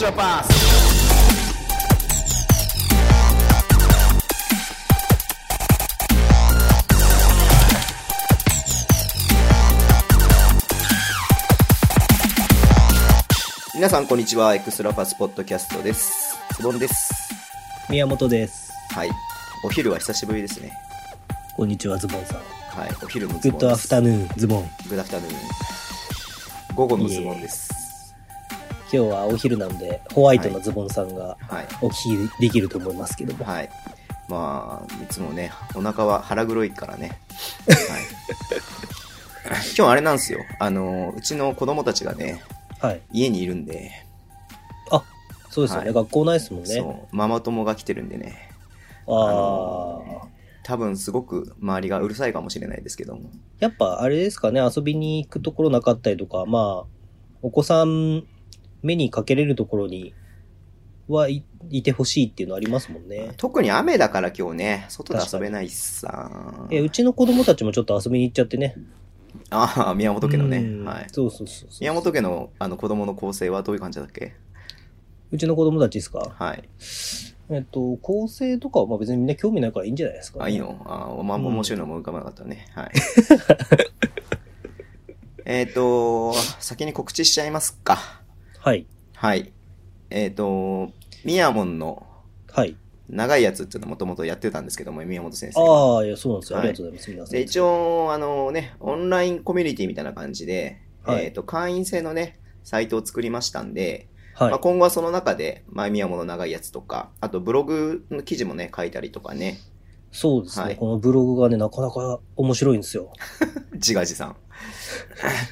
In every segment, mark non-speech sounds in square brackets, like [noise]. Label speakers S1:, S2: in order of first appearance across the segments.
S1: your past.
S2: 皆さんこんにちはエクストラパスポッドキャストですつぼんです
S3: 宮本です。
S2: はいお昼は久しぶりですね
S3: こんにちは、ズボンさん。
S2: はいお昼の
S3: グ
S2: ズボ
S3: ッ
S2: ン
S3: ド
S2: で
S3: アフ
S2: す
S3: タヌーン、ズボン。
S2: グッドアフタヌーン午後のズボンです
S3: 今日はお昼なんで、ホワイトのズボンさんが
S2: はい
S3: お聞きできると思いますけども。
S2: はいまあいつもねお腹は腹黒いからね、はい、 [laughs] 今日あれなんですよあのうちの子供たちがね
S3: はい。
S2: 家にいるんで
S3: あ、そうですよね。
S2: はい
S3: 学校ないですもんね。
S2: そうママ友が来てるんでね
S3: あ
S2: あ
S3: あ
S2: の多分すごく周りがうるさいかもしれないですけども
S3: やっぱあれですかね、遊びに行くところなかったりとか、まあ、お子さん、目にかけれるところに、はい、いてほしいっていうのありますもんね。
S2: 特に雨だから今日ね外で遊べないしさ
S3: え、うちの子供たちもちょっと遊びに行っちゃってね。
S2: ああ宮本家の
S3: うん
S2: ね、はい、
S3: そうそうそうそう。
S2: 宮本家のあの子供の構成はどういう感じだっけ
S3: うちの子供たちですか
S2: はい
S3: えっと、構成とかはまあ別にみんな興味ないからいいんじゃないですか、
S2: あいいのああ、まあ、
S3: うん
S2: 面白いのも浮かばなかったね、はい [laughs] えっと先に告知しちゃいますか
S3: はい。
S2: はいえっ、とミヤモンの
S3: はい。
S2: 長いやつっていうのもともとやってたんですけども宮本先生が
S3: ああ、いや、そうなんですよ。あ
S2: はい
S3: りがとうございます。皆さん。
S2: で一応、あのね、オンラインコミュニティみたいな感じで、
S3: はい
S2: えっ、と、会員制のね、サイトを作りましたんで、
S3: はい
S2: まあ、。今後はその中で、まあ、宮本の長いやつとか、あとブログの記事もね、書いたりとかね、
S3: そうですね、
S2: はい
S3: このブログがね、なかなか面白いんですよ。
S2: 自画自賛。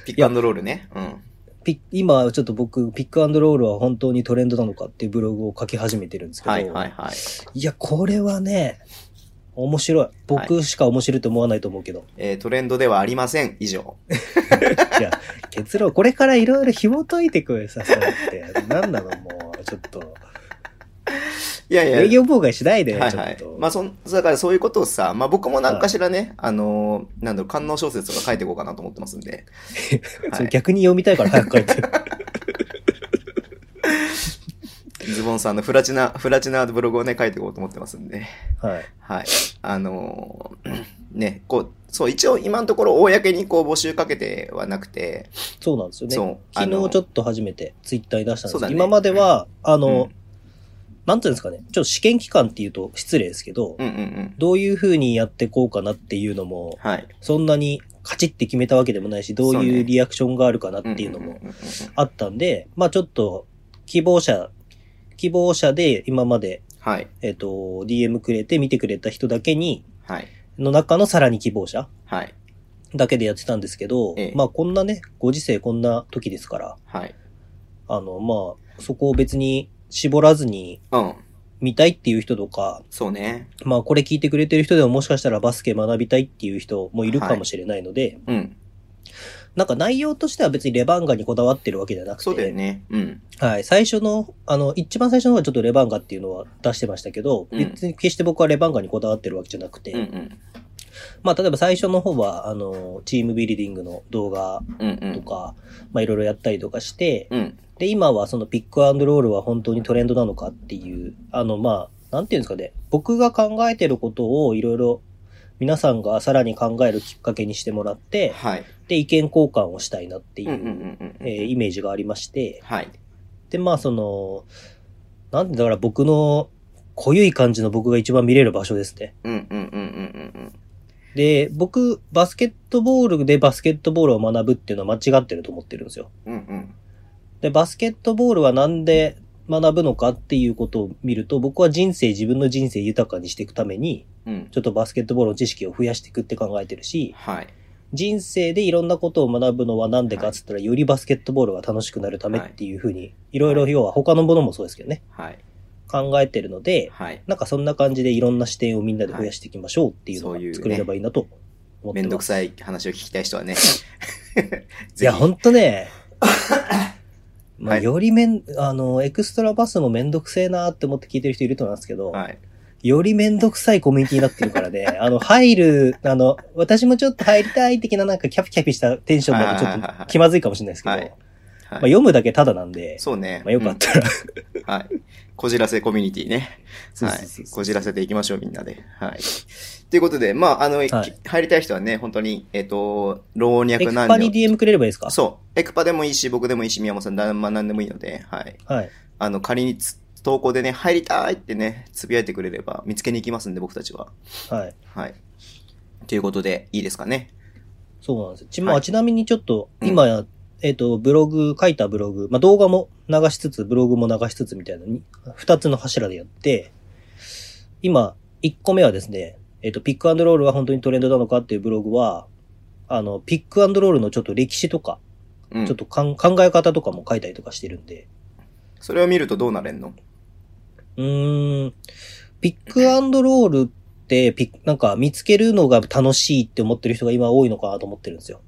S2: ピックアンドロールね。うん。
S3: ピ今、ちょっと僕、ピックアンドロールは本当にトレンドなのかっていうブログを書き始めてるんですけど、
S2: はいはいはい。
S3: いや、これはね、面白い。僕しか面白いと思わないと思うけど。
S2: えートレンドではありません。以上。
S3: い、
S2: [laughs]
S3: や、結論、これからいろいろ紐解いてくれさせって、なんなのもう、ちょっと、
S2: いやいや。
S3: 営業妨害しないで、
S2: はい
S3: ちょっ
S2: はい
S3: と。。
S2: まあ、そん、だからそういうことをさ、まあ、僕もなんかしらね、あのーなんだろう、観音小説とか書いていこうかなと思ってますんで。
S3: それ逆に読みたいから早く書いてる。
S2: ズボンさんのフラチナ、フラチナブログをね、書いていこうと思ってますんで。
S3: はい。
S2: はい。あのー [clears throat] ね、こう、そう、一応今のところ、公にこう募集かけてはなくて、
S3: そうなんですよね。
S2: そうあ
S3: 昨
S2: の
S3: 日ちょっと初めてツイッターに出したんで
S2: そう
S3: すけ
S2: だ
S3: ど、
S2: ね
S3: 今までは、あの、
S2: うん
S3: なんていうんですかね、ちょっと試験期間っていうと失礼ですけど、
S2: うんうんうん。
S3: どういう風にやってこうかなっていうのも、
S2: はい。
S3: そんなにカチッて決めたわけでもないし、どう
S2: そう
S3: い
S2: ね
S3: うリアクションがあるかなっ
S2: んんん
S3: ていうのも
S2: んん
S3: あったんで、まあちょっと希望者、希望者で今まで、
S2: はい。
S3: えっ、と、DM くれて見てくれた人だけに、
S2: はい。
S3: の中のさらに希望者
S2: はい。
S3: だけでやってたんですけど、
S2: ええ
S3: まあこんなね、ご時世こんな時ですから、
S2: はい。
S3: あの、まあ、そこを別に絞らずに
S2: うん。
S3: 見たいっていう人とか、
S2: そうね。
S3: まあ、これ聞いてくれてる人でももしかしたらバスケ学びたいっていう人もいるかもしれないので、
S2: うん。
S3: なんか内容としては別にレバンガにこだわってるわけじゃなくて、
S2: そうだよね。うん。
S3: はい、最初の、あの、一番最初の方はちょっとレバンガっていうのは出してましたけど、
S2: うん
S3: 別に決して僕はレバンガにこだわってるわけじゃなくて、
S2: うんうん。
S3: まあ、例えば最初の方は、あの、チームビルディングの動画
S2: うんう
S3: と
S2: ん。
S3: か、まあ、いろいろやったりとかして、
S2: うん。
S3: で、今はそのピックアンドロールは本当にトレンドなのかっていう、あの、まあ、なんていうんですかね、僕が考えてることをいろいろ皆さんがさらに考えるきっかけにしてもらって、
S2: はい。
S3: で、意見交換をしたいなってい
S2: うんうんう
S3: う、
S2: んう
S3: えー
S2: ん。
S3: イメージがありまして、
S2: はい。
S3: で、まあ、その、なんでだから僕の濃ゆい感じの僕が一番見れる場所ですね。
S2: うんうんうんうんうん
S3: で、僕、バスケットボールでバスケットボールを学ぶっていうのは間違ってると思ってるんですよ。
S2: うん。うんうん。
S3: で、バスケットボールはなんで学ぶのかっていうことを見ると、僕は人生、自分の人生豊かにしていくために、
S2: うん。
S3: ちょっとバスケットボールの知識を増やしていくって考えてるし、
S2: はい。
S3: 人生でいろんなことを学ぶのはなんでかっつったら、よりバスケットボールが楽しくなるためっていうふうに、いろいろ要は他のものもそうですけどね、
S2: はい。
S3: 考えてるので、
S2: はい。
S3: なんかそんな感じでいろんな視点をみんなで増やしていきましょうっていうの
S2: はいそういう
S3: が
S2: ね
S3: 作れればいいなと思っ
S2: め
S3: て
S2: んど
S3: ま
S2: く
S3: す。
S2: さい話を聞きたい人はね。
S3: [laughs] いや、ほん
S2: [laughs]
S3: とね。まあ、
S2: はい
S3: よりめん、あの、エクストラバスもめんどくせえなーって思って聞いてる人いると思うんですけど、
S2: はい。
S3: よりめんどくさいコミュニティになって
S2: [laughs]
S3: るからね、あの、入る、あの、私もちょっと入りたい的ななんかキャピキャピしたテンションだとちょ
S2: はいはいはいは
S3: っ
S2: い
S3: と気まずいかもしれないですけど、
S2: はいは
S3: まあ、
S2: い。
S3: 読むだけただなんで、
S2: そうね。
S3: まあ、よかったら、
S2: うんはい。こじらせコミュニティね。
S3: [laughs] そう
S2: は
S3: そうそう
S2: い。こじらせていきましょう、みんなで。はい。ということで、まあ、あの、き入りたい人はね、本当に、えっ、と、老若
S3: エク
S2: 男
S3: パに
S2: 女。
S3: DM くれればいいですか
S2: そう。エクパでもいいし、僕でもいいし、宮本さん、だまあ、何でもいいので、はい。
S3: はい。
S2: あの、仮につ投稿でね、入りたいってね、つぶやいてくれれば、見つけに行きますんで、僕たちは。
S3: はい。
S2: はい。ということで、いいですかね。
S3: そうなんですよち,、ま
S2: は
S3: あ、
S2: い
S3: ちなみにちょっと、
S2: うん
S3: 今、えっ、と、ブログ、書いたブログ、まあ、動画も流しつつ、ブログも流しつつみたいなに、二つの柱でやって、今、一個目はですね、えっ、と、ピックアンドロールは本当にトレンドなのかっていうブログは、あの、ピックアンドロールのちょっと歴史とか、
S2: うん。
S3: ちょっとかん考え方とかも書いたりとかしてるんで、
S2: それを見るとどうなれんの
S3: うーん、ピックアンドロールって、ピックなんか見つけるのが楽しいって思ってる人が今多いのかなと思ってるんですよ。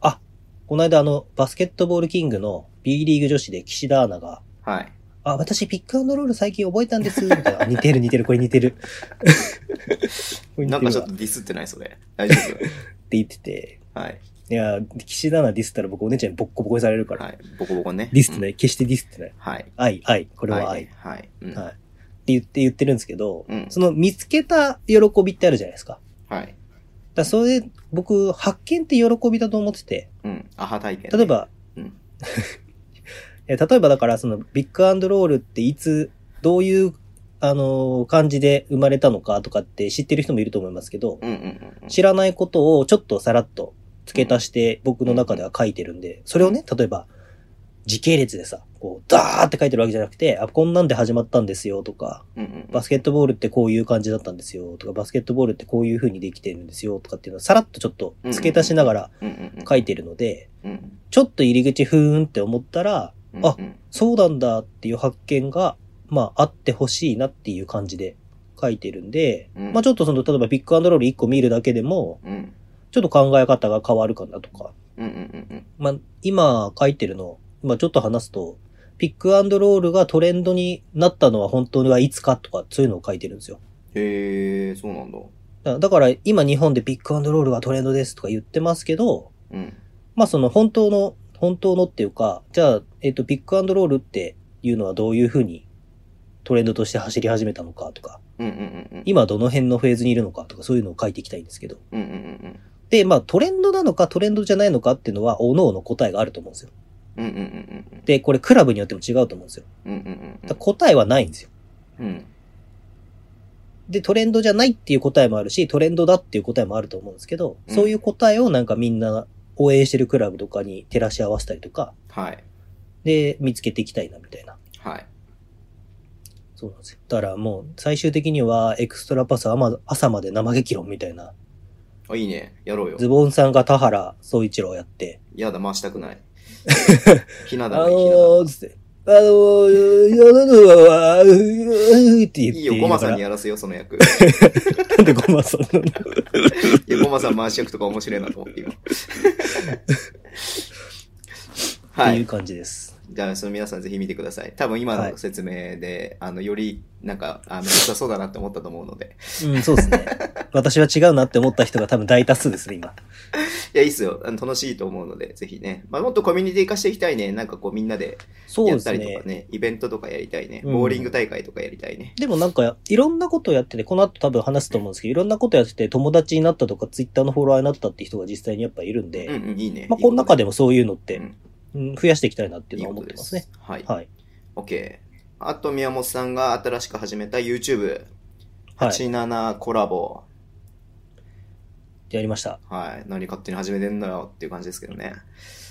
S3: あ、この間あの、バスケットボールキングの B リーグ女子で岸田アナが、
S2: はい。
S3: あ、私ピックアンドロール最近覚えたんです、みたいな。あ似てる似てる、これ似てる。これ似
S2: なん
S3: て
S2: か
S3: る
S2: ちょ
S3: わ
S2: っ
S3: っ
S2: とディスってない、それ。大丈
S3: て言ってて。
S2: 夫。 [laughs] はい。
S3: いや、岸田アナディスったら僕お姉ちゃんにボッコボコにされるから。
S2: はい。ボコボコね。。
S3: ディスってないい、決してディスってない。
S2: はい。
S3: 愛、愛、これは愛。
S2: ねはい。うん
S3: はい。って言って、言ってるんですけど、
S2: うん
S3: その見つけた喜びってあるじゃないですか。
S2: はい。
S3: だからそれで、僕、発見って喜びだと思ってて、
S2: うん。アハ体験。
S3: 例え。ば、
S2: うん。
S3: [laughs] え例えばだから、そのビッグアンドロールっていつ、どういう、あのー感じで生まれたのかとかって知ってる人もいると思いますけど、
S2: うんうんうんうん。
S3: 知らないことをちょっとさらっと付け足して、僕の中では書いてるんで、それをね、例えば、時系列でさ、こう、ダーって書いてるわけじゃなくて、あ、こんなんで始まったんですよとか、
S2: うんうん
S3: バスケットボールってこういう感じだったんですよとか、バスケットボールってこういう風にできてるんですよとかっていうのをさらっとちょっと付け足しながら
S2: うんうんうん。
S3: 書いてるので、
S2: うん
S3: ちょっと入り口ふーんって思ったら、
S2: うん。
S3: あ
S2: うんうん
S3: そうなんだっていう発見が、まああってほしいなっていう感じで書いてるんで、
S2: うん
S3: まあちょっとその、例えばピックアンドロール1個見るだけでも、
S2: うん
S3: ちょっと考え方が変わるかなとか、
S2: うんうんうんうん。
S3: まあ今書いてるの、まあちょっと話すと、ピックアンドロールがトレンドになったのは本当にはいつかとか、そういうのを書いてるんですよ。
S2: へえ、そうなんだ。
S3: だだから今日本でピックアンドロールがトレンドですとか言ってますけど、
S2: うん。
S3: まあその本当の、本当のっていうか、じゃあ、えっ、と、ピックアンドロールっていうのはどういうふうにトレンドとして走り始めたのかとか、
S2: うんうんうんうん。
S3: 今どの辺のフェーズにいるのかとかそういうのを書いていきたいんですけど。
S2: うんうんうん
S3: で、まあトレンドなのかトレンドじゃないのかっていうのは、おのおの答えがあると思うんですよ。
S2: うん。うんうんうん
S3: で、これクラブによっても違うと思うんですよ。
S2: うん。うんうん
S3: だから答えはないんですよ。
S2: うん。うん。
S3: で、トレンドじゃないっていう答えもあるし、トレンドだっていう答えもあると思うんですけど、
S2: うん
S3: そういう答えをなんかみんな応援してるクラブとかに照らし合わせたりとか、
S2: はい。
S3: で、見つけていきたいなみたいな。
S2: はい。
S3: そうなんですよ。だからもう最終的にはエクストラパスはま朝まで生激論みたいな。
S2: あ、いいね。やろうよ。
S3: ズボンさんが田原総一郎やって、
S2: やだ、回したく
S3: [laughs]
S2: ない。ひな
S3: あ
S2: だね、
S3: の
S2: ひなだ。
S3: ー、つって、あのー、やるのは、うーって言っ
S2: い
S3: て
S2: いよ、ゴマさんに
S3: や
S2: やらせよ、その
S3: [laughs]
S2: 役。
S3: なんでゴマさんなの
S2: いや、ゴマさん回し役とか面白いなと思って今。
S3: [laughs]
S2: は
S3: っていう
S2: い。
S3: 感じです。
S2: じゃあ、その皆さんぜひ見てください。多分今の説明で、あの、より、なんか、あの、良さそうだなって思ったと思うので。
S3: うん、そうですね。私は違うなって思った人が多分大多数ですね、今。
S2: いや、いいっすよ。あの楽しいと思うので、ぜひね。まあ、もっとコミュニティ化していきたいね。なんかこう、みんなで
S3: そう
S2: や
S3: で
S2: った
S3: す
S2: りと
S3: ね
S2: か。ね、イベントとかやりたいね。
S3: うん
S2: ボーリング大会とかやりたいね。
S3: でもなんか、いろんなことやってて、この後多分話すと思うんですけど、いろんなことやってて、友達になったとか、ツイッターのフォロワーになったって人が実際にやっぱいるんで、
S2: うんうん、いいね。
S3: まあ、この中で
S2: も
S3: もそういうのって
S2: うん、
S3: うん増やしていきたいなって
S2: い
S3: い
S2: い
S3: うのは
S2: こ
S3: 思
S2: と
S3: って
S2: で
S3: ますね
S2: す。。はい。
S3: はい。
S2: OK。あと、宮本さんが新しく始めた YouTube、
S3: はい。
S2: 87コラボ。
S3: やりました。
S2: はい。何勝手に始めてんだよっていう感じですけどね。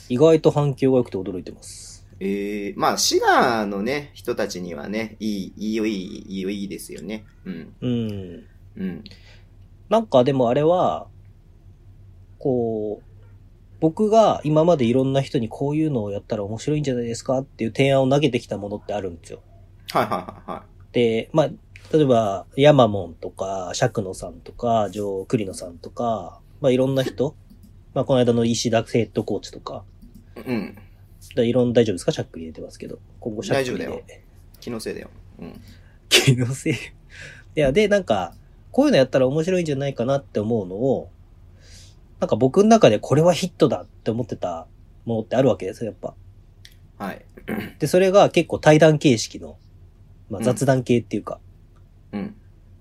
S3: 意外と反響が良くて驚いてます。
S2: えー、まあ、滋賀のね、人たちにはね、いい、いいよ、いい、いいよ、いいですよね。うん。
S3: うん。
S2: うん。
S3: なんかでもあれは、こう、僕が今までいろんな人にこういうのをやったら面白いんじゃないですかっていう提案を投げてきたものってあるんですよ。
S2: はいはいはいは
S3: で、まあ、例えば、ヤマモンとか、釈野さんとか、ジョー・クリノさんとか、まあ、いろんな人。まあ、この間の石田ヘッドコーチとか、
S2: い。うん。
S3: だいろん大丈夫ですかしゃっくり入れてますけど。今後しゃっくり
S2: 大丈夫
S3: で。
S2: 気のせいだよ。うん。
S3: 気のせい。いや、で、なんか、こういうのやったら面白いんじゃないかなって思うのを、なんか僕の中でこれはヒットだって思ってたものってあるわけですよ、やっぱ。
S2: はい。
S3: で、それが結構対談形式の、まあ、
S2: うん
S3: 雑談系っていうか、
S2: うん。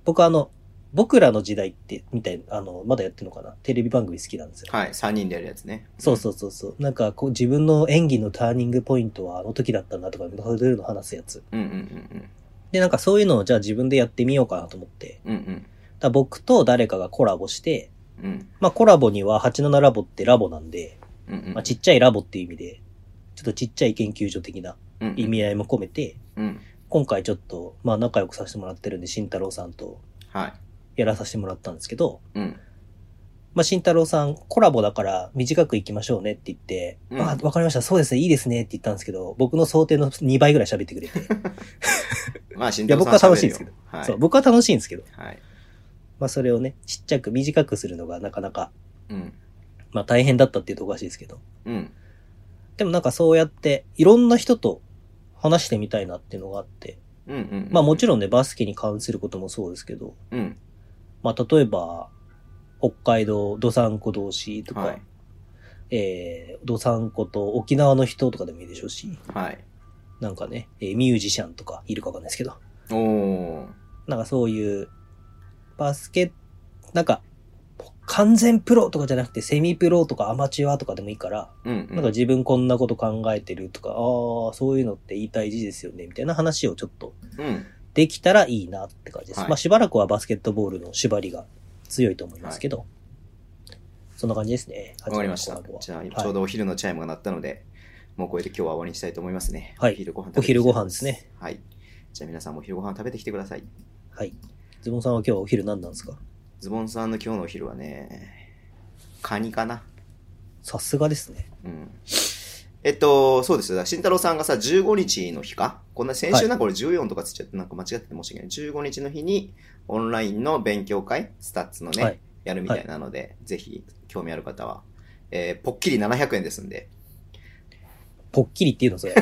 S3: 僕はあの、僕らの時代って、みたいな、あの、まだやってるのかなテレビ番組好きなんですよ。
S2: はい。3人でやるやつね。
S3: そうそうそうそう。なんか、こう、自分の演技のターニングポイントはあの時だったんだとか、そういうの話すやつ。
S2: うん。うんうん
S3: で、なんかそういうのをじゃあ自分でやってみようかなと思って。
S2: うんうん。うん
S3: だから僕と誰かがコラボして、
S2: うん。うん
S3: まあコラボには87ラボってラボなんで、
S2: うんうん。
S3: まあちっちゃいラボっていう意味で、ちょっとちっちゃい研究所的な
S2: うん
S3: 意。味合いも込めて、
S2: うん。
S3: 今回ちょっと、まあ仲良くさせてもらってるんで、慎太郎さんと
S2: はい。
S3: やらさせてもらったんですけど、
S2: うん。
S3: まあ慎太郎さん、コラボだから短く行きましょうねって言って、
S2: うん
S3: あ、わかりました、そうですね、いいですねって言ったんですけど、僕の想定の2倍ぐらい喋ってくれて、
S2: まあ、しん
S3: や僕は楽しいですけど
S2: はい。
S3: そう、僕は楽しいんですけど、
S2: はい。
S3: まあそれをね、ちっちゃく短くするのがなかなか、
S2: うん。
S3: まあ大変だったっていうとおかしいですけど、
S2: うん。
S3: でもなんかそうやって、いろんな人と話してみたいなっていうのがあって、
S2: うんうん。
S3: まあもち
S2: ろ
S3: ろんね、バスケに関することもそうですけど、
S2: ん。うん。
S3: まあ例えば、北海道どさんこ同士とか、
S2: はい。
S3: えー、どさんこと沖縄の人とかでもいいでしょうし、
S2: はい。
S3: なんかね、えーミュージシャンとかいるかわかんないですけど、
S2: おー。
S3: なんかそういう、バスケ、なんか、完全プロとかじゃなくてセミプロとかアマチュアとかでもいいから、
S2: うんう
S3: なんか自分こんなこと考えてるとか、ああ、そういうのって言いたい字ですよね、みたいな話をちょっと
S2: うん。
S3: できたらいいなって感じです。
S2: はい
S3: まあしばらくはバスケットボールの縛りが強いと思いますけど、そんな感じですね。
S2: わかりました
S3: 初めてのコラボ。は
S2: じゃあ、
S3: い
S2: 今ちょうどお昼のチャイムが鳴ったので、もうこれで今日は終わりにしたいと思いますね。
S3: はい
S2: お昼ご飯食べて
S3: お
S2: きたい
S3: 昼
S2: と
S3: ご
S2: 思い
S3: 飯
S2: ま
S3: ですね。
S2: はい。じゃあ皆さんもお昼ご飯食べてきてください。
S3: はい。ズボンさんは今日お昼何なんですか
S2: ズボンさんの今日のお昼はね、カニかな。
S3: さすがですね。
S2: うん。えっと、そうですよ。だから慎太郎さんがさ、15日の日かこんな先週なんか俺14とかつっちゃって、なんか間違ってて申し訳ない。15日の日に、オンラインの勉強会、スタッツのね、
S3: はい
S2: やるみたいなので、ぜひ、興味ある方は、えー、ぽっきり700円ですんで、
S3: ポッキリっていうのそれ。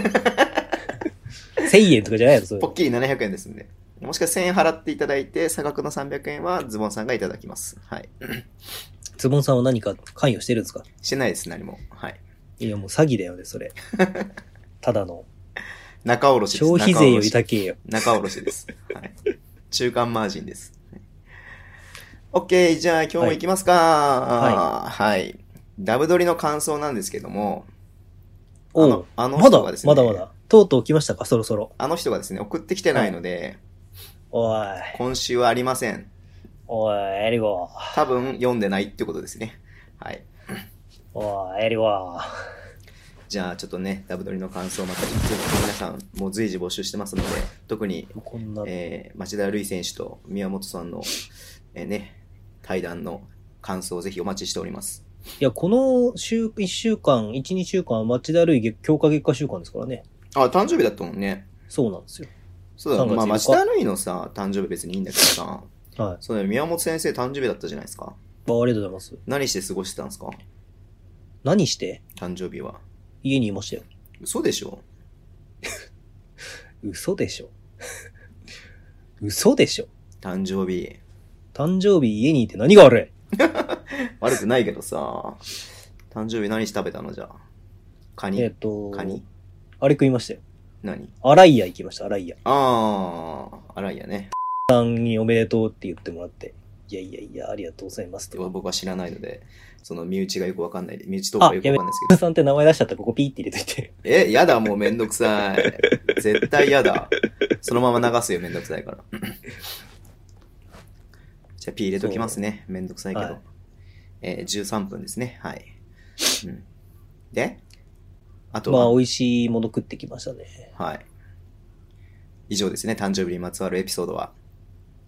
S3: 1000円とかじゃないのそれ
S2: ぽ。っきり700円ですんで、もしかして1000円払っていただいて、差額の300円はズボンさんがいただきます。はい。
S3: ズボンさんは何か関与してるんですか
S2: してないです、何も。はい。
S3: いやもう詐欺だよね、
S2: [laughs]
S3: それ。ただの。
S2: 中卸です。
S3: 消費税
S2: 中
S3: より
S2: 卸
S3: 高えよ。
S2: 中卸
S3: [laughs]
S2: です。はい。中間マージンです。はい OK、じゃあ今日も行きますか。はい。ダブ撮りの感想なんですけども、あ
S3: お
S2: の
S3: う
S2: あの
S3: まだ、
S2: 人がですね
S3: まだまだ。とうとう来ましたかそろそろ。
S2: あの人がですね、送ってきてないので、
S3: おい、
S2: 今週はありません。
S3: おい、エリゴ
S2: 多分読んでないってことですね。はい。
S3: おい、エリゴ
S2: じゃあちょっとね、ダブ撮りの感想またいつも皆さんもう随時募集してますので、特に、
S3: こんな、
S2: えー町田瑠唯選手と宮本さんの、えーね、対談の感想をぜひお待ちしております。
S3: いや、この週、1週間、1、2週間は町田るい強化月下週間ですからね。
S2: あ、誕生日だったもんね。
S3: そうなんですよ。
S2: そうだ、
S3: 3月
S2: まあ、
S3: 8日
S2: 町田瑠唯のさ、誕生日別にいいんだけどさ、
S3: はい。ああ
S2: そうだよ、宮本先生誕生日だったじゃないですか。
S3: りがとうございます。
S2: 何して過ごしてたんですか
S3: 何して
S2: 誕生日は。
S3: 家にいましたよ。
S2: 嘘でしょ
S3: 嘘でしょ。嘘でしょ。
S2: 誕生日。
S3: 誕生日家にいて何が悪い
S2: 悪くないけどさ、誕生日何して食べたのじゃあ。カニ、
S3: えっと、
S2: カニ
S3: あれ食いましたよ。
S2: 何
S3: アライヤ行きました、アライヤ。
S2: あー、あらいやね。
S3: さんにおめでとうって言ってもらって。いやいやいや、ありがとうございますって。
S2: 僕は知らないので、その身内がよくわかんないで、身内とかよくわかんないですけど。
S3: さんって名前出しちゃったらここピーって入れといて。
S2: え、やだ、もうめんどくさい。絶対やだ。そのまま流すよ、めんどくさいから。じゃあ、P 入れときますね。めんどくさいけど。
S3: はい
S2: えー、13分ですね。はい。うん、で、あと
S3: ま
S2: は、
S3: あ、美味しいもの食ってきましたね。
S2: はい。以上ですね。誕生日にまつわるエピソードは。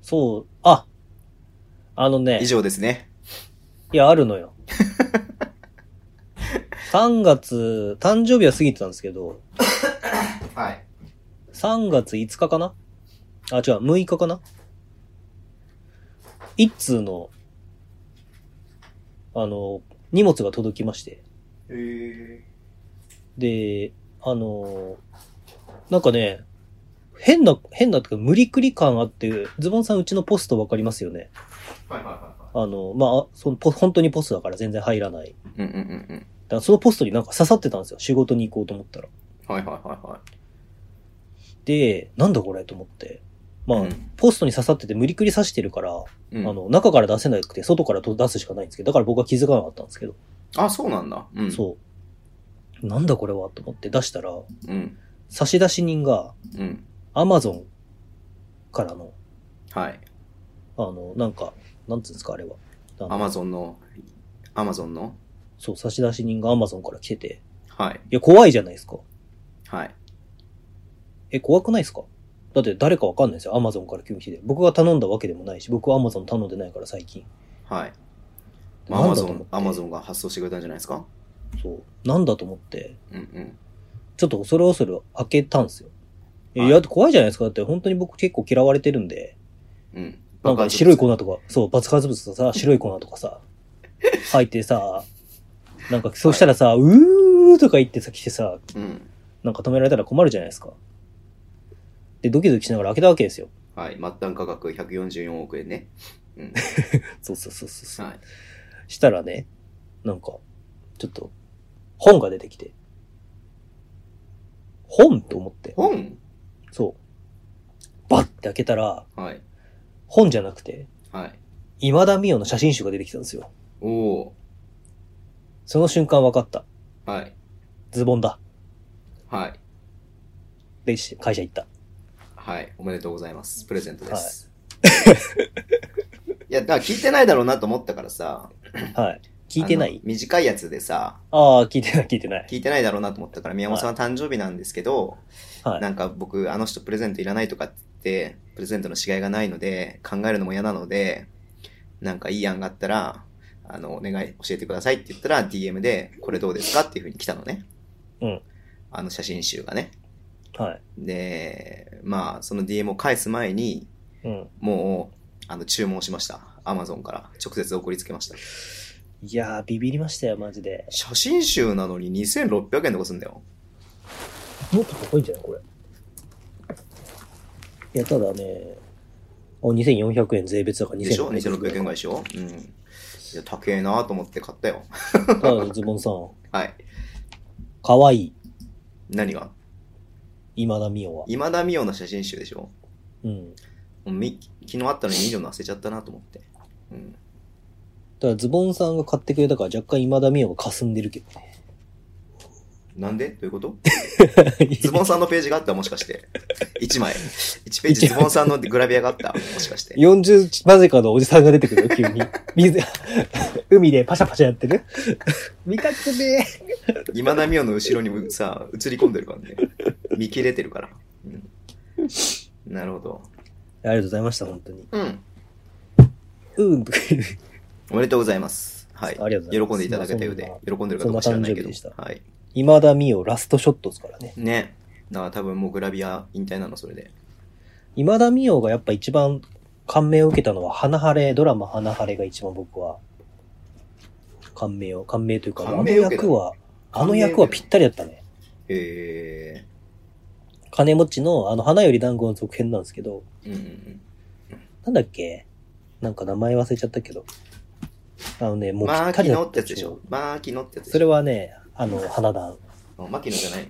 S3: そう、ああのね
S2: 以、上ですね。
S3: いや、あるの
S2: [laughs]
S3: よ。3月、誕生日は過ぎてたんですけど、
S2: はい。
S3: 3月5日かなあ、違う、6日かな一通の、あの、荷物が届きまして。
S2: え
S3: で、あの、なんかね、変な、変なっていうか、無理くり感あって、ズボンさんうちのポストわかりますよね
S2: はいは
S3: あの、まあ、そのポ、本当にポストだから全然入らない。
S2: いはい。うんうんうんうん。
S3: だからそのポストになんか刺さってたんですよ。仕事に行こうと思ったら。
S2: はいはいはいは
S3: で、なんだこれと思って。まあ、
S2: うん
S3: ポストに刺さってて無理くり刺してるから、
S2: い。うん、
S3: あの、中から出せなくて、外からと出すしかないんですけど、だから僕は気づかなかったんですけど、
S2: あ、そうなんだ。うん。
S3: そう。なんだこれはと思って出したら、
S2: うん。
S3: 差出人が、
S2: うん。
S3: アマゾンからの、
S2: はい。
S3: あの、なんか、なんつうんですか、あれは。あの
S2: アマゾンの、アマゾンの、
S3: そう、差出人がアマゾンから来てて、
S2: はい。
S3: いや、怖いじゃないですか。
S2: はい。
S3: え、怖くないですかだって誰かわかんないですよ、アマゾンから急に来て。僕が頼んだわけでもないし、僕はアマゾン頼んでないから最近。
S2: はい。
S3: で
S2: まあア
S3: なん
S2: マ
S3: だと
S2: ゾ
S3: 思って
S2: ン、アマゾンが発送してくれたんじゃないですか
S3: そう。なんだと思って、
S2: うんうん。
S3: ちょっと恐る恐る開けたんですよ。いや、
S2: はい
S3: だって怖いじゃないですか。だって本当に僕結構嫌われてるんで、
S2: うん。
S3: なんか白い粉とか、そう、爆発物と [laughs] かさ、白い粉とかさ、入ってさ、なんかそうしたらさ、うーとか言ってさ、来てさ、
S2: うん。
S3: なんか止められたら困るじゃないですか。で、ドキドキしながら開けたわけですよ。
S2: はい。末端価格144億円ね。うん。
S3: そうそうそうそうそう。
S2: はい。 [laughs]
S3: したらね、なんか、ちょっと、本が出てきて。本と思って。
S2: 本
S3: そう。バッて開けたら、
S2: はい。
S3: 本じゃなくて、
S2: はい。
S3: 今田美桜の写真集が出てきたんですよ。
S2: おお
S3: その瞬間分かった。
S2: ーはい。
S3: ズボンだ。
S2: はい。
S3: で、し会社行った。
S2: はい。おめでとうございます。プレゼントです。 [laughs] い、や、だから聞いてないだろうなと思ったからさ。
S3: はい。聞いてな
S2: あの
S3: い
S2: 短いやつでさ、
S3: ああー、聞いてない、聞いてない。
S2: 聞いてないだろうなと思ったから、宮本さんは誕生日なんですけど、
S3: はい。
S2: なんか僕、あの人プレゼントいらないとかって言って、プレゼントのしがいがないので、考えるのも嫌なので、なんかいい案があったら、あの、お願い教えてくださいって言ったら、DM で、これどうですかっていうふうに来たのね。
S3: うん。
S2: あの写真集がね。
S3: はい。
S2: で、まあ、その DM を返す前に、
S3: うん。
S2: もう、あの、注文しました。Amazon から直接送りつけました。
S3: いやー、ビビりましたよ、マジで。
S2: 写真集なのに2600円とかすんだよ。
S3: もっと高いんじゃないこれ。いや、ただね、あ、2400円税別だから
S2: でしょ ?2600
S3: 2600
S2: 円ぐらいでしょうん。いや、高えなと思って買ったよ。
S3: た [laughs] だ、ズボンさん、
S2: はい。
S3: かわいい、
S2: 何が
S3: 今田美桜は。
S2: 今田美桜の写真集でしょ
S3: うん。
S2: もうみ昨日あったのに見るの忘れちゃったなと思って。うん。
S3: ただ、ズボンさんが買ってくれたから若干今田美桜が霞んでるけどね。
S2: なんでどういうことズ
S3: [laughs]
S2: ボンさんのページがあったもしかして。1枚。1ページズボンさんのグラビアがあったもしかして。
S3: 40間近のおじさんが出てくるよ、急に。水、海でパシャパシャやってる見たくねえ。
S2: 今田美桜の後ろにもさ、映り込んでるからね。見切れてるから。うん。なるほど。
S3: ありがとうございました、本当に。
S2: うん。
S3: うん。
S2: おめでとうございます。はい。
S3: ありがとうございます
S2: 喜んでいただけたようで
S3: まあ、
S2: 喜んでるかどうか知らないけど
S3: そんな誕生日で
S2: は
S3: し。
S2: い。
S3: 今田美桜ラストショットですからね。
S2: ね。だから多分もうグラビア引退なの、それで。
S3: 今田美桜がやっぱ一番感銘を受けたのは、花晴れ、ドラマ花晴れが一番僕は、感銘を、感銘というか、あ
S2: 感
S3: の
S2: 銘を受けた
S3: 役は、あの役はぴったりだったね。
S2: え
S3: 金持ちの、あの、花より団子の続編なんですけど、
S2: ー。うんうんうん。
S3: なんだっけなんか名前忘れちゃったけど。あのね、もうぴ
S2: マ
S3: っ
S2: ーキ
S3: たりだ
S2: ノ
S3: っ
S2: って
S3: た
S2: やつでしょ。マーキノってやつでしょ。
S3: それはね、あの、花壇。
S2: あマキノじゃない。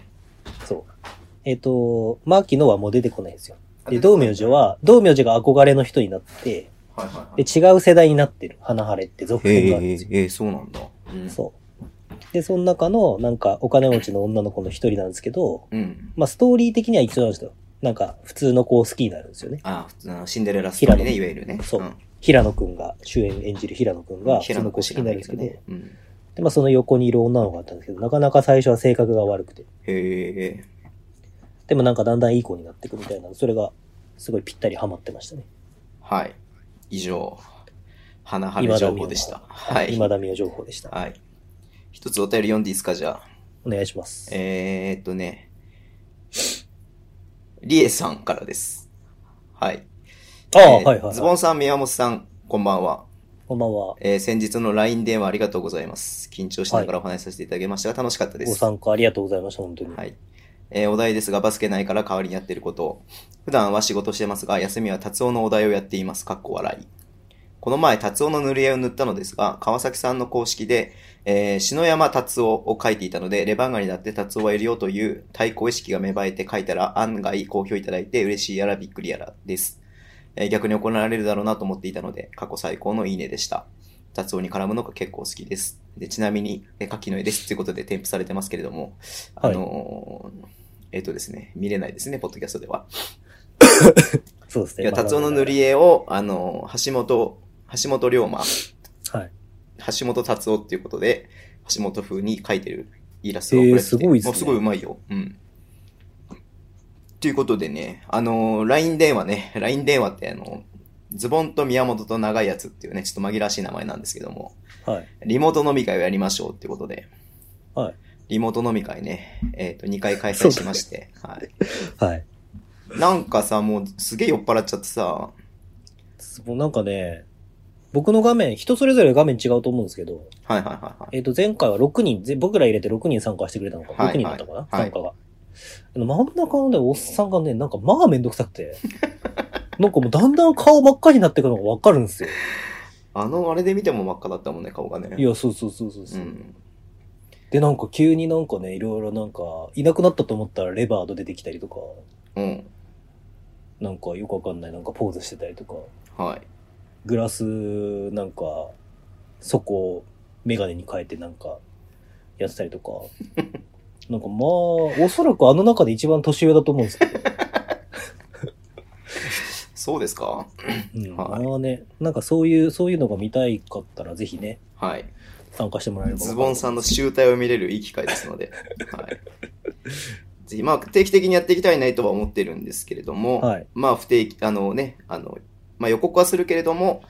S3: そう。えっ、と、マーキノはもう出てこないんですよ。で、
S2: あ出てこ
S3: 道
S2: ない
S3: 明寺は、道明寺が憧れの人になって、
S2: はいはいは
S3: で、
S2: い。
S3: 違う世代になってる。花晴れって続編があるん
S2: え
S3: で
S2: ー
S3: すよ。、
S2: えー、そうなんだ。うん。
S3: そう。で、その中の、なんか、お金持ちの女の子の一人なんですけど、
S2: うん。
S3: まあ、ストーリー的には一緒なんですよ。なんか、普通の子を好きになるんですよね。
S2: あー普通のシンデレラストーリーね、い
S3: 平
S2: わゆるね。
S3: そうん平野くんが、主演演じる平野くんが、普通の子を好きになるんですけど、
S2: ねうん。
S3: で、まあ、その横にいる女の子だったんですけど、なかなか最初は性格が悪くて、
S2: へえ。
S3: でもなんかだんだんいい子になっていくみたいな、それが、すごいぴったりハマってましたね。
S2: はい。以上、花晴れ情報でした。はい。
S3: 今田美桜情報でした。
S2: はい。一つお便り読んでいいですか、じゃあ。
S3: お願いします。
S2: えー、っとね、リエさんからです。はい。
S3: ああ、
S2: えー
S3: はいはいはい。
S2: ズボンさん、宮本さん、こんばんは。
S3: こんばんは。
S2: えー先日の LINE 電話ありがとうございます。緊張しながらお話しさせていただきましたが、楽しかったで
S3: ご
S2: す。
S3: 参加ありがとうございました、本当に。
S2: はい。えーお題ですが、バスケないから代わりにやっていることを。普段は仕事してますが、休みは達夫のお題をやっています。かっこ笑い。この前、達夫の塗り絵を塗ったのですが、川崎さんの公式で、えー、篠山達夫を書いていたので、レバンガになって達夫はいるよという対抗意識が芽生えて書いたら、案外好評いただいて嬉しいやらびっくりやらです。えー逆に行われるだろうなと思っていたので、過去最高のいいねでした。雑音に絡むのが結構好きです。でちなみに、え柿の絵ですということで添付されてますけれども、あのーえっ、とですね、見れないですね、ポッドキャストでは。
S3: そうです
S2: い
S3: ね。
S2: や、
S3: まあ
S2: 達夫の塗、り絵を、あのー橋本、橋本龍馬、
S3: はい。
S2: 橋本達夫っていうことで、橋本風に描いてるイラストが送られてきて
S3: えーすごいですね
S2: もうすごいうまいよ。うん。ということでね、あのー、LINE 電話ね、LINE 電話ってあの、ズボンと宮本と長いやつっていうね、ちょっと紛らわしい名前なんですけども、
S3: はい。
S2: リモート飲み会をやりましょうっていうことで、
S3: はい。
S2: リモート飲み会ね、えっ、と、2回開催しまして、はい。
S3: はい。
S2: なんかさ、もうすげえ酔っ払っちゃってさ、
S3: もうなんかね、僕の画面、人それぞれ画面違うと思うんですけど、
S2: はいはいはいはい。
S3: えっ、と、前回は6人、ぜ僕ら入れて6人参加してくれたのか、
S2: はい
S3: 6人だったかな、
S2: はい
S3: 参加が。あの真ん中のね、おっさんがね、なんかまあめんどくさくて、 [laughs] なんかもうだんだん顔真っ赤になってくのがわかるんですよ。
S2: あの、あれで見ても真っ赤だったもんね、顔がね。
S3: いや、そうそうそうそうそうう、
S2: ん。
S3: で、なんか急になんかね、いろいろなんか、いなくなったと思ったらレバード出てきたりとか、
S2: うん。
S3: なんかよくわかんない、なんかポーズしてたりとか、
S2: はい。
S3: グラスなんか、そこをメガネに変えてなんか、やってた
S2: [laughs]
S3: りとか。なんかまあ、おそらくあの中で一番年上だと思うんです
S2: [laughs]
S3: けど。
S2: そうですか
S3: うん、
S2: はい
S3: まあね、なんかそういう、そういうのが見たいかったらぜひね、
S2: はい。
S3: 参加してもらえれば。
S2: ズボンさんの集大を見れるいい機会ですので、はい。ぜひ、まあ、定期的にやっていきたいなとは思ってるんですけれども、
S3: はい
S2: まあ、不定期、あのね、あの、まあ、予告はするけれども、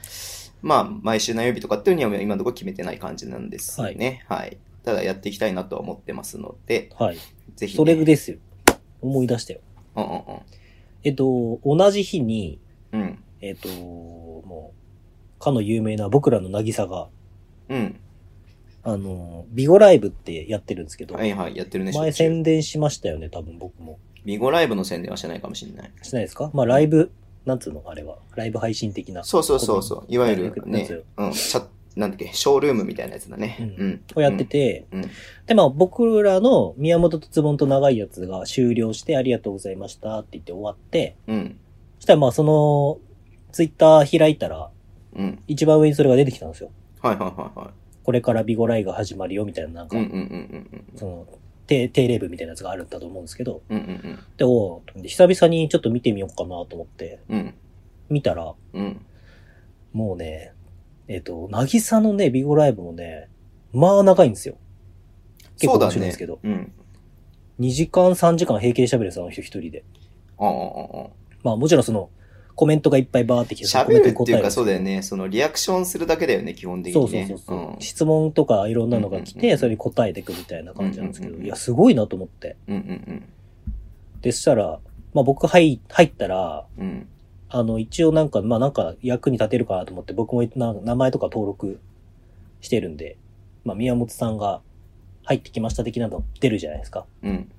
S2: まあ、毎週何曜日とかっていうには今のところ決めてない感じなんですね。はい。ただ、やっていきたいなとは思ってますので、
S3: はい。
S2: ぜひ、ね。
S3: それですよ。思い出したよ。
S2: うんうん
S3: えっと、同じ日に、
S2: うん。うん。
S3: えっと、もう、かの有名な僕らの渚が、
S2: うん。
S3: あの、ビゴライブってやってるんですけど、
S2: はいはい、やってるね。
S3: 前
S2: しょっちゅう
S3: 宣伝しましたよね、多分僕も。
S2: ビゴライブの宣伝はしてないかもしれない。
S3: してないですかまあ、ライブ、なんつうのあれは。ライブ配信的な。
S2: そうそうそうそう。いわゆる
S3: や
S2: ね
S3: つ、
S2: うん、チャなんだっけ、ショールームみたいなやつだね。
S3: うん
S2: うん。
S3: をやってて、
S2: うん。うん
S3: で、まあ、僕らの宮本とズボンと長いやつが終了して、ありがとうございましたって言って終わって、
S2: うん。
S3: そしたらまあ、その、ツイッター開いたら、
S2: うん。
S3: 一番上にそれが出てきたんですよ。
S2: はいはいはいは
S3: これからビゴライが始まるよ、みたいな、なん
S2: い。
S3: か、
S2: うんうんうん
S3: その、定定例文みたいなやつがあるんだと思うんですけど、
S2: うんうん。うんうん
S3: で、おう久々にちょっと見てみようかなと思って、
S2: うん。うん
S3: 見たら、
S2: うん。
S3: もうね、えっ、と、なぎさのね、ビゴライブもね、まあ長いんですよ。結
S2: そ
S3: 構
S2: うだ
S3: 面
S2: ね
S3: 白いんですけど。
S2: うん。
S3: 2時間3時間平気で喋るんですよ、あの人一人で。
S2: ああああ。
S3: まあもちろんその、コメントがいっぱいバーってきて、そのコメ
S2: 喋
S3: ン
S2: る
S3: ト
S2: っていうかそう
S3: だ
S2: だよね。そのリアクションするだけだよね、基本的
S3: そう
S2: に
S3: そう
S2: ね。
S3: そうそう、質問とかいろんなのが
S2: うんう
S3: 来
S2: んうんう
S3: て、
S2: ん
S3: それに答えていくみたいな感じなんですけ
S2: うんう
S3: ど、
S2: んうんうん
S3: いや、すごいなと思って。
S2: うんうん
S3: で、そしたら、まあ僕入入ったら、
S2: うん。うん。
S3: あの、一応なんか、まあなんか役に立てるかなと思って、僕もな名前とか登録してるんで、まあ宮本さんが入ってきました的なの出るじゃないですか。
S2: うん。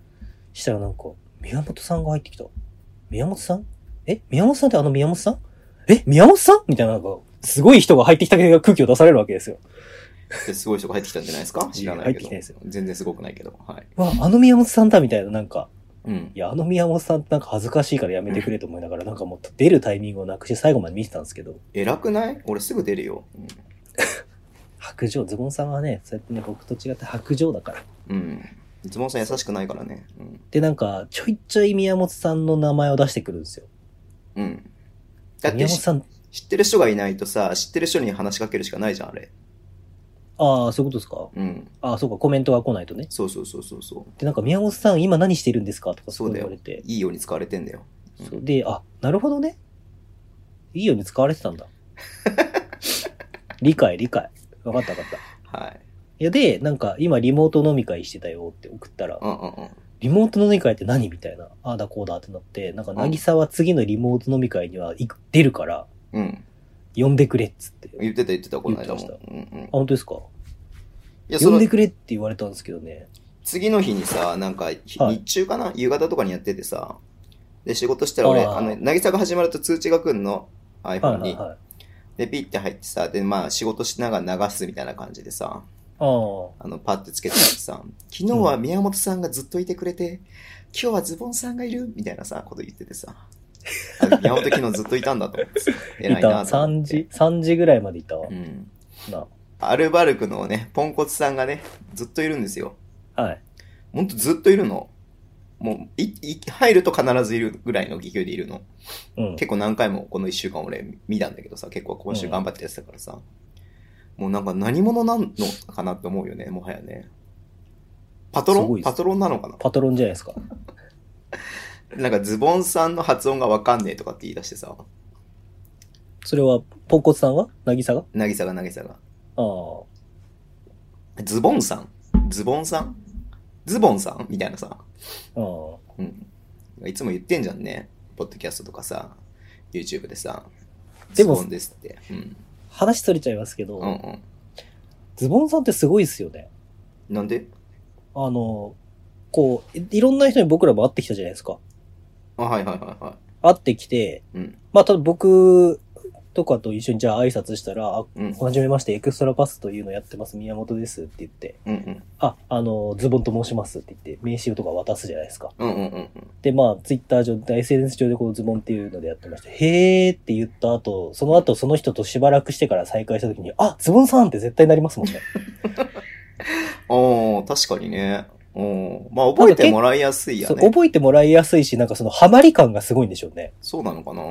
S3: したらなんか、宮本さんが入ってきた。宮本さんえ宮本さんってあの宮本さんえ宮本さんみたいななんか、すごい人が入ってきた系が空気を出されるわけですよ。
S2: ですごい人が入ってきたんじゃないですか知らないけど。
S3: 入ってきて
S2: 全然すごくないけど。はい。
S3: うわ、あの宮本さんだみたいななんか、
S2: うん
S3: い。や、あの宮本さんってなんか恥ずかしいからやめてくれと思いながら、なんかもう出るタイミングをなくして最後まで見てたんですけど、
S2: 偉くない俺すぐ出るよ。
S3: 白状、ズボンさんはね、そうやってね、僕と違って白状だから。
S2: うん。うんズボンさん優しくないからね。うん。
S3: で、なんか、ちょいちょい宮本さんの名前を出してくるんですよ。
S2: うん。だって
S3: 宮本さん、
S2: 知ってる人がいないとさ、知ってる人に話しかけるしかないじゃん、あれ。
S3: ああ、そういうことですか
S2: うん。
S3: ああ、そうか、コメントが来ないとね。
S2: そうそうそうそうそう。
S3: で、なんか、宮本さん今何してるんですかとか
S2: そうだ
S3: 言
S2: よ
S3: われて。
S2: いいように使われてんだよ。うん
S3: そうで、あ、なるほどね。いいように使われてた
S2: [laughs]
S3: んだ。理解、理解。わかったわかった。
S2: は
S3: い
S2: い。
S3: や、で、なんか、今リモート飲み会してたよって送ったら
S2: う、んうんうん。
S3: リモート飲み会って何みたいな。ああだこうだってなって、なんか、なぎさは次のリモート飲み会には行く出るから、
S2: うん。
S3: 呼んでくれっつって。あ、
S2: 言ってた言ってた、この間も。
S3: 言って
S2: うんうん、い
S3: 本当ですか
S2: や、そ
S3: 呼ん
S2: の
S3: で、くれって言われたんですけどね。
S2: 次の日にさ、なんか、ひ
S3: はい
S2: 日中かな夕方とかにやっててさ、で、仕事したら俺、
S3: あー
S2: あの、渚が始まると通知が来んの、
S3: はい
S2: iPhone
S3: はい
S2: に。
S3: は
S2: で、ピッて入ってさ、で、まあ仕事しながら流すみたいな感じでさ、
S3: ああ。
S2: あの、パッてつけてあってさ、昨日は宮本さんがずっといてくれて、今日はズボンさんがいるみたいなさ、こと言っててさ。あ宮本昨日ずっといたんだと思ってさ。
S3: い
S2: 偉い
S3: た。
S2: なと思
S3: 3
S2: って。
S3: 時、3時ぐらいまでいたわ
S2: う。ん。
S3: な
S2: アルバルクのね、ポンコツさんがね、ずっといるんですよ。
S3: はい。
S2: ほんとずっといるの。もう、い、い、入ると必ずいるぐらいの気球でいるの。
S3: うん。
S2: 結構何回もこの一週間俺見たんだけどさ、結構今週頑張ってやってたからさ。もうなんか何者なのかなって思うよね、もはやね。パト
S3: す
S2: ロ
S3: ごい
S2: ン
S3: です
S2: パトロンなのかな
S3: パトロンじゃないですか。
S2: なんかズボンさんの発音がわかんねえとかって言い出してさ、
S3: それは、ポンコツさんはなぎさが
S2: なぎさがなぎさが。
S3: ああ。
S2: ズボンさんズボンさんズボンさんみたいなさ。
S3: あ
S2: うん。いつも言ってんじゃんね。ポッドキャストとかさ、YouTube でさ。
S3: でも
S2: ズボンですって。うん。
S3: あ。話取れちゃいますけど、
S2: うんうん。
S3: ズボンさんってすごいですよね。
S2: なんで
S3: あの、こう、いいろんな人に僕らも会ってきたじゃないですか。
S2: あ、はいはいはいは
S3: 会ってきて、
S2: い。うん。
S3: まあ、ただ僕とかと一緒にじゃあ挨拶したら、あ
S2: うん。
S3: はじめまして、エクストラパスというのやってます、宮本ですって言って、
S2: うんうん。
S3: あ、あの、ズボンと申しますって言って、名刺とか渡すじゃないですか。
S2: うんうんうん
S3: で、まあ、ツイッター上、SNS 上でこうズボンっていうのでやってまして、へーって言った後、その後その人としばらくしてから再会した時に、あ、ズボンさんって絶対なりますもんね。
S2: うん。ああ、確かにね。うん。まあ、覚えてもらいやすいや
S3: そう
S2: ね。
S3: 覚えてもらいやすいし、なんかそのハマり感がすごいんでしょうね。
S2: そうなのかな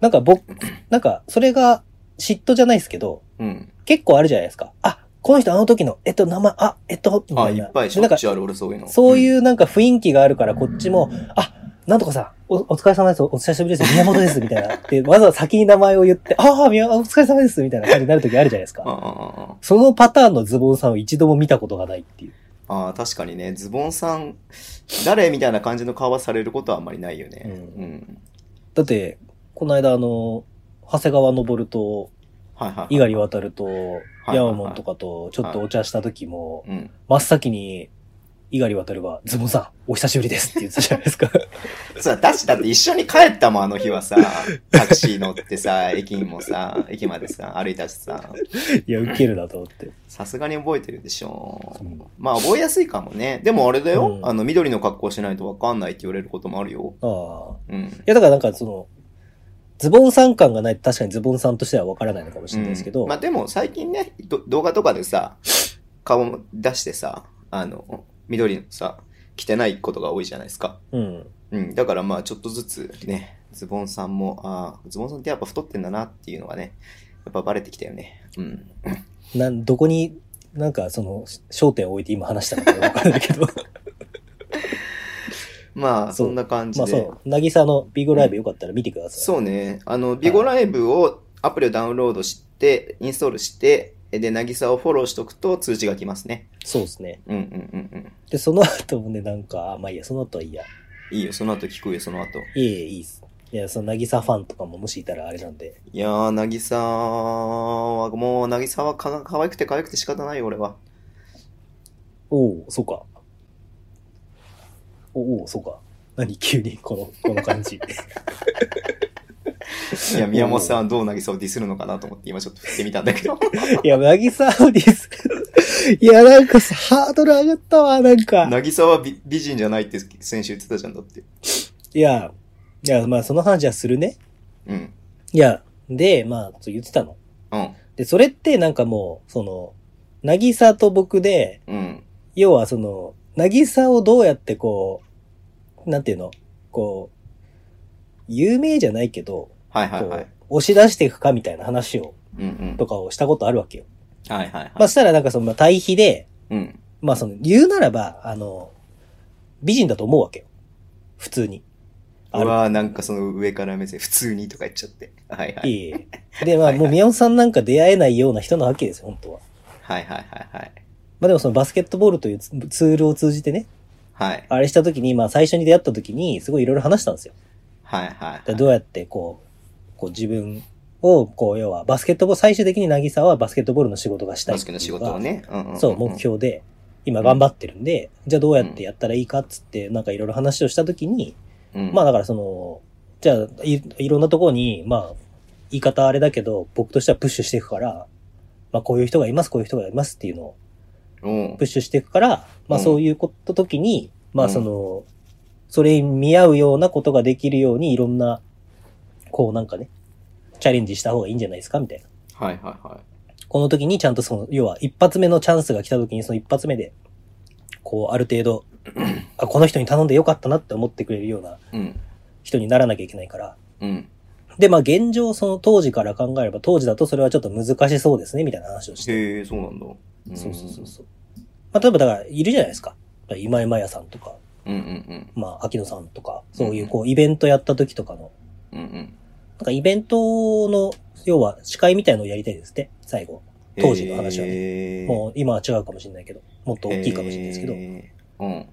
S3: なんか僕、なんかそれが嫉妬じゃないですけど、
S2: うん。
S3: 結構あるじゃないですか。あ、この人あの時の、えっと、名前、あ、えっと、み
S2: あ、
S3: た
S2: い
S3: い
S2: っ
S3: な。
S2: ぱいし
S3: で
S2: ょ
S3: な
S2: っ
S3: んか
S2: ちゅうある、俺そういうの。
S3: そういうなんか雰囲気があるから、こっちも、あ、なんとかさん、おお疲れ様です、おお久しぶりです、宮本です、みたいな。 [laughs] で、わざわざ先に名前を言って、ああ、宮お疲れ様です、みたいな感じになる時あるじゃないです
S2: うん。あ
S3: か。
S2: あああ
S3: そのパターンのズボンさんを一度も見たことがないっていう。
S2: ああ、確かにね、ズボンさん、誰みたいな感じの顔はされることはあんまりないよね。
S3: うん
S2: うん。
S3: だって、この間あの、長谷川昇と、
S2: はいはいはい。
S3: 猪狩渡ると、
S2: い
S3: ヤマモンとかとちょっとお茶した時も、
S2: うん。
S3: 真っ先に、猪狩渡るが、ズボンさん、お久しぶりですって言ってたじゃな
S2: [laughs]
S3: いですか。
S2: さ、だし、だって一緒に帰ったもん、あの日はさ、タクシー乗ってさ、 [laughs] 駅にもさ、駅までさ、歩いたしさ、
S3: いや、ウケるなと思って。
S2: さすがに覚えてるでしょ
S3: うん。
S2: まあ、覚えやすいかもね。でもあれだよ、
S3: うん
S2: あの、緑の格好しないとわかんないって言われることもあるよ。
S3: ああ。
S2: うん
S3: い。や、だからなんかその、ズボンさん感がないと確かにズボンさんとしては分からないのかもしれないですけど、
S2: うんまあ、でも最近ね、ど動画とかでさ、顔も出してさ、あの、緑のさ、着てないことが多いじゃないですか。
S3: うん。
S2: うん、だからまあちょっとずつね、ズボンさんも、ああ、ズボンさんってやっぱ太ってんだなっていうのがね、やっぱバレてきたよね。うん。
S3: なん、どこに、なんかその、焦点を置いて今話したのか分からないけ
S2: [laughs]
S3: ど、
S2: まあ、
S3: そう
S2: そんな感じ
S3: まあ
S2: で。
S3: そう、なぎさのビッグライブよかったら見てください。
S2: そうね。あの、ビゴライブを、アプリをダウンロードして、インストールして、で、渚をフォローしとくと通知が来ますね。
S3: そうですね。
S2: うんうんうんうん。
S3: で、その後もね、なんか、あまあいいや、その後はいいや。
S2: いいよ、その後聞くよ、その後。
S3: いえいえ、いいっす。いや、そのなぎさファンとかももしいたらあれなんで、
S2: いやー、渚は、もう、渚はか可愛くて可愛くて仕方ないよ、俺は。
S3: おお、そうか。おお、そうか。何急にこの、この
S2: [laughs]
S3: 感じ。
S2: いや、宮本さんはどう渚をディスるのかなと思って、今ちょっと振ってみたんだ
S3: [laughs]
S2: けど。
S3: いや、なぎさをディスる。いや、なんかさ、ハードル上がったわ、なんか。
S2: 渚は美美人じゃないって先週言ってたじゃんだって。
S3: いや、いや、まあ、その話はするね。
S2: うん。
S3: いや、で、まあ、そう言ってたの。
S2: うん。
S3: で、それってなんかもう、その、なぎさと僕で、
S2: うん。
S3: 要はその、なぎさをどうやってこう、なんていうのこう、有名じゃないけど、
S2: はい
S3: こ
S2: は
S3: う、
S2: いはい。
S3: 押し出していくかみたいな話を、
S2: うんうん。
S3: とかをしたことあるわけよ。
S2: はいはいはい。
S3: まあ、そしたらなんかその、まあ、対比で、
S2: うん。
S3: まあその、言うならば、あの、美人だと思うわけよ。普通に。
S2: う
S3: ある。
S2: わーなんかその上から目線、普通にとか言っちゃって。はいはい。
S3: いい。で、ま
S2: は
S3: あ
S2: いはい
S3: もう宮本さんなんか出会えないような人なわけですよ、本当は。
S2: はいはいはいはい。
S3: まあでもそのバスケットボールというツツールを通じてね、
S2: はい。
S3: あれした時に、まあ最初に出会った時に、すごいいろいろ話したんですよ。
S2: はいは
S3: だ
S2: い
S3: からどうやってこう、こう自分を、こう要はバスケットボール、最終的に渚はバスケットボールの仕事がしたい
S2: バ
S3: っ
S2: ス
S3: て
S2: ケ
S3: いう
S2: の
S3: のが
S2: 仕事をね。うんんんん
S3: そう、目。標で、今頑張ってるんで、じゃあどうやってやったらいいかっつって、なんかいろいろ話をした時に、
S2: うん
S3: まあだからその、じゃあい、いろんなところに、まあ、言い方あれだけど、僕としてはプッシュしていくから、まあこういう人がいます、こういう人がいますっていうのを
S2: うん
S3: プ。ッシュしていくから、まあ
S2: うん
S3: そういうこと時に、まあ
S2: うん
S3: その、それに見合うようなことができるようにいろんな、こうなんかね、チャレンジした方がいいんじゃないですかみたいな。
S2: はいはいは。
S3: この時にちゃんとその、要は一発目のチャンスが来た時にその一発目で、こうある程度、あ、この人に頼んでよかったなって思ってくれるようない
S2: うん。
S3: 人にならなきゃいけないから。
S2: うん。
S3: で、まあ現状その当時から考えれば当時だとそれはちょっと難しそうですねみたいな話をして。
S2: へえ、そうなんだ。ん
S3: そうそうそう。そう。まあ例えばだからいるじゃないですか。今井まやさんとか、
S2: うんうん
S3: まあ、秋野さんとか、そういう
S2: うん
S3: こう、イベントやった時とかの、
S2: うん。うんうん。
S3: なんかイベントの、要は司会みたいのをやりたいですね、最後。当時の話はね
S2: ね
S3: もう今は違うかもしれないけど、もっと大きいかもしれないですけど。
S2: えーうん。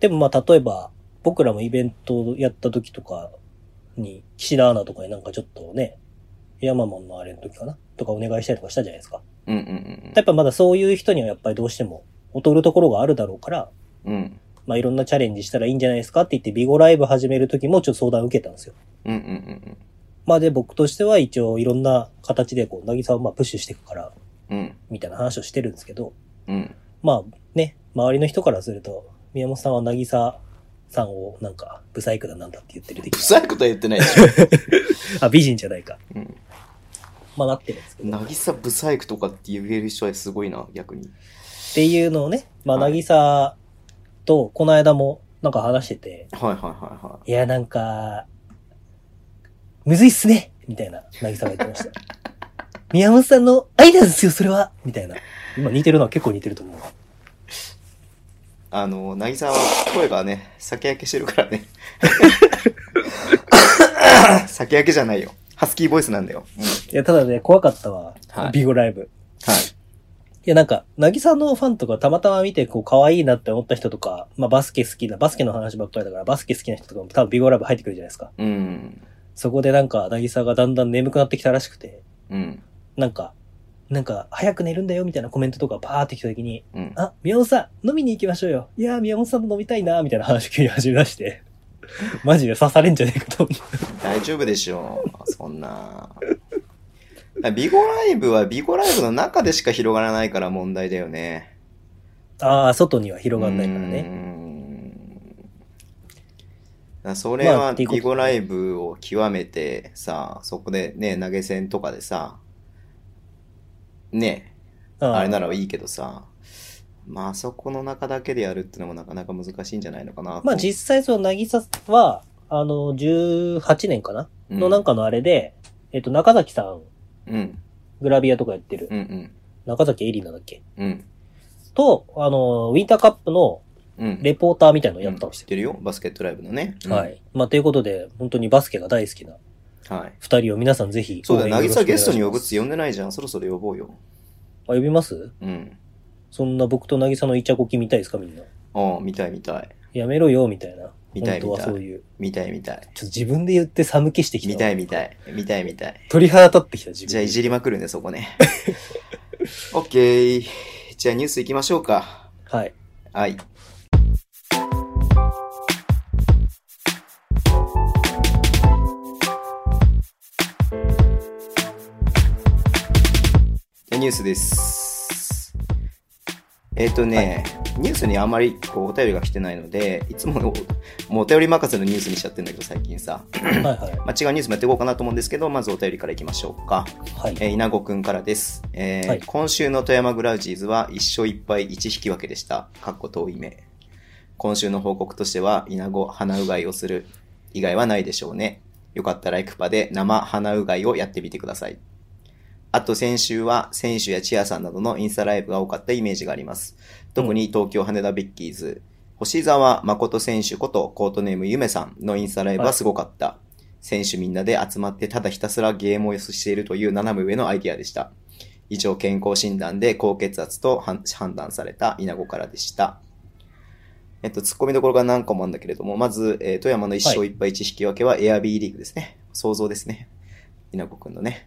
S3: でもまあ、例えば、僕らもイベントをやった時とかに、岸田アナとかになんかちょっとね、ヤマモンのあれの時かなとかお願いしたりとかしたじゃないですか。
S2: うんうん
S3: やっぱまだそういう人にはやっぱりどうしても劣るところがあるだろうから、
S2: うん。うん。
S3: まあいろんなチャレンジしたらいいんじゃないですかって言って、ビゴライブ始める時もちょっと相談受けたんですよ。
S2: うんうんうん
S3: まあで僕としては一応いろんな形でこう、なぎさをまあプッシュしていくから、
S2: うん。うん。
S3: みたいな話をしてるんですけど、
S2: うん。
S3: まあね、周りの人からすると、宮本さんはなぎささんをなんか、ブサイクだなんだって言ってる的
S2: 不細工とは言ってないでしょ。
S3: な。あ、美人じゃないか。
S2: うん
S3: まあなってるんですけど。
S2: なぎさ不細工とかって言える人はすごいな、逆に。
S3: っていうのをね、まあ
S2: は
S3: ないぎさとこの間もなんか話してて、
S2: はいはいはいはい
S3: やなんか、むずいっすねみたいな、なぎさが言って
S2: [laughs]
S3: ました。宮本さんの愛なんですよ、それはみたいな。今似てるのは結構似てると思う。
S2: い。あの、なぎさは声がね、酒焼けしてるからね。酒焼けじゃないよ。ハスキーボイスなんだよ。うん
S3: いや、ただね、怖かったわ。
S2: はい
S3: ビゴライブ。
S2: はい
S3: や、なんか、なぎさのファンとかたまたま見て、こう、可愛いなって思った人とか、まあ、バスケ好きな、バスケの話ばっかりだから、バスケ好きな人とかも多分ビゴライブ入ってくるじゃないですか。
S2: い。うん。
S3: そこでなんか、なぎさがだんだん眠くなってきたらしくて、
S2: うん。
S3: なんか、なんか、早く寝るんだよみたいなコメントとかパーって来た時に、
S2: うん。
S3: あ、宮本さん、飲みに行きましょうよ。いやー、宮本さんと飲みたいな、みたいな話急に始め出して、 [laughs] マジで刺されんじゃねえかと思って。
S2: 大丈夫でしょう。そんな。ビゴライブはビゴライブの中でしか広がらないから問題だよね。
S3: ああ、外には広がんないから
S2: うー
S3: ね。
S2: ん。だからそれ
S3: まあ
S2: は
S3: ってい
S2: ビ
S3: うこと
S2: ゴライブを極めてさ、そこでね、投げ銭とかでさ、ね、
S3: あ
S2: あれな
S3: ら。
S2: らいいけどさ、まああそこの中だけでやるってのもなかなか難しいんじゃないのかなと。
S3: まあ、実際その、なぎさは、あの、18年かな
S2: う
S3: のなん、かのあれで、えっと、中崎さん、
S2: うん、
S3: グラビアとかやってる、
S2: うん、うん、
S3: 中崎エリナだっけ
S2: うん、
S3: と、あの、ウィンターカップの
S2: うん。
S3: レポーターみたいなのをやったんです
S2: 知っ
S3: よ。
S2: てるよ、バスケットライブのね。うん
S3: は。い。まあ、ということで、本当にバスケが大好きな
S2: はい。
S3: 二人を皆さんぜひ、
S2: そうだよ、
S3: 応援よろしくお願いしま
S2: 渚
S3: す
S2: ゲストに呼ぶって呼んでないじゃん。そろそろ呼ぼうよ。
S3: あ、呼びます
S2: うん。
S3: そんな僕と渚のイチャコキ見たいですかみんな。
S2: ああ、見たい見たい。
S3: やめろよ、みたいな。
S2: 見たい
S3: 本当はそういう。
S2: 見たい見たい。
S3: ちょっと自分で言って寒気してきた。
S2: 見たい見た。い。見たい見たい。
S3: 鳥肌立ってきた、自分。
S2: じゃあ、いじりまくるね、そこ [laughs] ね。オッケー。じゃあ、ニュース行きましょうか。
S3: はい。
S2: [clears throat] はい。でニュースです。えっ、とね、ニュースにあまりこうお便りが来てないの [laughs] で、いつもおもうお便り任せのニュースにしちゃってるんだけど、最近さ。
S3: はいは
S2: まあ、違うニュースもやっていこうかなと思うんですけど、まずお便りからいきましょうか。
S3: い。はい。
S2: えー稲子くんからです、えー
S3: はい
S2: 今週の富山グラウジーズは1勝1敗1引き分けでした。かっこ遠い目。今週の報告としては、稲子鼻うがいをする以外はないでしょうね。よかったらエクパで生鼻うがいをやってみてください。あと先週は選手やチアさんなどのインスタライブが多かったイメージがあります。特に東京羽田ベッキーズ、星沢誠選手ことコートネームゆめさんのインスタライブはすごかった。選手みんなで集まってただひたすらゲームをしているという斜め上のアイディアでした。以上、健康診断で高血圧と判判断された稲子からでした。えっと、突っ込みどころが何個もあるんだけれども、まず、えー富山の1勝1敗1引き分けはエアビーリーグですね。想像ですね。稲子くんのね。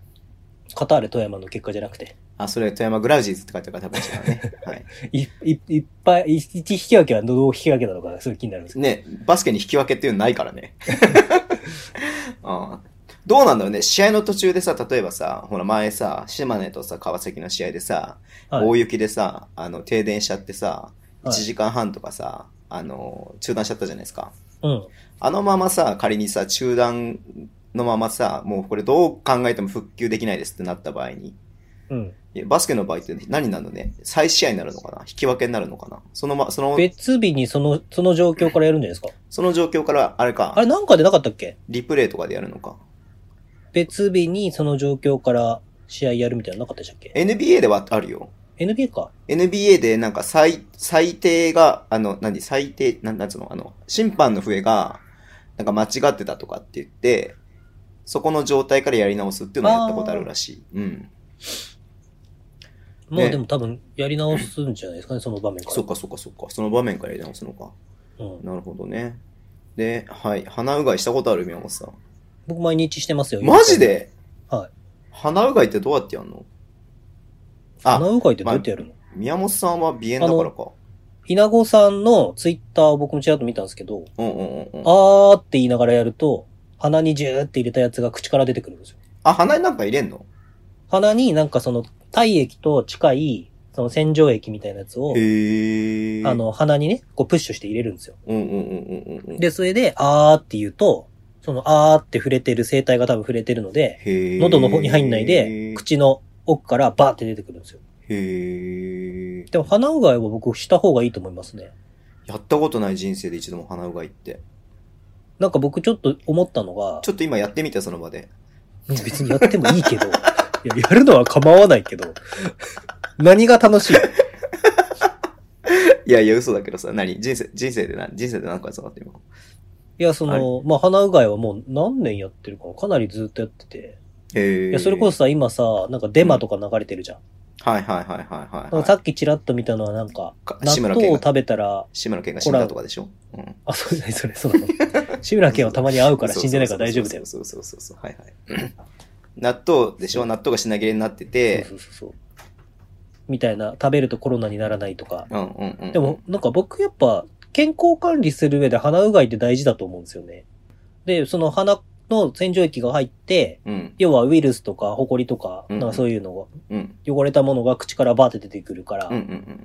S3: カタール富山の結果じゃなくて。
S2: あ、それ富山グラウジーズって書いてあるから多分違う [laughs] ね。はい。
S3: い、い、いっぱい、い一引き分けはどう引き分けなのか、すごい気になるんですけ [laughs]
S2: ね、バスケに引き分けっていうのないからね。ああどうなんだろうね。試合の途中でさ、例えばさ、ほら前さ、島根とさ、川崎の試合でさ、
S3: はい
S2: 大雪でさ、あの、停電しちゃってさ、1
S3: はい
S2: 時間半とかさ、あの、中断しちゃったじゃないですか。
S3: うん。
S2: あのままさ、仮にさ、中断のままさ、もうこれどう考えても復旧できないですってなった場合に、
S3: うん。
S2: いやバスケの場合って何になるのね再試合になるのかな引き分けになるのかなそのま、その、
S3: 別日にその、その状況からやるんじゃないですか。
S2: その状況から、あれか
S3: あれなんかでなかったっけ
S2: リプレイとかでやるのか。
S3: 別日にその状況から試合やるみたいなのなかったでしたっけ
S2: NBA ではあるよ。
S3: ?NBA か。
S2: NBA でなんか最、最低が、あの、何、最低、なんなんつうの、あの、審判の笛が、なんか間違ってたとかって言って、そこの状態からやり直すっていうのをやったことあるらしい。うん。
S3: まあ
S2: ね
S3: でも多分やり直すんじゃないですかね、その場面から。
S2: そっかそっかそっか。その場面からやり直すのか。
S3: うん。
S2: なるほどね。で、はい。鼻うがいしたことある宮本さん。
S3: 僕毎日してますよ。
S2: マジで
S3: はい。
S2: 鼻うがいってどうやってやるの
S3: 鼻
S2: あ、
S3: うがいってどうやってやるの、
S2: 宮本さんは鼻炎だからか。
S3: 稲子さんのツイッターを僕もちらっと見たんですけど、
S2: うんうんうんうん。
S3: あーって言いながらやると、鼻にジューって入れたやつが口から出てくるんですよ。
S2: あ、鼻になんか入れんの
S3: 鼻になんかその体液と近い、その洗浄液みたいなやつを、
S2: へえ。
S3: あ、の、鼻にね、こうプッシュして入れるんですよ。
S2: うんうんうんうんうんうん。
S3: で、それで、あーって言うと、そのあーって触れてる、声帯が多分触れてるので、
S2: へー
S3: 喉の方に入んないで、。口の奥からバーって出てくるんですよ。
S2: へえ。
S3: でも鼻うがいは僕した方がいいと思いますね。
S2: やったことない人生で一度も鼻うがいって。
S3: なんか僕ちょっと思ったのが、
S2: ちょっと今やってみて、その場で。
S3: 別にやってもいいけど、いややるのは構わないけど、何が楽しい
S2: いやいや、嘘だけどさ、何人生、人生でな、人生で何回触って今。
S3: いや、その、まあ、鼻うがいはもう何年やってるかな、かなりずっとやってて。
S2: へえ。
S3: いや、それこ
S2: そ。
S3: そさ、今さ、なんかデマとか流れてるじゃん。
S2: はいはいはいはいはい、
S3: なん
S2: はい。
S3: かさっきチラッと見たのはなんか、
S2: か
S3: 納
S2: 志村
S3: 豆
S2: けん
S3: を
S2: が、
S3: 食べたら、
S2: 志村けんが死んだとかでしょうん。
S3: あ、そうない、それ、そうなの。志村けんはたまに会うから死んでないから大丈夫だよ。そ
S2: そうそうそうそうそうそうそうそう。はいはい。 [clears throat] 納豆でしょ納豆が品切れになって
S3: う
S2: て
S3: そ。うそうそう。みたいな、食べるとコロナにならないとか。
S2: うんうんうん。
S3: でも、、なんか僕やっぱ、健康管理する上で鼻うがいって大事だと思うんですよね。で、その鼻の洗浄液が入って、
S2: うん
S3: 要はウイルスとかホコリとか、
S2: うんう
S3: なんんかそういうの
S2: うん。
S3: が、汚れたものが口からバーって出てくるから、
S2: うんうんうん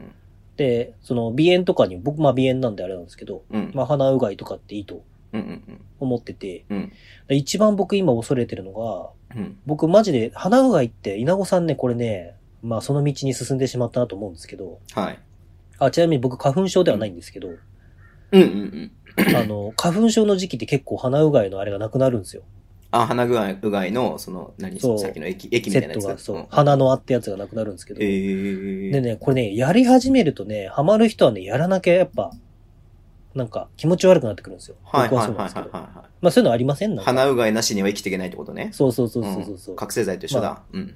S3: で、その鼻炎とかに、僕まあ鼻炎なんであれなんですけど、
S2: うん。うん。
S3: まあ鼻うがいとかっていいと
S2: うんうん
S3: 思ってて、
S2: うん。うん。
S3: で一番僕今恐れてるのが、
S2: うん。
S3: 僕マジで鼻うがいって稲子さんね、これね、まあその道に進んでしまったなと思うんですけど、
S2: はい。
S3: あ、ちなみに僕花粉症ではないんですけど、
S2: うんうんうん。
S3: あの、花粉症の時期って結構鼻うがいのあれがなくなるんですよ。
S2: あ、鼻具合、うがいの、その、何、
S3: そう
S2: さっきの液、液み
S3: セ
S2: たい
S3: ッ
S2: な
S3: ト
S2: やつ。
S3: が、そ
S2: ん
S3: う、鼻。のあってやつがなくなるんですけど。
S2: えー。
S3: でね、これね、やり始めるとね、ハマる人はね、やらなきゃやっぱ、なんか気持ち悪くなってくるんですよ。
S2: はい
S3: 僕
S2: は
S3: はいそう
S2: はい
S3: なん
S2: はい
S3: ですけど。
S2: は
S3: まあそういうのありません
S2: い。
S3: なんか
S2: 鼻うがいなしには生きていけないってことね。
S3: そうそうそうそうそうそう、
S2: 覚醒剤と一緒だ
S3: ま。
S2: うん。
S3: ね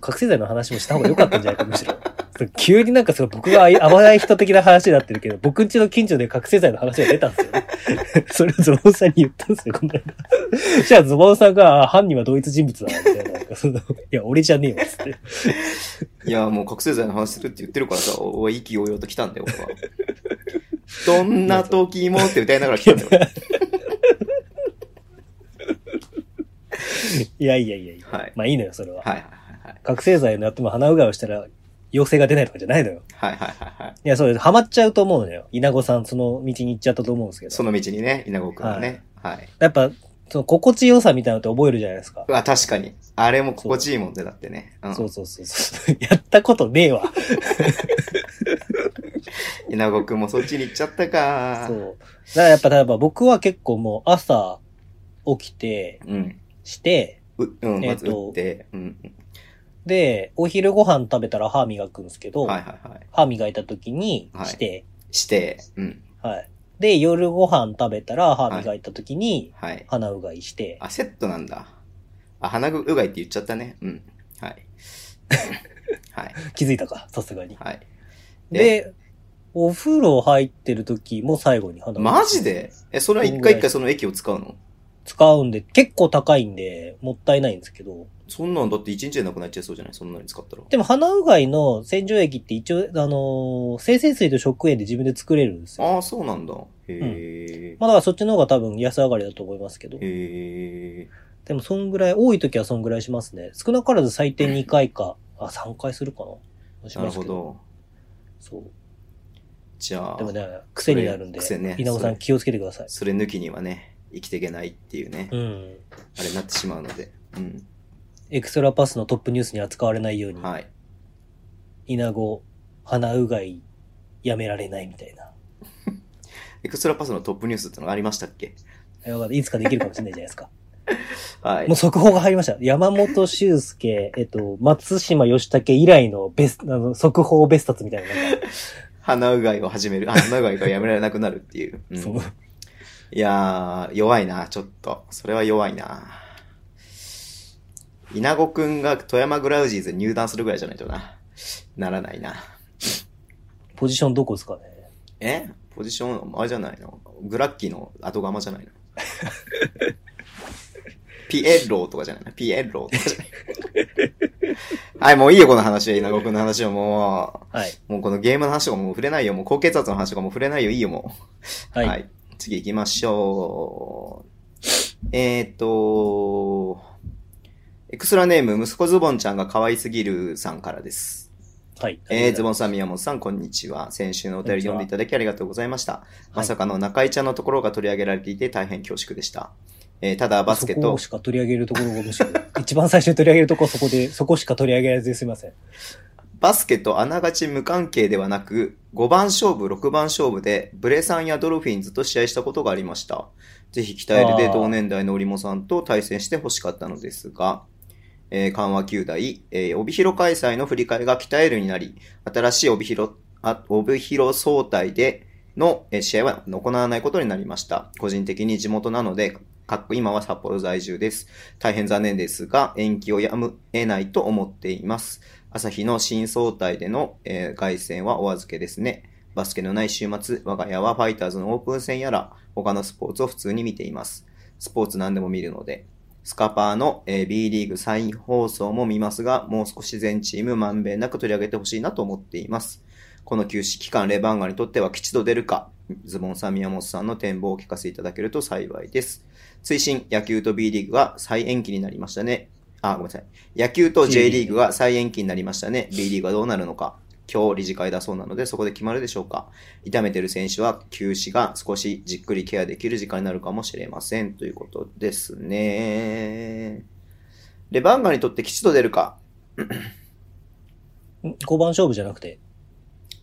S3: 覚醒剤の話もした方が良かったんじゃないか、むしろ。そう急になんかその僕があい合わない人的な話になってるけど、僕んちの近所で覚醒剤の話が出たんですよ、ね。 [laughs] それをズボンさんに言ったんですよ、この間。そしたらズボンさんが、あ犯人は同一人物だな、みたいな。なんかそのいや、俺じゃねえよ、つって。
S2: いや、もう覚醒剤の話するって言ってるからさ、お意気揚々と来たんだよ、
S3: [laughs]
S2: 僕は。どんな時もって歌いながら来たんだよ。
S3: いやいやいやいや。
S2: はい
S3: まあいいのよ、それは。
S2: はいはい
S3: 覚醒剤のやっても鼻うがいをしたら、陽性が出ないとかじゃないのよ。
S2: はいはい。はいはいはいはい。
S3: いや、そうです。ハマっちゃうと思うのよ。稲子さん、その道に行っちゃったと思うんですけ
S2: そ
S3: ど。
S2: の道にね、稲子くんはね。はい。
S3: やっぱ、その心地よさみたいなのって覚えるじゃないですか。
S2: うわ、確かに。あれも心地いいもんね、だってね。う。
S3: そうんそうそうそう。やったことねえわ。
S2: 稲子くんもそっちに行っちゃったか。
S3: そう。だからやっぱ、例えば僕は結構もう朝起きて、
S2: うん。
S3: して、
S2: う、うん、
S3: え
S2: ま
S3: っ
S2: ず
S3: と
S2: 打って。うん。
S3: で、お昼ご飯食べたら歯磨くんですけど、
S2: はいはいはい。
S3: 歯磨いた時にして、
S2: して、うん。
S3: はい、で、夜ご飯食べたら歯磨いた時に
S2: はい。
S3: 鼻うがいして、
S2: あ、セットなんだ。あ、鼻うがいって言っちゃったね。うん。はい。 [laughs] はい。
S3: 気づいたか、さすがに。
S2: はい。
S3: で、お風呂入ってる時も最後に鼻うがい
S2: マジでえ、それは一回一回その液を使うの
S3: 使うんで、結構高いんで、もったいないんですけど。
S2: そんなんだって1日でなくなっちゃいそうじゃないそんなに使ったら。
S3: でも、鼻うがいの洗浄液って一応、あのー生成水と食塩で自分で作れるんですよ。
S2: ああ、そうなんだ。へえ。
S3: まあだからそっちの方が多分安上がりだと思いますけど。
S2: へえ。
S3: でも、そんぐらい、多い時はそんぐらいしますね。少なからず最低2回か、あ、3回するかな。し
S2: なる
S3: ます
S2: ほ
S3: けど。
S2: ど。
S3: そう。
S2: じゃあ
S3: で、もね、癖になるんで、
S2: それ癖ね
S3: 稲尾さん気をつけてください。
S2: それ抜きにはね、生きていけないっていうね、
S3: うん。
S2: あれになってしまうので。うん。
S3: エクストラパスのトップニュースに扱われないように、
S2: はい。
S3: 稲子、鼻うがい、やめられないみたいな。
S2: エクストラパスのトップニュースってのがありましたっけ
S3: えわかんないいつかできるかもしれないじゃないですか。
S2: はい
S3: もう。速報が入りました。山本修介、えっと、松島義武以来のベスあの、速報別冊みたいななんか。
S2: 鼻うがいを始
S3: [laughs]
S2: める。あ鼻うがいがやめられなくなるっていう。うん
S3: そう。
S2: いやー、弱いな、ちょっと。それは弱いな。稲子くんが富山グラウジーズに入団するぐらいじゃないとな。ならないな。
S3: ポジションどこですかね。
S2: えポジション、あれじゃないのグラッキーの後釜じゃない
S3: [laughs]
S2: のピエロとかじゃないのピエロとかじゃない [laughs] はい、もういいよ、この話は。稲子くんの話はも
S3: はい。
S2: う。もうこのゲームの話とかもう触れないよ。もう高血圧の話とかもう触れないよ。いいよ、もう。
S3: はい。
S2: 次行きましょう。えーっと、エクストラネーム、息子ズボンちゃんが可愛すぎるさんからです。
S3: はい。
S2: えー、ズボ
S3: ン。
S2: ンさん、宮本さん、こんにちは。先週のお便り
S3: こんにちは
S2: 読んでいただきありがとうございました。
S3: い
S2: まさかの中井ちゃんのところが取り上げられていて大変恐縮でした。えーただ、バスケ
S3: そことし、か取り上げるところ [laughs] がむしろ。一番最初に取り上げるところそこで、そこしか取り上げられずすいません。
S2: バスケとあながち無関係ではなく、5番勝負、6番勝負で、ブレさんやドルフィンズと試合したことがありました。ぜひ鍛えるで
S3: あー
S2: 同年代の織茂さんと対戦してほしかったのですが、えー緩和球大、えー帯広開催の振り替えが鍛えるになり、新しい帯広、あ帯広総体でのえー試合は行わないことになりました。個人的に地元なので、かっこ今は札幌在住です。大変残念ですが、延期をやむ得ないと思っています。朝日の新総体での、えー凱旋はお預けですね。バスケのない週末、我が家はファイターズのオープン戦やら、他のスポーツを普通に見ています。スポーツ何でも見るので。スカパーの、えー B リーグ再放送も見ますが、もう少し全チームまんべんなく取り上げてほしいなと思っています。この休止期間、レバンガにとっては吉と出るか、ズボンさん、宮本さんの展望をお聞かせいただけると幸いです。推進、野球と B リーグが再延期になりましたね。あ、ごめんなさい。野球と J リーグが再延期になりましたね。B リーグはどうなるのか。今日理事会だそうなので、そこで決まるでしょうか。痛めてる選手は休止が少しじっくりケアできる時間になるかもしれませんということですね。レバンガにとって吉と出るか。
S3: 5番勝負じゃなくて。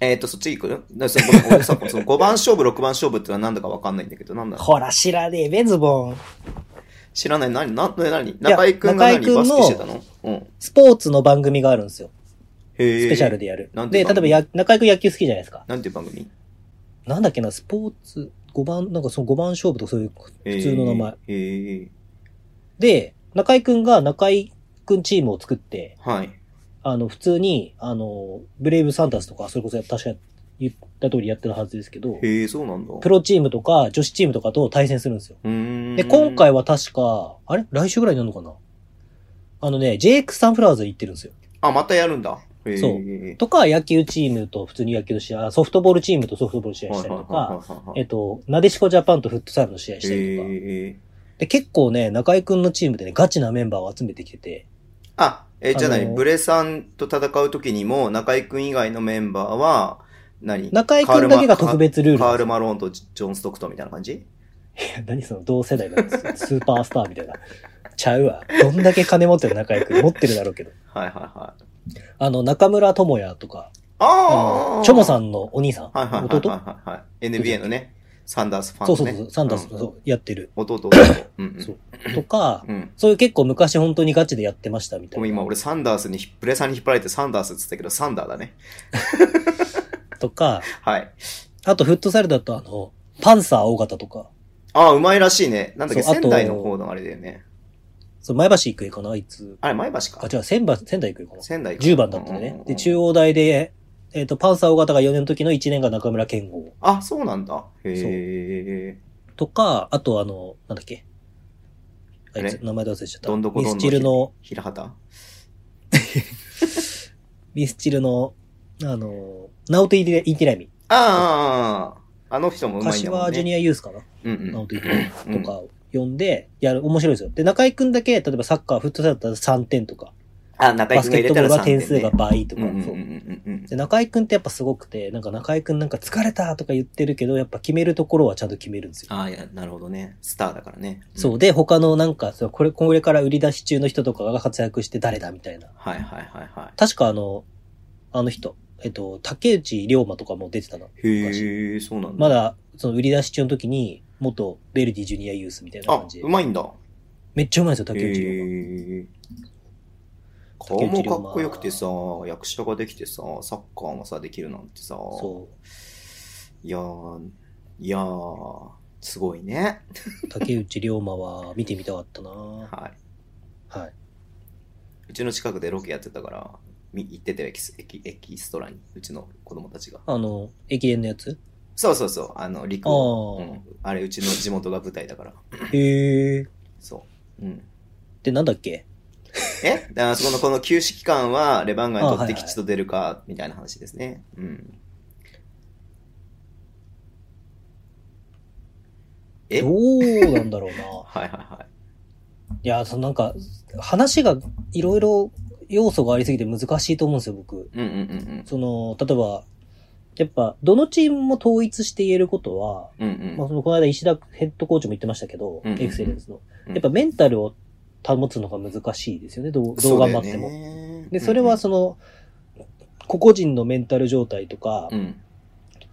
S2: えっ、と、そっち行くだそのごめんさその5番勝負、6番勝負ってのは何だか分かんないんだけど、なんだ
S3: ほら、知らねえべ、ズボン。
S2: 知らない。何何何
S3: や
S2: 中井くんが何
S3: 中井くんの
S2: バスケしてたのうん。
S3: スポーツの番組があるんですよ。
S2: へえ。
S3: スペシャルでやる。
S2: なんてい
S3: で、
S2: う番
S3: 例えば
S2: 組
S3: や、中居くん野球好きじゃないですか。
S2: なんていう番組
S3: なんだっけな、スポーツ、5番、なんかその5番勝負とかそういう普通の名前。。
S2: へーへえ。
S3: で、中居くんが中居くんチームを作って、
S2: はい。
S3: あの、普通に、あの、ブレイブサンタスとか、それこそ確か言った通りやってるはずですけど、
S2: へえ、そうなんだ。
S3: プロチームとか女子チームとかと対戦するんですよ。
S2: うーん。
S3: で、今回は確か、あれ来週ぐらいになるのかなあのね、JX サンフラワーズ行ってるんですよ。
S2: あ、またやるんだ。へえ。
S3: そうとか、野球チームと普通に野球の試合、ソフトボールチームとソフトボール試合したりとか、えっと、なでしこジャパンとフットサルの試合したりとか。
S2: へえ。
S3: で、結構ね、中居くんのチームでね、ガチなメンバーを集めてきてて、
S2: あ、えーじゃあ何、
S3: あのー
S2: ブレさんと戦う時にも、中井くん以外のメンバーは何、
S3: 中居くんだけが特別ルール
S2: カ
S3: な
S2: ー
S3: んで
S2: ル・マローンとジョン・ストックトンみたいな感じ
S3: すよ。何その同世代のスーパースターみたいな。ちゃうわ。どんだけ金持ってる中居くん。持ってるだろうけど。
S2: はいはいはい。
S3: あの、中村智也とか、あ
S2: あ
S3: の
S2: あ
S3: チョモさ
S2: ん。
S3: んのお兄さん、
S2: はいはいはい
S3: 弟
S2: はいはい。NBA のね、サンダースファン
S3: そう
S2: の、ね。
S3: そうそう、サンダース、
S2: うん
S3: そうやってる。
S2: 弟、弟。うんうん。
S3: そうとか、
S2: うん。
S3: そういう結構昔本当にガチでやってましたみた
S2: ごめ
S3: い
S2: ん
S3: な。
S2: 今俺サンダースにひ、ブレさんに引っ張られてサンダースって言ったけど、サンダーだね。
S3: とか、
S2: はい。
S3: あとフットサルだとあの、パンサー大型とか、
S2: ああ、うまいらしいね。なんだっけ、
S3: そうあと
S2: 仙台の方のあれだよね。
S3: そう前橋育英かな、あいつ。
S2: あれ、前橋
S3: あ、
S2: か。
S3: 違う、仙台仙台育英かな。
S2: 仙台か。
S3: 10番だった
S2: うんうんうん
S3: ね
S2: う。ん
S3: で、中央大で、えっ、と、パンサー大型が4年の時の1年が中村健吾
S2: あ、そうなんだ。へえ。
S3: とか、あとあの、なんだっけ。あいつ、名前忘れちゃった。
S2: どんどこどんどん
S3: ミスチルの、
S2: 平畑
S3: ミスチルの、あの、ナオトイティライミ。
S2: ああ、あの人もうまいんだもんね。
S3: 柏ジュニアユースかな、
S2: うんう
S3: ナオ
S2: ん。
S3: トイティライミとかを呼んで、やる、面白いですよ。で、中井くんだけ、例えばサッカー、フットサルだったら3点とか、
S2: あ、中井
S3: バ
S2: く
S3: ス
S2: んが
S3: ケ
S2: 入
S3: ッ
S2: れ
S3: トボ
S2: たら3
S3: ールは
S2: 点、
S3: 点
S2: ね。
S3: 数が倍とか、
S2: うんうんうん
S3: そうう。
S2: ん
S3: で、中井くんってやっぱすごくて、なんか中井くんなんか疲れたとか言ってるけど、やっぱ決めるところはちゃんと決めるんですよ。
S2: ああ、いや、なるほどね。スターだからね。ん
S3: そう。。で、他のなんか、そうこれ、これから売り出し中の人とかが活躍して誰だみたいな。
S2: はいはいはいは
S3: 確かあの、あの人、えっと、竹内涼真とかも出てたの。
S2: い。へえ、そうなんだ。
S3: まだ、その売り出し中の時に、元ベルディジュニアユースみたいな
S2: あ
S3: 感じ、で
S2: う。まいんだ。
S3: めっちゃうまいんですよ、竹内涼真。
S2: へえ。顔もかっこよくてさ、役者ができてさ、サッカーもさ、できるなんてさ。
S3: そ
S2: いやー、いやー、すごいね。
S3: う。竹内涼真は見てみたか
S2: [laughs]
S3: ったなは
S2: はい。
S3: い。
S2: うちの近くでロケやってたから、み行ってたよエキスエキ、エキストラに、うちの子供たちが。
S3: あの、駅伝のやつ
S2: そうそうそう、あの、陸
S3: あー
S2: うんあれ、うちの地元が舞台だから。
S3: へー。
S2: そう。うん。
S3: で、なんだっけ
S2: えだからそこの、この休止期間は、レバンガにとっ
S3: あはい
S2: て
S3: はい
S2: 吉と出るか、みたいな話ですね。うん。え
S3: ど
S2: はいう
S3: なんだろうな [laughs]
S2: はいはい
S3: や、そのなんか、話がいろいろ要素がありすぎて難しいと思うんですよ、僕。
S2: い。うんうんうんうん。
S3: その、例えば、やっぱ、どのチームも統一して言えることは、
S2: うんう
S3: まあ、
S2: ん。
S3: そのこの間石田ヘッドコーチも言ってましたけど、
S2: うんうんうん
S3: エクセレンスの。
S2: うん
S3: やっぱメンタルを保つのが難しいですよね、どうどう頑張っても。
S2: そうだよね
S3: で、それは、その、個々人のメンタル状態とか、
S2: うんうん。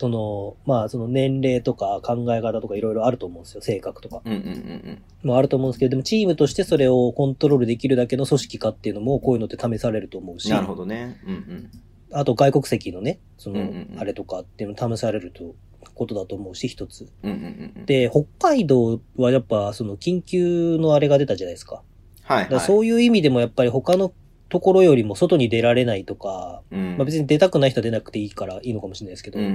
S3: その、まあ、その年齢とか考え方とかいろいろあると思うんですよ、性格とか。
S2: うんうんうんうん。
S3: もあると思うんですけど、でもチームとしてそれをコントロールできるだけの組織かっていうのも、こういうのって試されると思うし、
S2: なるほどね。うんうん。
S3: あと外国籍のね、そ
S2: うん
S3: の
S2: うんう、ん
S3: あれとかっていうの試されると、ことだと思うし、一つ。
S2: うんうんうんうん。
S3: で、北海道はやっぱ、その緊急のあれが出たじゃないですか。
S2: はい、
S3: だか
S2: は
S3: ら
S2: い。
S3: そういう意味でもやっぱり他のところよりも外に出られないとか、
S2: うん。
S3: まあ別に出たくない人は出なくていいからいいのかもしれないですけど、
S2: うんうんう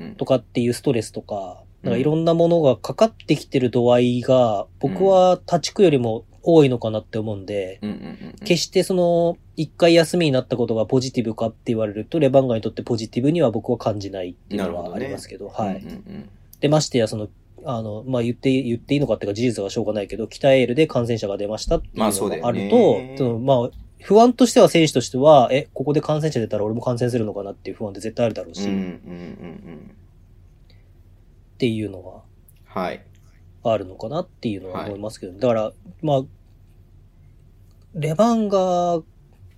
S2: んうん。
S3: とかっていうストレスとか、なんかいろんなものがかかってきてる度合いが、僕は他地区よりも多いのかなって思うんで、
S2: うんうんうんうん。
S3: 決してその、一回休みになったことがポジティブかって言われると、レバンガにとってポジティブには僕は感じないっていう
S2: なる
S3: の
S2: ほど
S3: はあ
S2: ね
S3: りますけど、は
S2: う
S3: い
S2: ん。うん
S3: で、ましてや、その、あの、まあ、言って、言っていいのかっていうか事実はしょうがないけど、北エールで感染者が出ましたっていう
S2: まあそう
S3: の
S2: だ
S3: が
S2: よ
S3: ある
S2: ね
S3: と、そのまあ、不安としては選手としては、え、ここで感染者出たら俺も感染するのかなっていう不安って絶対あるだろう
S2: うん。うん
S3: し、
S2: うんう
S3: っ
S2: ん
S3: ていうのは
S2: うん。はい。
S3: あるのかなっていうのは思いますけど、だから、まあ、レバンガ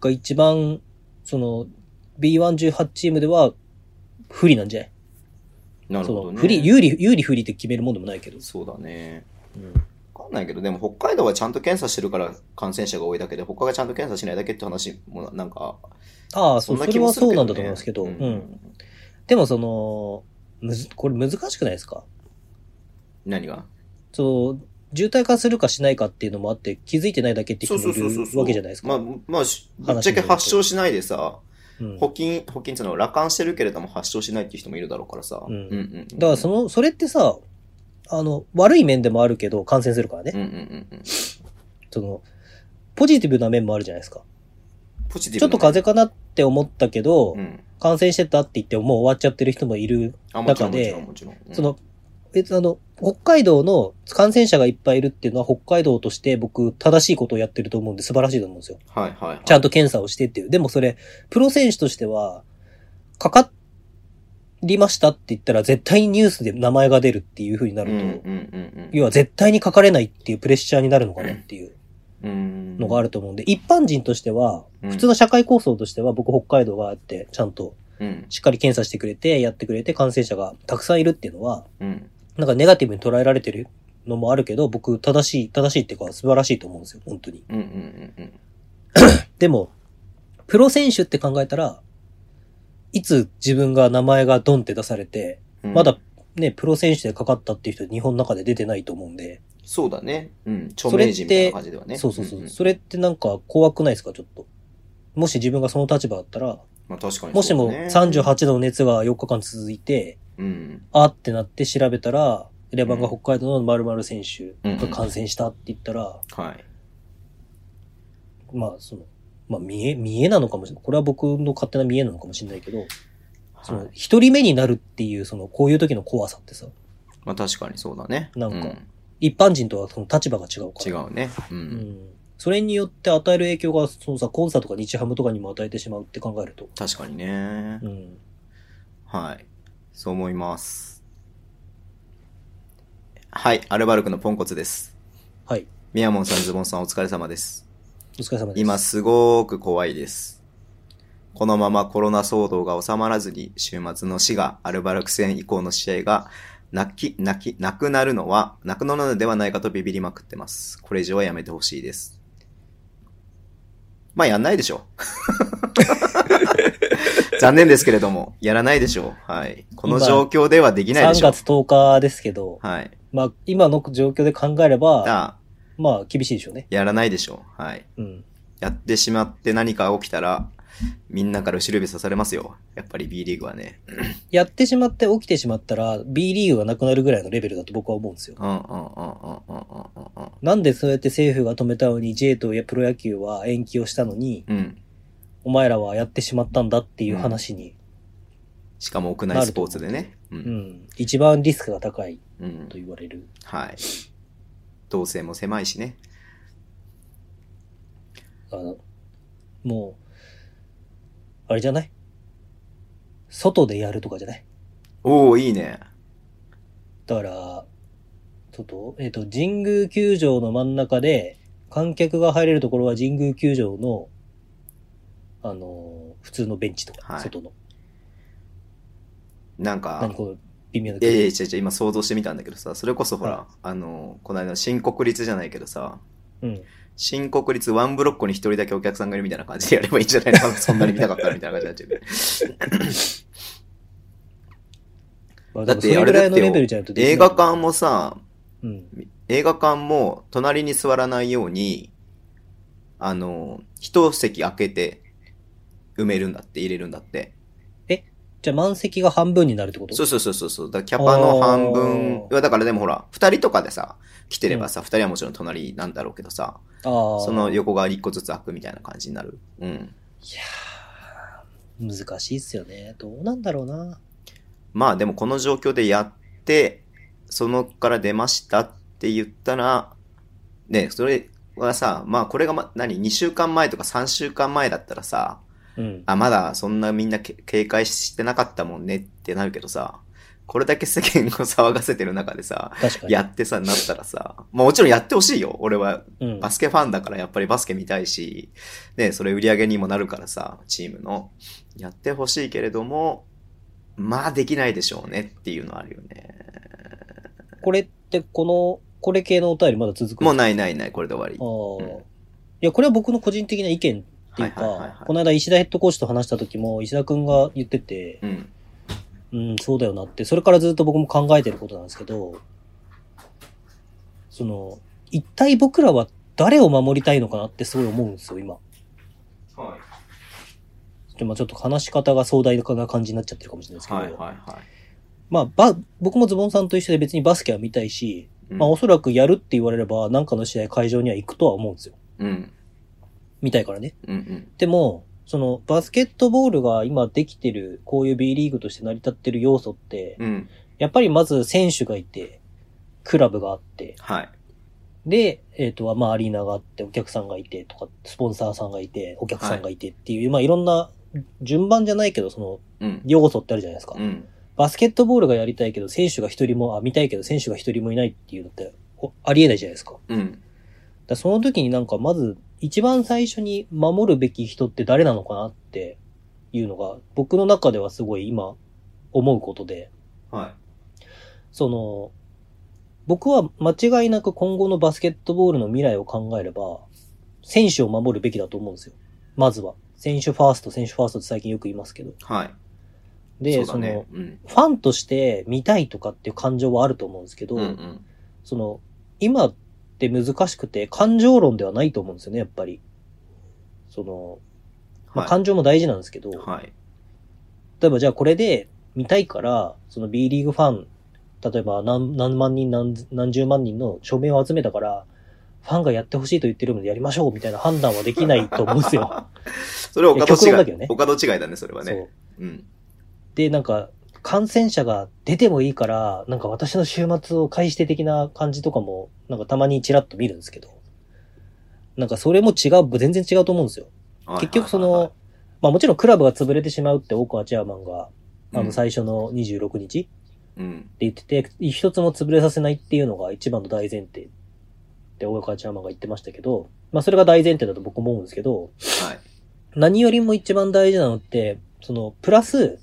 S3: が一番、その、B118 チームでは不利なんじゃない
S2: なる
S3: そ
S2: ほ
S3: の
S2: どね。
S3: 不利、有利、有利不利って決めるもんでもないけど。
S2: そうだね。
S3: うん
S2: わかんないけど、でも北海道はちゃんと検査してるから感染者が多いだけで、他がちゃんと検査しないだけって話もなんか、
S3: ああ、そう、
S2: な
S3: そ
S2: 気
S3: れ
S2: も
S3: は
S2: する
S3: そ
S2: けど
S3: う
S2: ね
S3: なんだと思いますけど、うん。でもその、むず、これ難しくないですか
S2: 何が
S3: そう、渋滞化するかしないかっていうのもあって、気づいてないだけって
S2: そ
S3: 人
S2: う
S3: も
S2: そう
S3: い
S2: そうそう
S3: るわけじゃないですか。
S2: まあ、まあ、しぶっちゃけ発症しないでさ、
S3: うん
S2: 補菌、補菌っていうのは羅漢してるけれども発症しないっていう人もいるだろうからさ。
S3: うん
S2: うんうん。
S3: だからその、それってさ、あの、悪い面でもあるけど、感染するからね。
S2: うんうんうんうん。
S3: その、ポジティブな面もあるじゃないですか。
S2: ポジティ
S3: ちょ
S2: ブ
S3: っと風邪かなって思ったけど、
S2: 邪。うん。
S3: 感染してたって言ってももう終わっちゃってる人もいる。
S2: あ、もちろ
S3: 中
S2: んもち
S3: で
S2: ろんもちろん。うん
S3: そ、の、別にあの、北海道の感染者がいっぱいいるっていうのは北海道として僕正しいことをやってると思うんで素晴らしいと思うんですよ。
S2: はいはいはい。
S3: ちゃんと検査をしてっていう。でもそれ、プロ選手としては、かかりましたって言ったら絶対にニュースで名前が出るっていう風にな
S2: うん
S3: ると、
S2: うんうんうん。
S3: 要は絶対にかかれないっていうプレッシャーになるのかなっていうの
S2: の
S3: があ
S2: る。
S3: ると思うんで、一般人としては、
S2: うん
S3: 普通の社会構想としては僕北海道があって、ちゃんと
S2: うん。
S3: しっかり検査してくれて、やってくれて感染者がたくさんいるっていうのは、
S2: うん。
S3: なんかネガティブに捉えられてるのもあるけど、僕正しい、正しいっていうか素晴らしいと思うんですよ、本当に。
S2: うん。うん。うん。うん。
S3: でも、プロ選手って考えたら、いつ自分が名前がドンって出されて、
S2: うん
S3: まだ、ね、プロ選手でかかったっていう人日本の中で出てないと思うんで、
S2: そうだね。うん。著名人みたいな感じではね。
S3: そうそうそう、
S2: んん
S3: それってなんか怖くないですか、ちょっと。もし自分がその立場だったら、
S2: まあ確かに
S3: もし
S2: そう
S3: も
S2: だね。
S3: 38度の熱が4日間続いて、
S2: うん。
S3: あーってなって調べたら、エレバンが北海道の〇〇選手が感染したって言ったら、
S2: はい。
S3: まあ、その、まあ、見え、見えなのかもしれない。これは僕の勝手な見えなのかもしれないけど、そ
S2: は
S3: の
S2: い、。
S3: 一人目になるっていう、その、こういう時の怖さってさ、
S2: まあ確かにそうだね。
S3: なんか
S2: う
S3: 一般人とはその立場が違うから。
S2: 違うね。う。
S3: うんん。それによって与える影響が、そのさ、コンサートとか日ハムとかにも与えてしまうって考えると。
S2: 確かにね
S3: う。ん。
S2: はい。そう思います。はい。アルバルクのポンコツです。
S3: はい。
S2: ミヤモンさん、ズボンさん、お疲れ様です。
S3: お疲れ様です。
S2: 今、すごーく怖いです。このままコロナ騒動が収まらずに、週末の死がアルバルク戦以降の試合が、泣き、泣き、なくなるのは、なくなるのではないかとビビりまくってます。これ以上はやめてほしいです。まあ、やんないでし
S3: [laughs]
S2: ょう。残念ですけれども、やらないでしょう。はい。この状況ではできないで
S3: 3
S2: しょう。
S3: 月10日ですけど、
S2: はい。
S3: まあ、今の状況で考えれば、
S2: ああ、
S3: まあ、厳しいでしょうね。
S2: やらないでしょう。はい。
S3: うん。
S2: やってしまって何か起きたら、みんなから後ろ指さされますよ。やっぱり B リーグはね。
S3: やってしまって起きてしまったら、B リーグがなくなるぐらいのレベルだと僕は思うんですよ。
S2: うんうんうんうんうんうんうん
S3: なんでそうやって政府が止めたのに J とプロ野球は延期をしたのに、
S2: うん。うん。
S3: お前らはやってしまったんだっていう話に、
S2: しかも屋内スポーツでね。う。
S3: うんん、一番リスクが高い
S2: うん
S3: と。言われる。
S2: はい。動線も狭いしね。
S3: あの、もう、あれじゃない外でやるとかじゃない
S2: おおいいね。
S3: だから、ちょっと、えっ、と、神宮球場の真ん中で、観客が入れるところは神宮球場の、あのー普通のベンチとか、
S2: はい
S3: 外の。
S2: なんか。
S3: 何、この微妙ない
S2: やいや、違う違う、今想像してみたんだけどさ、それこそほ
S3: は
S2: ら、あの、この間、新国立じゃないけどさ、
S3: うん。
S2: 新国立ワンブロックに一人だけお客さんがいるみたいな感じでやればいいんじゃないのそんなに見たかったらみたいな感じになっちゃう。
S3: まあ
S2: だ
S3: で
S2: っ
S3: も
S2: て
S3: そ
S2: あ
S3: れ
S2: れ
S3: ぐら
S2: だ
S3: い
S2: っ
S3: の
S2: てよ
S3: レベルじゃ [laughs] ないとできない
S2: 映画館。もさ、
S3: うん。
S2: 映画館も隣に座らないように、あの、一席空けて埋めるんだって、入れるんだって。
S3: じゃあ満席が半分になるってこと
S2: そうそうそうそうそう。だからキャパの半分
S3: あ、ー
S2: いやだからでもほら、二人とかでさ、来てればさ、二人はもちろん隣なんだろうけどさ、
S3: ああ。
S2: その横側に一個ずつ開くみたいな感じになる。うん。
S3: いやー難しいっすよね。どうなんだろうな。
S2: まあでもこの状況でやって、そのから出ましたって言ったら、ね、それはさ、まあこれがま、何、2週間前とか3週間前だったらさ、
S3: うん。
S2: あ、まだそんなみんなけ警戒してなかったもんねってなるけどさ、これだけ世間を騒がせてる中でさ、
S3: 確かに。
S2: やってさ、なったらさ、まあもちろんやってほしいよ。俺は
S3: うん
S2: バ。スケファンだからやっぱりバスケ見たいし、ね、それ売り上げにもなるからさ、チームの。やってほしいけれども、まあできないでしょうねっていうのはあるよね。
S3: これって、この、これ系のお便りまだ続く
S2: もう
S3: な
S2: ないないない、これで終わ
S3: ああ、
S2: うん
S3: いや、これは僕の個人的な意見っていうか、
S2: はいはいはいはい
S3: この間石田ヘッドコーチと話した時も、石田くんが言ってて、
S2: り。うん。
S3: うん、そうだよなって、それからずっと僕も考えてることなんですけど、その、一体僕らは誰を守りたいのかなってすごい思うんですよ、今。
S2: はい。
S3: でまあちょっと話し方が壮大な感じになっちゃってるかもしれないですけど、
S2: はいはいは
S3: まあば、僕もズボンさんと一緒で別にバスケは見たいし、
S2: い。
S3: まあおそらくやるって言われれば、なんかの試合会場には行くとは思うんですよ。
S2: うん。うん。
S3: 見たいからね。
S2: うんうん。
S3: でも、そのバスケットボールが今できてる、こういう B リーグとして成り立ってる要素って、
S2: うん。
S3: やっぱりまず選手がいて、クラブがあって、
S2: はい。
S3: で、えっ、と、まあ、アリーナがあって、お客さんがいてとか、スポンサーさんがいて、お客さんがいてっていう、まあ、いろんな順番じゃないけど、その
S2: うん。
S3: 要素ってあるじゃないですか。
S2: うん。
S3: バスケットボールがやりたいけど、選手が一人も、あ、見たいけど、選手が一人もいないっていうのって、おありえないじゃないですか。だか
S2: うん。
S3: らその時になんか、まず、一番最初に守るべき人って誰なのかなっていうのが、僕の中ではすごい今、思うことで、
S2: は
S3: その、僕は間違いなく今後のバスケットボールの未来を考えれば、選手を守るべきだと思うんですよ。まずは。選手ファースト、選手ファーストって最近よく言いますけど。
S2: い。はい。
S3: で、
S2: そ
S3: そう
S2: だ
S3: の
S2: ね、。うん。
S3: ファンとして見たいとかっていう感情はあると思うんですけど、
S2: うんうん。
S3: その、今って難しくて感情論ではないと思うんですよね、やっぱり。その、まあ、
S2: はい
S3: 感情も大事なんですけど、
S2: はい。 [laughs]
S3: 例えばじゃあこれで見たいから、その B リーグファン例えば何何万人何何十万人の署名を集めたから、ファンがやってほしいと言ってるのでやりましょうみたいな判断はできないと思うんで
S2: [laughs]
S3: すよ。
S2: それは岡戸
S3: いや極論だけ
S2: 違
S3: ど
S2: い。
S3: ね
S2: 岡戸違いだね、それは
S3: そ
S2: ね。
S3: う。
S2: うん。
S3: で、なんか、感染者が出てもいいから、なんか私の週末を返して的な感じとかも、なんかたまにちらっと見るんですけど、なんかそれも違う、全然違うと思うんですよ。結局そ
S2: はいはいはいはい
S3: の、、まあもちろんクラブが潰れてしまうって大川チェアマンが、あ
S2: う
S3: の
S2: ん
S3: 最初の26日って
S2: うん。
S3: 言ってて、一つも潰れさせないっていうのが一番の大前提って大川チェアマンが言ってましたけど、まあそれが大前提だと僕も思うんですけど、
S2: はい。
S3: 何よりも一番大事なのって、その、プラス、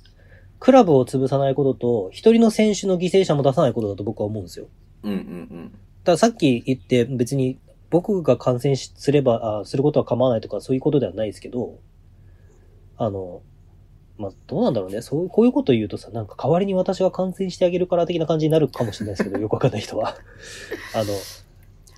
S3: クラブを潰さないことと、一人の選手の犠牲者も出さないことだと僕は思うんですよ。
S2: うんうん
S3: たださっき言って別に僕が感染しすれば、あすることは構わないとかそういうことではないですけど、あの、まあ、どうなんだろうね。そう、こういうこと言うとさ、なんか代わりに私が感染してあげるから的な感じになるかもしれないですけ
S2: [laughs]
S3: ど、よくわかんない人は。あの、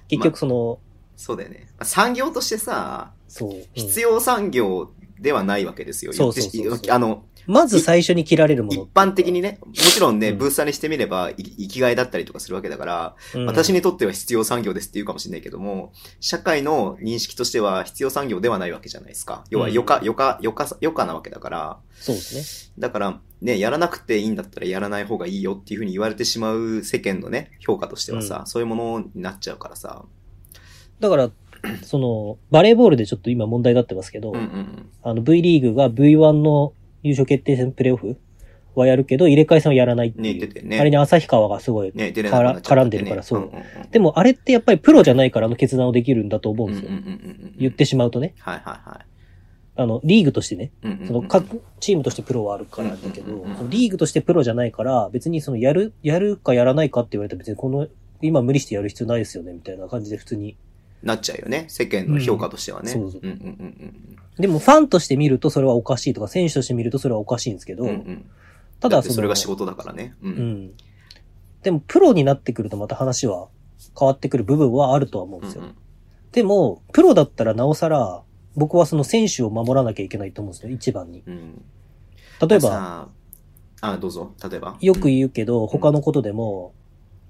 S3: 結局その、
S2: うん。そうだよね。産業としてさ、
S3: そう。うん
S2: 必要産業ではないわけですよ。
S3: そうそうそうそう
S2: 言ってしあの、
S3: まず最初に切られるもの。
S2: 一般的にね、もちろんね、
S3: うん
S2: ブースターにしてみれば、い生きがいだったりとかするわけだから、
S3: うん、
S2: 私にとっては必要産業ですって言うかもしれないけども、社会の認識としては必要産業ではないわけじゃないですか。要は、余暇、余暇、余暇、余暇なわけだから、
S3: そうですね。
S2: だから、ね、やらなくていいんだったらやらない方がいいよっていうふうに言われてしまう世間のね、評価としてはさ、
S3: う
S2: そういうものになっちゃうからさ。
S3: だから、その、バレーボールでちょっと今問題になってますけど、
S2: うんうんうん。
S3: あの V リーグが V1 の優勝決定戦プレーオフはやるけど、入れ替え戦はやらないっていう。
S2: ね、言っててね。
S3: あれに旭川がすごい。
S2: ね、出れなくなっちゃった
S3: 絡んでるからそう
S2: うんうんうん
S3: でも、あれってやっぱりプロじゃないからあの決断をできるんだと思う
S2: うんんうん
S3: です
S2: う
S3: よ。
S2: んうん。
S3: 言ってしまうとね。
S2: はいはいはい。
S3: あの、リーグとしてね。
S2: うんうんうん
S3: その各チームとしてプロはあるからだけ
S2: うん
S3: ど
S2: うんうんうん、
S3: そのリーグとしてプロじゃないから、別にそのやる、やるかやらないかって言われたら別にこの、今無理してやる必要ないですよね、みたいな感じで普通に
S2: なっちゃうよね。世間の評価としてはね。
S3: うんそうそう
S2: うんうん
S3: でもファンとして見るとそれはおかしいとか、選手として見るとそれはおかしいんですけど、
S2: うんうん。うんうん
S3: た
S2: だっ
S3: だ
S2: て
S3: その、
S2: それが仕事だからね。う。
S3: うんん。でもプロになってくるとまた話は変わってくる部分はあるとは思うん
S2: うん
S3: です
S2: う
S3: よ。
S2: ん
S3: でも、プロだったらなおさら、僕はその選手を守らなきゃいけないと思うんですよ、一番に。
S2: うん。
S3: 例えば、
S2: さあ、あどうぞ。例えば。
S3: よく言うけど、他のことでも、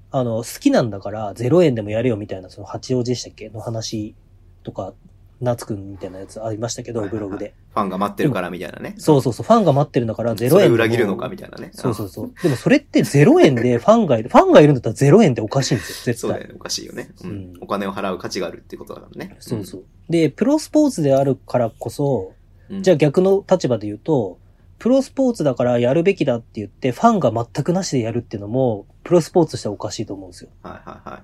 S3: あの、好きなんだから0円でもやれよみたいな、その八王子でしたっけの話とか、夏くんみたいなやつありましたけど、
S2: はいは
S3: ブ
S2: いはい
S3: ログで。
S2: ファンが待ってるからみたいなね。
S3: そうそうそう、ファンが待ってるんだから0円
S2: それ
S3: でも
S2: 裏切るのかみたいなね。
S3: そうそうそう。でもそれって0円でファンがいる、ファンがいるんだったら0円っておかしいんですよ、
S2: うんそ
S3: 絶
S2: うだ
S3: 対。
S2: よね。おかしいよね。う
S3: うん
S2: ん。お金を払う価値があるってことだからね。
S3: そうそう。で、プロスポーツであるからこそ、
S2: うん。
S3: じゃあ逆の立場で言うと、プロスポーツだからやるべきだって言って、ファンが全くなしでやるっていうのも、プロスポーツとしてはおかしいと思うんですよ。
S2: あ。はいはいはい。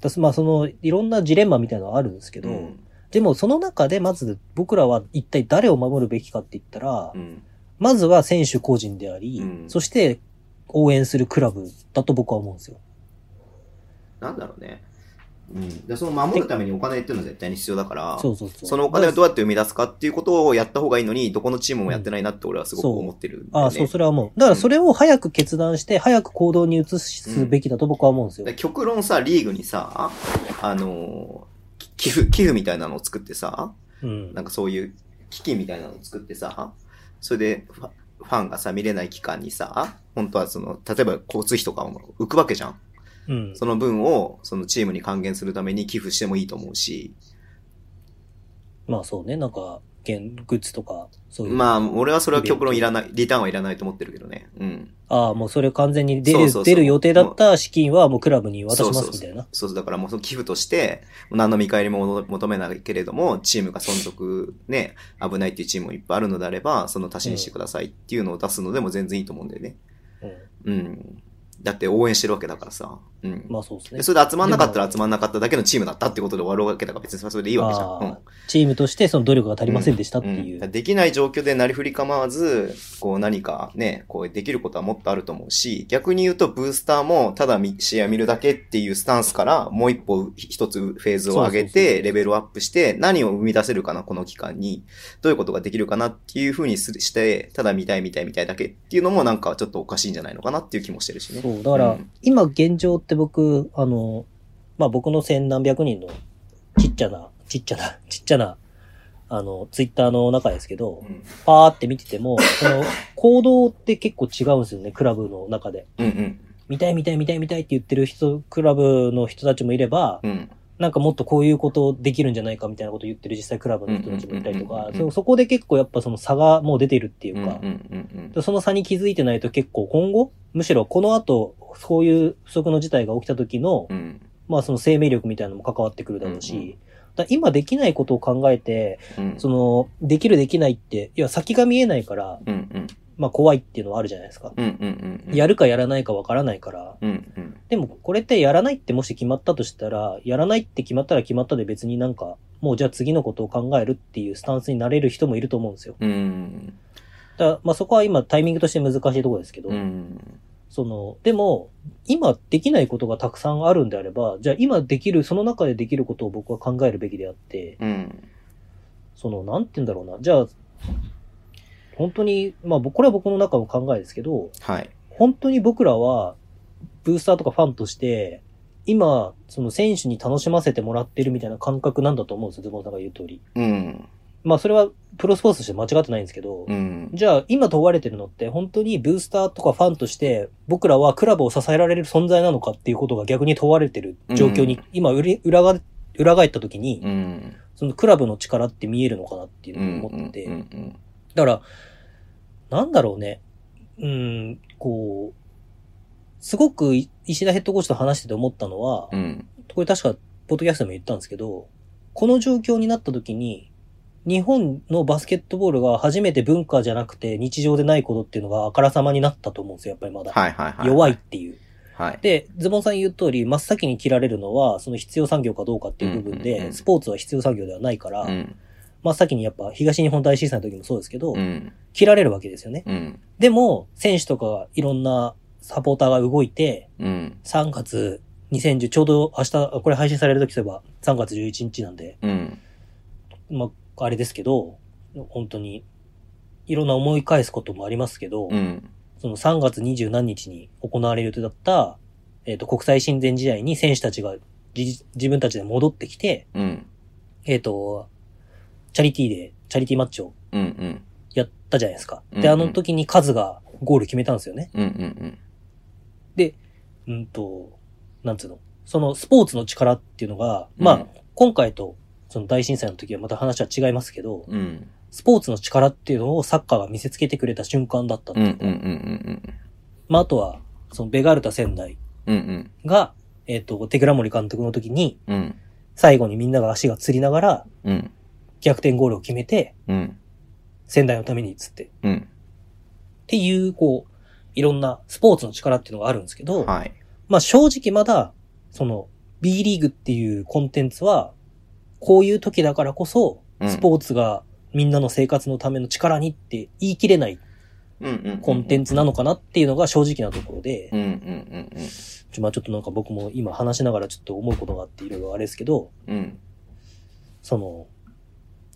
S3: だまあその、いろんなジレンマみたいなのはあるんですけど、
S2: うん
S3: でもその中でまず僕らは一体誰を守るべきかって言ったら、
S2: うん。
S3: まずは選手個人であり、
S2: うん
S3: そして応援するクラブだと僕は思うんですよ。
S2: なんだろうね。うん。でその守るためにお金っていうのは絶対に必要だから。
S3: そうそうそう。
S2: そのお金をどうやって生み出すかっていうことをやった方がいいのに、どこのチームもやってないなって俺はすごく思ってるんだ
S3: あ
S2: よ
S3: あ、
S2: ね、
S3: そう、それはもう。だからそれを早く決断して、早く行動に移すべきだと僕は思うんですよ。
S2: で極論さ、リーグにさ、あのーき寄付、寄付みたいなのを作ってさ、
S3: うん
S2: なんかそういう基金みたいなのを作ってさ、それでファファンがさ、見れない期間にさ、本当はその、例えば交通費とかも浮くわけじゃん。
S3: うん。
S2: その分を、そのチームに還元するために寄付してもいいと思うし、
S3: まあそうね、なんか、現グッズとか、そういう。
S2: まあ、俺はそれは極論いらない、リターンはいらないと思ってるけどね。うん。
S3: ああ、もうそれ完全に出る
S2: そうそうそう
S3: 出る予定だった資金はもうクラブに渡しま
S2: そう
S3: す
S2: そう
S3: み
S2: そ
S3: た
S2: う
S3: いな。
S2: そうそう、だからもうその寄付として、何の見返りも求めないけれども、チームが存続ね、危ないっていうチームもいっぱいあるのであれば、その足しにしてくださいっていうのを出すのでも全然いいと思うんだよね。
S3: うん
S2: うん。だって応援してるわけだからさ。うん。
S3: まあそうですね。
S2: それで集まんなかったら集まんなかっただけのチームだったってことで終わるわけだから別にそれでいいわけじゃん。
S3: あ
S2: う
S3: あ
S2: ん。
S3: チームとしてその努力が足りませんでしたって
S2: うん
S3: い
S2: だから
S3: う。
S2: できない状況でなりふり構わず、こう何かね、こうできることはもっとあると思うし、逆に言うとブースターもただみ試合見るだけっていうスタンスから、もう一歩一つフェーズを上げ
S3: そうそうそ
S2: て、レベルアップして、何を生み出せるかな、この期間に。どういうことができるかなっていうふうにするして、ただ見たい見たい見たいだけっていうのもなんかちょっとおかしいんじゃないのかなっていう気もしてるしね。
S3: そう、だから、
S2: うん
S3: 今現状って僕、あの、まあ僕の千何百人のちっちゃな、ちっちゃな、 [laughs] ちっちゃな、あの、ツイッターの中ですけ
S2: う
S3: ど、
S2: ん
S3: パーって見てても、その、行動って結構違うんですよね、クラブの中で。
S2: うんうん。
S3: 見たい見たい見たい見たいって言ってる人、クラブの人たちもいれば、
S2: うん。
S3: なんかもっとこういうことできるんじゃないかみたいなこと言ってる実際クラブの人たちもいた
S2: う
S3: りと
S2: んうんうん
S3: か
S2: う、んうん
S3: そそこで結構やっぱその差がもう出てるってい
S2: うん。う。
S3: うん
S2: う
S3: か、
S2: ん。
S3: その差に気づいてないと結構今後、むしろこの後、そういう不測の事態が起きた時の、
S2: うん。うん。
S3: まあその生命力みたいなのも関わってくるだろうし、
S2: うんうん
S3: だから今できないことを考えて、
S2: うん。
S3: その、できるできないって、いや先が見えないから、
S2: うん。うん。
S3: まあ怖いっていうのはあるじゃないですか。
S2: うん。うん。うん。
S3: やるかやらないかわからないから、
S2: うん。うん。
S3: でもこれってやらないってもし決まったとしたら、やらないって決まったら決まったで別になんか、もうじゃあ次のことを考えるっていうスタンスになれる人もいると思うんですよ。
S2: うん。
S3: だからまあそこは今タイミングとして難しいところですけど、
S2: うん。
S3: その、でも、今できないことがたくさんあるんであれば、じゃあ今できる、その中でできることを僕は考えるべきであって、
S2: うん。
S3: その、なんて言うんだろうな。じゃあ、本当に、まあ僕、これは僕の中の考えですけど、
S2: はい。
S3: 本当に僕らは、ブースターとかファンとして、今、その選手に楽しませてもらってるみたいな感覚なんだと思うんですよ、ズボンさんが言う通り。
S2: うん。
S3: まあそれはプロスポーツとして間違ってないんですけど、
S2: うん。
S3: じゃあ今問われてるのって本当にブースターとかファンとして僕らはクラブを支えられる存在なのかっていうことが逆に問われてる状況に、
S2: うん
S3: 今裏裏が、裏返った時に、
S2: うん。
S3: そのクラブの力って見えるのかなってい
S2: う
S3: うの
S2: ん。
S3: を思ってて、
S2: うん。
S3: だから、なんだろうね。うん、こう、すごくい石田ヘッドコーチと話してて思ったのは、
S2: うん。
S3: これ確か、ポッドキャストでも言ったんですけど、この状況になった時に、日本のバスケットボールが初めて文化じゃなくて日常でないことっていうのがあからさまになったと思うんですよ、やっぱりまだ。
S2: はいはいはい。
S3: 弱いっ。ていう。
S2: はい。
S3: で、ズボンさん言う通り、真っ先に切られるのは、その必要産業かどうかっていう部分で、
S2: うんうんうん
S3: スポーツは必要産業ではないから、
S2: うん。
S3: 真っ先にやっぱ東日本大震災の時もそうですけど、
S2: うん。
S3: 切られるわけですよね。
S2: うん。
S3: でも、選手とかがいろんなサポーターが動いて、
S2: うん。
S3: 3月2010、ちょうど明日、あこれ配信される時といえば3月11日なんで、
S2: うん。
S3: まあ、あれですけど、本当に、いろんな思い返すこともありますけど、
S2: うん。
S3: その3月20何日に行われる予定だった、えっ、と、国際親善試合に選手たちが自自分たちで戻ってきて、
S2: うん。
S3: えっ、と、チャリティーで、チャリティーマッチを
S2: うん。うん。
S3: やったじゃないですか。
S2: うんう
S3: で、
S2: ん
S3: あの時にカズがゴール決めたんですよね。
S2: うん。うん。
S3: うんと、なんつうの、そのスポーツの力っていうのが、
S2: うん
S3: まあ、今回とその大震災の時はまた話は違いますけど、
S2: うん。
S3: スポーツの力っていうのをサッカーが見せつけてくれた瞬間だったって
S2: うん。う
S3: い
S2: ん。
S3: う
S2: うん。うん。
S3: まあ、あとは、そのベガルタ仙台
S2: うん。
S3: が、えっ、と、手倉森監督の時に、
S2: うん。
S3: 最後にみんなが足がつりながら
S2: うん。
S3: 逆転ゴールを決めて、
S2: うん。
S3: 仙台のためにっつって、っ
S2: うん。
S3: ていう、こう、いろんなスポーツの力っていうのがあるんですけど、
S2: はい。
S3: まあ正直まだ、その B リーグっていうコンテンツは、こういう時だからこそ、
S2: うん
S3: スポーツがみんなの生活のための力にって言い切れない
S2: うん。うん。
S3: コンテンツなのかなっていうのが正直なところで
S2: う、ん。うん。うん。
S3: ちょまあちょっとなんか僕も今話しながらちょっと思うことがあっていろいろあれですけど、
S2: うん。うん。
S3: その、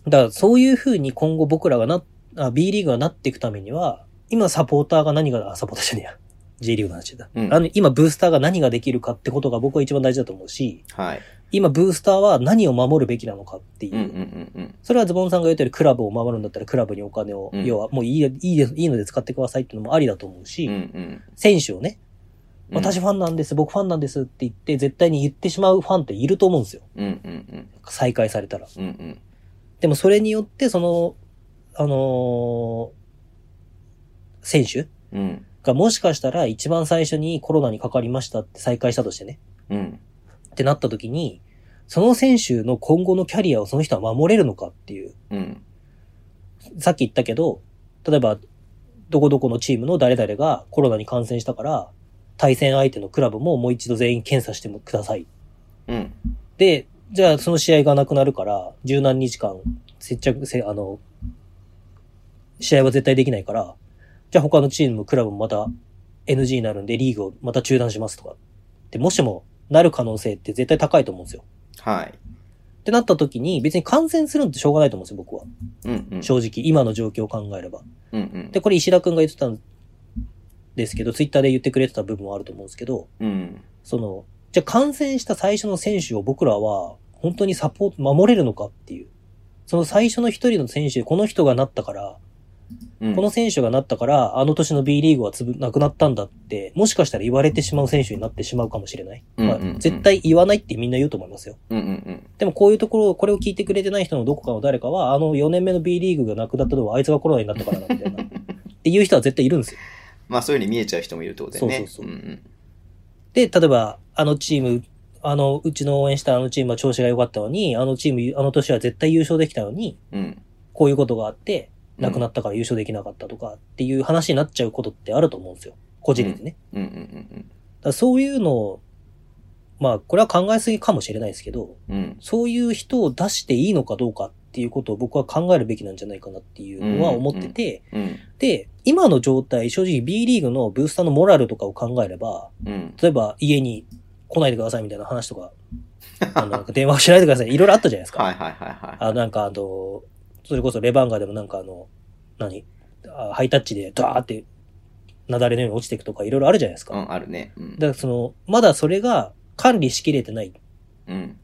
S3: だからそういう風に今後僕らがな、あ B リーグがなっていくためには、今サポーターが何が、あ、サポーターじゃねえや。J リーグの話だ。
S2: うん
S3: あの今ブースターが何ができるかってことが僕は一番大事だと思うし、
S2: はい。
S3: 今ブースターは何を守るべきなのかっていう。
S2: うん。うん。うん。
S3: それはズボンさんが言ってるクラブを守るんだったらクラブにお金を、
S2: うん
S3: 要はもういいよいいですいいので使ってくださいっていうのもありだと思うし、
S2: うん。うん。
S3: 選手をね、私ファンなんです、僕ファンなんですって言って絶対に言ってしまうファンっていると思うんですよ。
S2: うん。うん。うん。
S3: 再開されたら。
S2: うん。うん。
S3: でもそれによってその、あのー選手
S2: うん。
S3: がもしかしたら一番最初にコロナにかかりましたって再開したとしてね、
S2: うん。
S3: ってなった時に、その選手の今後のキャリアをその人は守れるのかっていう。
S2: うん。
S3: さっき言ったけど、例えば、どこどこのチームの誰々がコロナに感染したから、対戦相手のクラブももう一度全員検査してもください。
S2: うん。
S3: で、じゃあその試合がなくなるから、十何日間、接着、せ、あの、試合は絶対できないから、じゃあ他のチームもクラブもまた NG になるんでリーグをまた中断しますとか。で、もしもなる可能性って絶対高いと思うんですよ。
S2: はい。
S3: ってなった時に別に感染するのってしょうがないと思うんですよ、僕は。
S2: うん。うん。
S3: 正直、今の状況を考えれば。
S2: うん。うん。
S3: で、これ石田くんが言ってたんですけど、ツイッターで言ってくれてた部分はあると思うんですけど、
S2: うん。
S3: その、じゃあ感染した最初の選手を僕らは本当にサポート、守れるのかっていう。その最初の一人の選手、この人がなったから、
S2: うん
S3: この選手がなったから、あの年の B リーグはつぶなくなったんだって、もしかしたら言われてしまう選手になってしまうかもしれない。
S2: うん
S3: まあ
S2: うんうん
S3: 絶対言わないってみんな言うと思いますよ。
S2: うんうん
S3: でもこういうところ、これを聞いてくれてない人のどこかの誰かは、あの4年目の B リーグがなくなったのはあいつがコロナになったからだみた
S2: [laughs]
S3: いな。っていう人は絶対いるんですよ。
S2: まあそういう風に見えちゃう人もいるってことだよね。
S3: そうそうそうん
S2: ん
S3: で、例えば、あのチーム、あの、うちの応援したあのチームは調子が良かったのに、あのチーム、あの年は絶対優勝できたのに、
S2: うん。
S3: こういうことがあって、亡くなったから優勝できなかったとかっていう話になっちゃうことってあると思うんですよ。個人でね。
S2: うんうん
S3: だからそういうのを、まあ、これは考えすぎかもしれないですけど、
S2: うんうん。うん。
S3: そういう人を出していいのかどうかっていうことを僕は考えるべきなんじゃないかなっていうのは思ってて、
S2: うん。
S3: で、今の状態、正直 B リーグのブースターのモラルとかを考えれば、
S2: うん。
S3: 例えば家に来ないでくださいみたいな話とか、あの、なんか電話をしないでください。いろいろあったじゃないですか。
S2: はいはいはいはい。
S3: あなんかあの、それこそレバンガでもなんかあの、何あハイタッチでダーって、なだれのように落ちていくとかいろいろあるじゃないですか。
S2: うん、あるね。うん。
S3: だからその、まだそれが管理しきれてない。
S2: うん。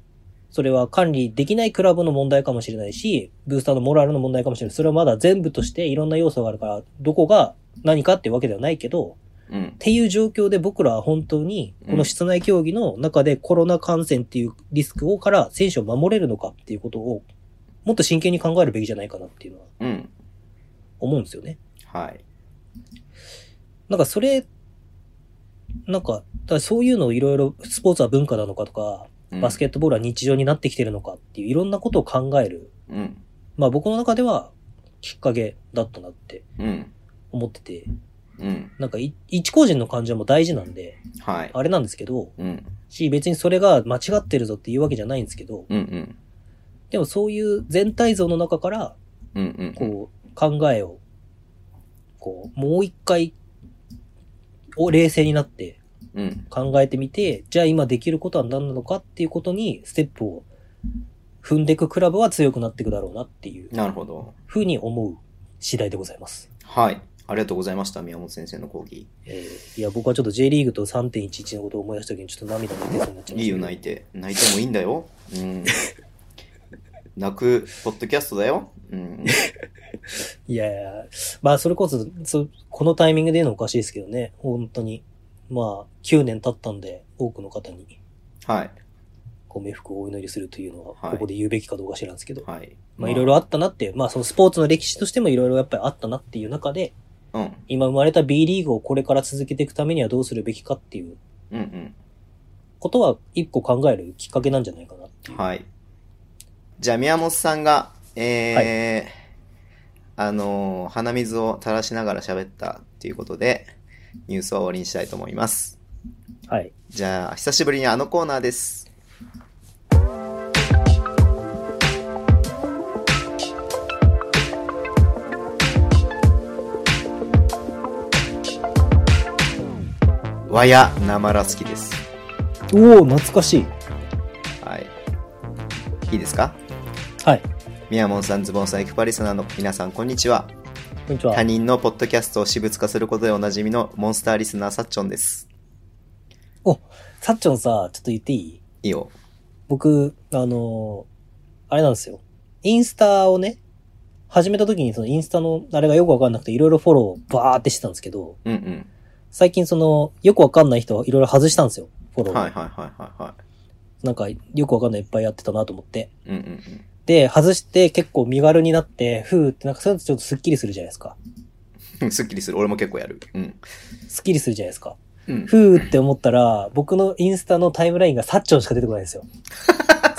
S3: それは管理できないクラブの問題かもしれないし、ブースターのモラルの問題かもしれない。それはまだ全部としていろんな要素があるから、どこが何かっていうわけではないけど、
S2: うん
S3: っ。ていう状況で僕らは本当に、この室内競技の中でコロナ感染っていうリスクをから選手を守れるのかっていうことを、もっと真剣に考えるべきじゃないかなっていうのは
S2: うん。
S3: 思うんですよね。
S2: はい。
S3: なんかそれ、なんか、だからそういうのをいろいろスポーツは文化なのかとか、
S2: うん
S3: バスケットボールは日常になってきてるのかっていういろんなことを考える、
S2: うん。
S3: まあ僕の中ではきっかけだったなって
S2: うん。
S3: 思ってて、
S2: うん。
S3: なんかい一個人の感情も大事なんで、
S2: はい。
S3: あれなんですけど、
S2: うん。
S3: し、別にそれが間違ってるぞっていうわけじゃないんですけど、
S2: うんうん。
S3: でもそういう全体像の中から、
S2: うんうん。
S3: こう、考えを、こう、もう一回、を冷静になって
S2: うん。
S3: 考えてみて、じゃあ今できることは何なのかっていうことに、ステップを踏んでいくクラブは強くなっていくだろうなっていう
S2: なるほど。
S3: ふうに思う次第でございます。
S2: はい。ありがとうございました、宮本先生の講義。
S3: えーいや、僕はちょっと J リーグと3.11のことを思い出した時にちょっと涙が出そうになっちゃいましたけど。
S2: いいよ、泣いて。泣いてもいいんだよ。うん。泣く、ポッドキャストだよ。うん。
S3: いやいや、まあそれこそそ、このタイミングで言うのおかしいですけどね、本当に。まあ、9年経ったんで、多くの方に
S2: はい。
S3: ご冥福をお祈りするというの
S2: は
S3: は、
S2: い
S3: ここで言うべきかどうか知らんですけど、
S2: はい。
S3: まあいろいろあったなっていう、まあそのスポーツの歴史としてもいろいろやっぱりあったなっていう中で、
S2: うん。
S3: 今生まれた B リーグをこれから続けていくためにはどうするべきかっていう
S2: うん
S3: ことは、一個考えるきっかけなんじゃないかなって
S2: うん。
S3: いう。
S2: はい。じゃあ、宮本さんが、えーあのー鼻水を垂らしながら喋ったということで、ニュースは終わりにしたいと思います。
S3: はい。
S2: じゃあ、久しぶりにあのコーナーです。わやなまら好きです。
S3: おお懐かしい。
S2: はい。いいですか
S3: はい。
S2: 宮本さん、ズボンさん、エクパリスナーの皆さん、こんにちは。
S3: こんにちは。
S2: 他人のポッドキャストを私物化することでおなじみのモンスターリスナー、サッチョンです。
S3: サッチョンさ、ちょっと言っていい
S2: いいよ。
S3: 僕、あのーあれなんですよ。インスタをね、始めた時にそのインスタのあれがよくわかんなくていろいろフォローをバーってしてたんですけど、
S2: うんうん。
S3: 最近そのよくわかんない人はいろいろ外したんですよ。フォローを。
S2: はいはいはいはいは
S3: なんかよくわかんないいっぱいやってたなと思って。
S2: い。うんうんうん。
S3: で、外して結構身軽になって、ふーってなんかそういうのちょっとスッキリするじゃないですか。
S2: うん [laughs] すっきりする。俺も結構やる。うん。
S3: スッキリするじゃないですか。
S2: うん。
S3: ふーって思ったら、僕のインスタのタイムラインがサッチョンしか出てこないんで
S2: [laughs]
S3: すよ。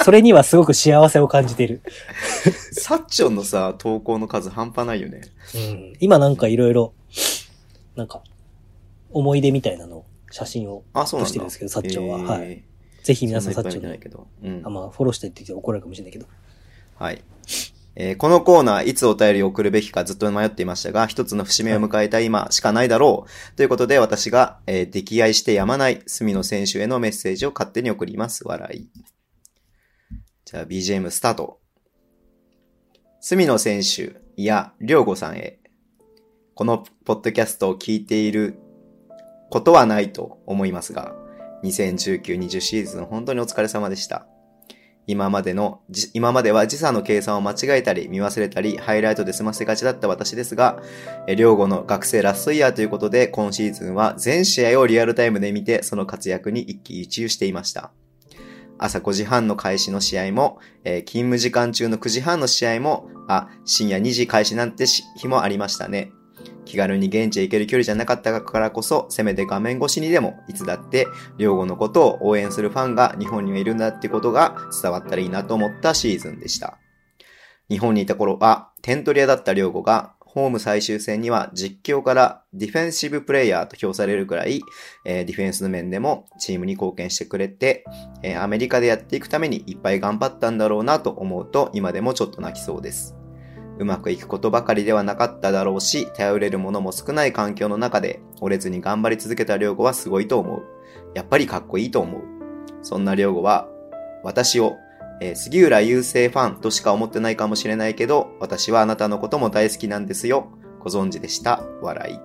S3: それにはすごく幸せを感じてる。
S2: サッチョンのさ、投稿の数半端ないよね。
S3: うん、今なんかいろいろ、なんか、思い出みたいなの、写真を、
S2: あ、そうなん
S3: ポストして
S2: だ。
S3: るんですけどサッチョンは
S2: えー
S3: はいぜひ皆さん
S2: そ
S3: さ
S2: んな
S3: っ
S2: い
S3: ち
S2: っぱい見て
S3: の
S2: ない、けど。うん
S3: あ、。まあ、フォローしてって言って怒られるかもしれないけど。
S2: はい。えーこのコーナー、いつお便りを送るべきかずっと迷っていましたが、一つの節目を迎えた今しかないだろう。ということで、私が、えー溺愛してやまない、隅野選手へのメッセージを勝手に送ります。笑い。じゃあ、BGM スタート。隅野選手、いや、良吾さんへ。このポッドキャストを聞いていることはないと思いますが、2019-20シーズン本当にお疲れ様でした。今までの、じ今までは時差の計算を間違えたり、見忘れたり、ハイライトで済ませがちだった私ですが、えー、両後の学生ラストイヤーということで、今シーズンは全試合をリアルタイムで見て、その活躍に一喜一憂していました。朝5時半の開始の試合も、えー勤務時間中の9時半の試合も、あ、深夜2時開始なんてし日もありましたね。気軽に現地へ行ける距離じゃなかったからこそ、せめて画面越しにでも、いつだって、両語のことを応援するファンが日本にはいるんだってことが伝わったらいいなと思ったシーズンでした。日本にいた頃は、テントリアだった両語が、ホーム最終戦には実況からディフェンシブプレイヤーと評されるくらい、えーディフェンスの面でもチームに貢献してくれて、えーアメリカでやっていくためにいっぱい頑張ったんだろうなと思うと今でもちょっと泣きそうです。うまくいくことばかりではなかっただろうし、頼れるものも少ない環境の中で折れずに頑張り続けた良子はすごいと思う。やっぱりかっこいいと思う。そんな良子は、私を、えー杉浦雄星ファンとしか思ってないかもしれないけど、私はあなたのことも大好きなんですよ。ご存知でした。笑い。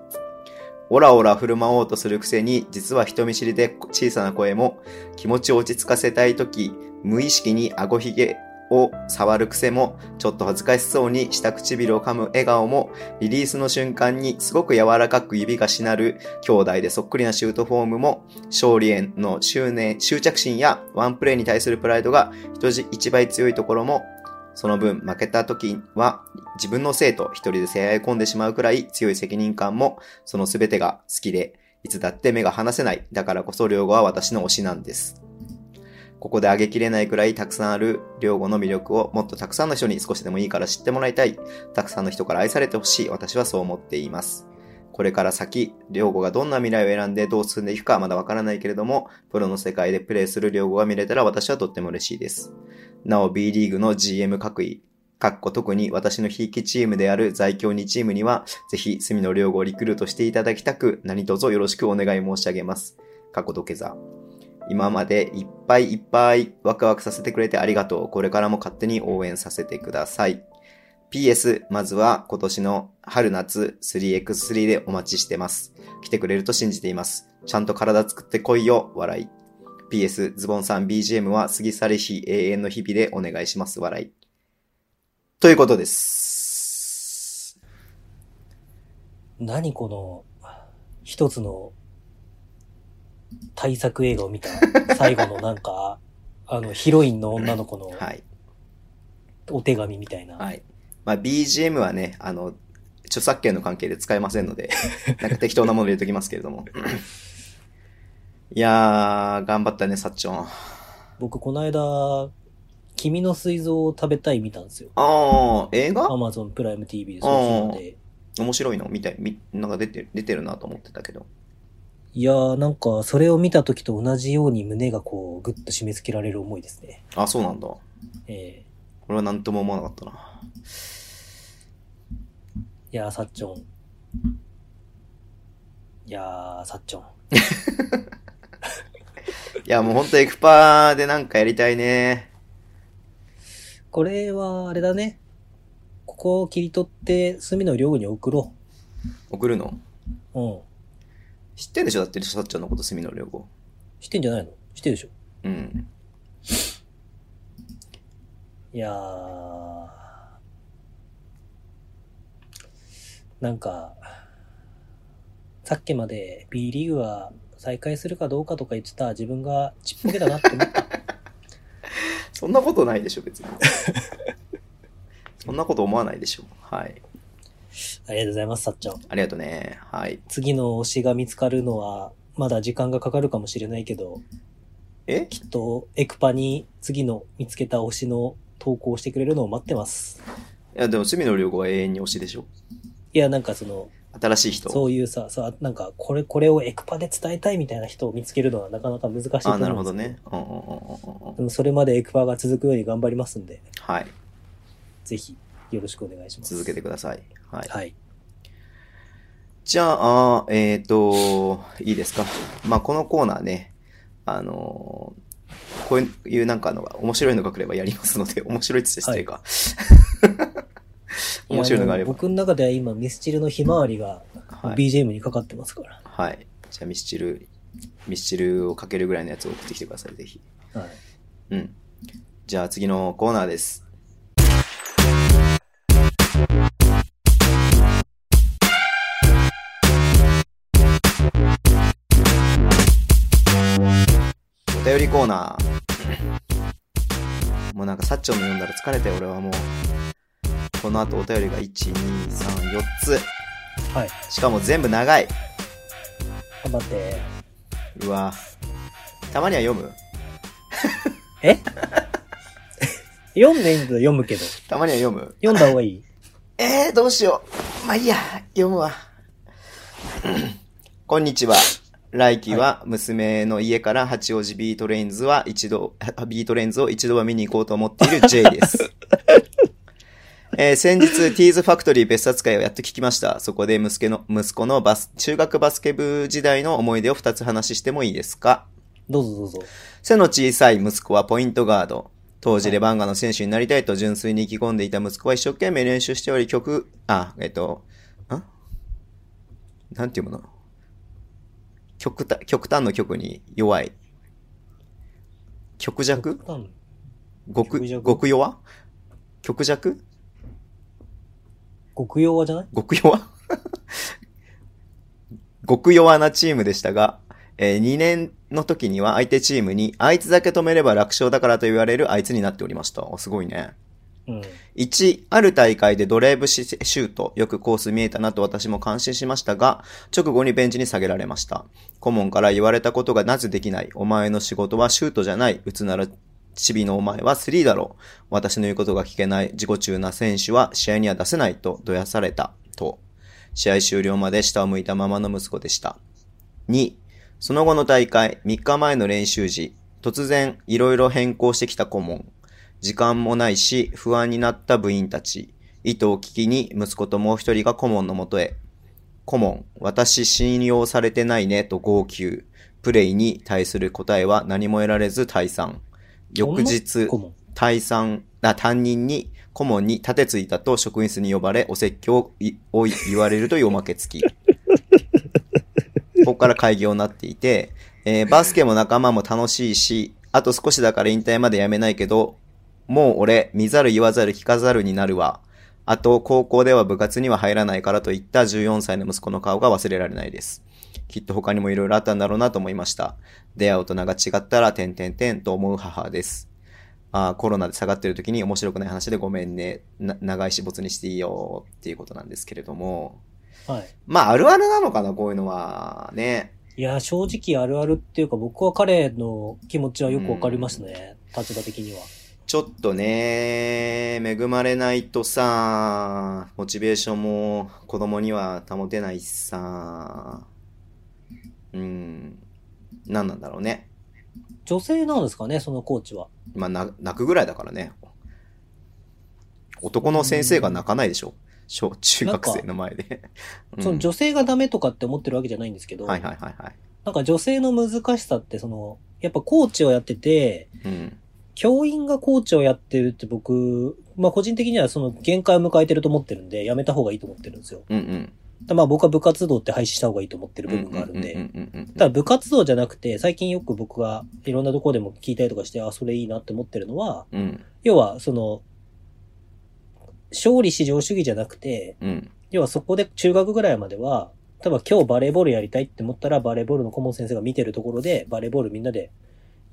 S2: オラオラ振る舞おうとするくせに、実は人見知りで小さな声も、気持ちを落ち着かせたいとき、無意識に顎ひげを触る癖も、ちょっと恥ずかしそうに下唇を噛む笑顔も、リリースの瞬間にすごく柔らかく指がしなる兄弟でそっくりなシュートフォームも、勝利への執念、執着心やワンプレーに対するプライドが人一倍強いところも、その分負けた時は自分のせいと一人で背合い込んでしまうくらい強い責任感も、その全てが好きで、いつだって目が離せない。だからこそ両語は私の推しなんです。ここで上げきれないくらいたくさんある両語の魅力をもっとたくさんの人に少しでもいいから知ってもらいたい。たくさんの人から愛されてほしい。私はそう思っています。これから先、両語がどんな未来を選んでどう進んでいくかまだわからないけれども、プロの世界でプレーする両語が見れたら私はとっても嬉しいです。なお B リーグの GM 各位、かっこ特に私のひいきチームである在京2チームには、ぜひ隅野良吾をリクルートしていただきたく、何卒よろしくお願い申し上げます。かっこ土下座。今までいっぱいいっぱいワクワクさせてくれてありがとう。これからも勝手に応援させてください。PS、まずは今年の春夏 3x3 でお待ちしてます。来てくれると信じています。ちゃんと体作ってこいよ、笑い。PS、ズボンさん BGM は過ぎ去り日永遠の日々でお願いします、笑い。ということです。
S3: 何この、一つの、対策映画を
S2: [laughs]
S3: 見た、最後のなんか、あの、ヒロインの女の子の
S2: はい。
S3: お手紙みたいな。
S2: はい。まあ、BGM はね、あの、著作権の関係で使えませんので、 [laughs] なんか適当なもの入れときますけれども。いやー、頑張ったね、サッチョン。あ
S3: 僕、この間、君の水蔵を食べたい見たんですよ。
S2: ー、映画
S3: Amazon プライム TV でそうなんで。
S2: 面白いのみたい、み、なんか出てる、出てるなと思ってたけど。
S3: いやー、なんか、それを見た時と同じように胸がこう、ぐっと締め付けられる思いですね。
S2: あ、そうなんだ。こ
S3: え
S2: れはなんとも思わなかったな。
S3: ー、いやー、サッチョン。いやー、サッチョン。
S2: いや、もうほんとエクパーでなんかやりたいね。
S3: これは、あれだね。ここを切り取って、隅の寮に送ろ
S2: 送るの
S3: う。うん。
S2: 知ってんでしょだって、サッチョンのこと、隅の旅行。
S3: 知ってんじゃないの知ってるでしょ
S2: うん。
S3: いやー。なんか、さっきまで B リーグは再開するかどうかとか言ってた自分がちっぽけだなって思った。
S2: そんなことないでしょ、
S3: [laughs]
S2: 別に。そんなこと思わないでしょ。はい。
S3: ありがとうございます、さっちゃん。
S2: ありがとうね。はい。
S3: 次の推しが見つかるのは、まだ時間がかかるかもしれないけど、
S2: え
S3: きっとエクパに次の見つけた推しの投稿をしてくれるのを待ってます。
S2: いや、でも、隅の良子は永遠に推しでしょ。
S3: いや、なんかその、
S2: 新しい人。
S3: そういうさ、さ、なんか、これ、これをエクパで伝えたいみたいな人を見つけるのはなかなか難しいと思うんですけ
S2: あ、なるほどね。うんうんうんうんうん
S3: でもそれまでエクパーが続くように頑張りますんで、
S2: はい。
S3: ぜひよろしくお願いします。
S2: 続けてください。はい。
S3: はい。
S2: じゃあ、えっ、と、いいですか。まあ、このコーナーね、あのーこういうなんかのが、面白いのが来ればやりますので、 [laughs] 面白いって失礼か。面白いのがあれば
S3: や。僕の中では今、ミスチルのひまわりが
S2: はい。
S3: BGM にかかってますから。
S2: はい。じゃあ、ミスチル、ミスチルをかけるぐらいのやつを送ってきてください、ぜひ。
S3: はい。
S2: うん。じゃあ次のコーナーです。お便りコーナー。もうなんかサッチョンの読んだら疲れて俺はもう。この後お便りが1、2、3、4つ。
S3: はい。
S2: しかも全部長い。
S3: 頑張って。
S2: うわ。たまには読む
S3: え読んでいいんだったら読むけど。
S2: たまには読む
S3: 読んだ方がいい
S2: えー、どうしよう。まあいいや、読むわ。 [clears throat] こんにちは。来季は娘の家から八王子ビートレインズは一度、ビートレインズを一度は見に行こうと思っている J [laughs] です。えー先日、ティーズファクトリー別冊会をやっと聞きました。そこで息子の、息子のバス、中学バスケ部時代の思い出を2つ話してもいいですか
S3: どうぞどうぞ。
S2: 背の小さい息子はポイントガード。当時レバンガの選手になりたいと純粋に意気込んでいた息子は一生懸命練習しており、曲、あ、えっと、んなんていうもの極端、極端の曲に弱い。極弱
S3: うん
S2: 極
S3: 極弱、
S2: 極弱極弱
S3: 極洋はじゃない
S2: 極弱 [laughs] 極弱なチームでしたが、え2年の時には相手チームに、あいつだけ止めれば楽勝だからと言われるあいつになっておりました。おすごいね。
S3: うん。
S2: 1、ある大会でドライブしシュート、よくコース見えたなと私も感心しましたが、直後にベンチに下げられました。顧問から言われたことがなぜできない。お前の仕事はシュートじゃない。打つなら、チビのお前はスリーだろう。私の言うことが聞けない自己中な選手は試合には出せないと、どやされた。と。試合終了まで下を向いたままの息子でした。2、その後の大会、3日前の練習時、突然、いろいろ変更してきた顧問。時間もないし、不安になった部員たち。意図を聞きに、息子ともう一人が顧問のもとへ。顧問、私信用されてないね、と号泣。プレイに対する答えは何も得られず退散。翌日、
S3: 顧問。
S2: 退散、あ、担任に、顧問に立てついたと職員室に呼ばれ、お説教をいを言われるというおまけ付き。 [laughs] ここから開業になっていて、えーバスケも仲間も楽しいし、あと少しだから引退までやめないけど、もう俺、見ざる言わざる聞かざるになるわ。あと、高校では部活には入らないからといった14歳の息子の顔が忘れられないです。きっと他にも色々あったんだろうなと思いました。出会う大人が違ったら、てんてんてんと思う母です。あーコロナで下がってる時に面白くない話でごめんね。な長いし没にしていいよっていうことなんですけれども。
S3: はい。
S2: まあ、あるあるなのかな、こういうのは。ね。
S3: いや、正直あるあるっていうか、僕は彼の気持ちはよくわかりますね。立場的には。
S2: ちょっとね、恵まれないとさ、モチベーションも子供には保てないしさ、うん、何なんだろうね。
S3: 女性なんですかね、そのコーチは。
S2: まあ、な泣くぐらいだからね。男の先生が泣かないでしょ小、中学生の前で。うん
S3: その女性がダメとかって思ってるわけじゃないんですけど、
S2: はいはいはいはい。
S3: なんか女性の難しさって、その、やっぱコーチをやってて、
S2: うん。
S3: 教員がコーチをやってるって僕、まあ個人的にはその限界を迎えてると思ってるんで、やめた方がいいと思ってるんですよ。
S2: うんうん。
S3: だまあ僕は部活動って廃止した方がいいと思ってる部分があるん
S2: うんう
S3: で。
S2: んうんうんうん
S3: ただ部活動じゃなくて、最近よく僕がいろんなところでも聞いたりとかして、あ、それいいなって思ってるのは、
S2: うん
S3: 要はその、勝利至上主義じゃなくて、
S2: うん
S3: 要はそこで中学ぐらいまでは、例えば今日バレーボールやりたいって思ったら、バレーボールの顧問先生が見てるところで、バレーボールみんなで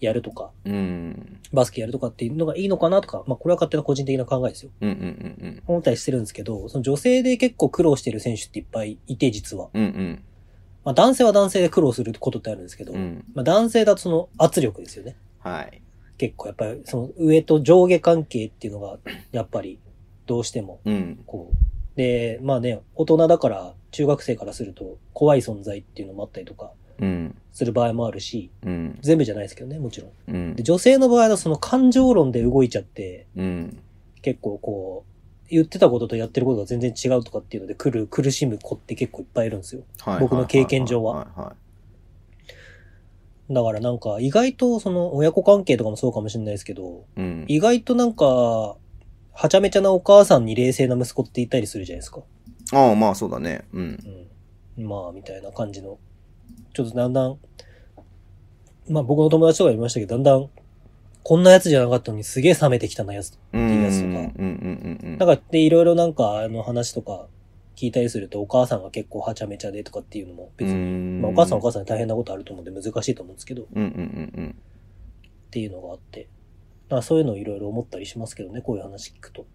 S3: やるとか、
S2: うん
S3: バスケやるとかっていうのがいいのかなとか、まあこれは勝手な個人的な考えですよ。
S2: うんうんうん
S3: 思ったりしてるんですけど、その女性で結構苦労してる選手っていっぱいいて、実は。
S2: うんうん
S3: まあ男性は男性で苦労することってあるんですけど、
S2: うん
S3: まあ男性だとその圧力ですよね。
S2: はい。
S3: 結構やっぱりその上と上下関係っていうのが、やっぱりどうしても
S2: うん
S3: こう。で、まあね、大人だから、中学生からすると怖い存在っていうのもあったりとか
S2: うん
S3: する場合もあるし、
S2: うん
S3: 全部じゃないですけどね、もちろん。
S2: うん
S3: で、女性の場合はその感情論で動いちゃって、
S2: うん
S3: 結構こう、言ってたこととやってることが全然違うとかっていうので来る、苦しむ子って結構いっぱいいるんですよ。
S2: はい
S3: 僕の経験上は
S2: はいは
S3: だからなんか、意外とその親子関係とかもそうかもしれないですけど、
S2: いはいうん
S3: 意外となんか、はちゃめちゃなお母さんに冷静な息子っていたりするじゃないですか。
S2: ああ、まあそうだね。うん。
S3: うん、まあ、みたいな感じの、ちょっとだんだん、まあ僕の友達とかいましたけど、だんだんこんなやつじゃなかったのにすげえ冷めてきたなやつ。
S2: うん
S3: いうやつと
S2: うん
S3: か
S2: うんうんうん。
S3: なんか、で、いろいろなんか、あの話とか聞いたりすると、お母さんが結構はちゃめちゃでとかっていうのも別に、
S2: に
S3: まあお母さんはお母さんで大変なことあると思うんで難しいと思うんですけど、っ
S2: うんうんうん
S3: ていうのがあって。だからそういうのをいろいろ思ったりしますけどね、こういう話聞くと。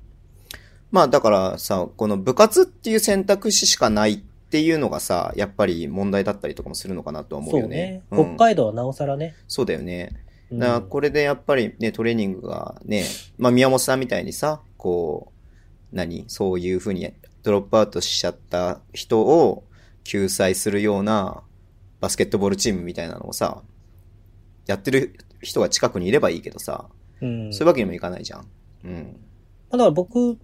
S2: まあだからさ、この部活っていう選択肢しかないっていうのがさ、やっぱり問題だったりとかもするのかなとは思う
S3: そう
S2: よね
S3: ね。。
S2: うん
S3: 北海道はなおさらね。
S2: そうだよね。
S3: うん
S2: だからこれでやっぱりね、トレーニングがね、まあ宮本さんみたいにさ、こう、何そういうふうにドロップアウトしちゃった人を救済するようなバスケットボールチームみたいなのをさ、やってる人が近くにいればいいけどさ、
S3: うん
S2: そういうわけにもいかないじゃん。うん。
S3: まあだから僕、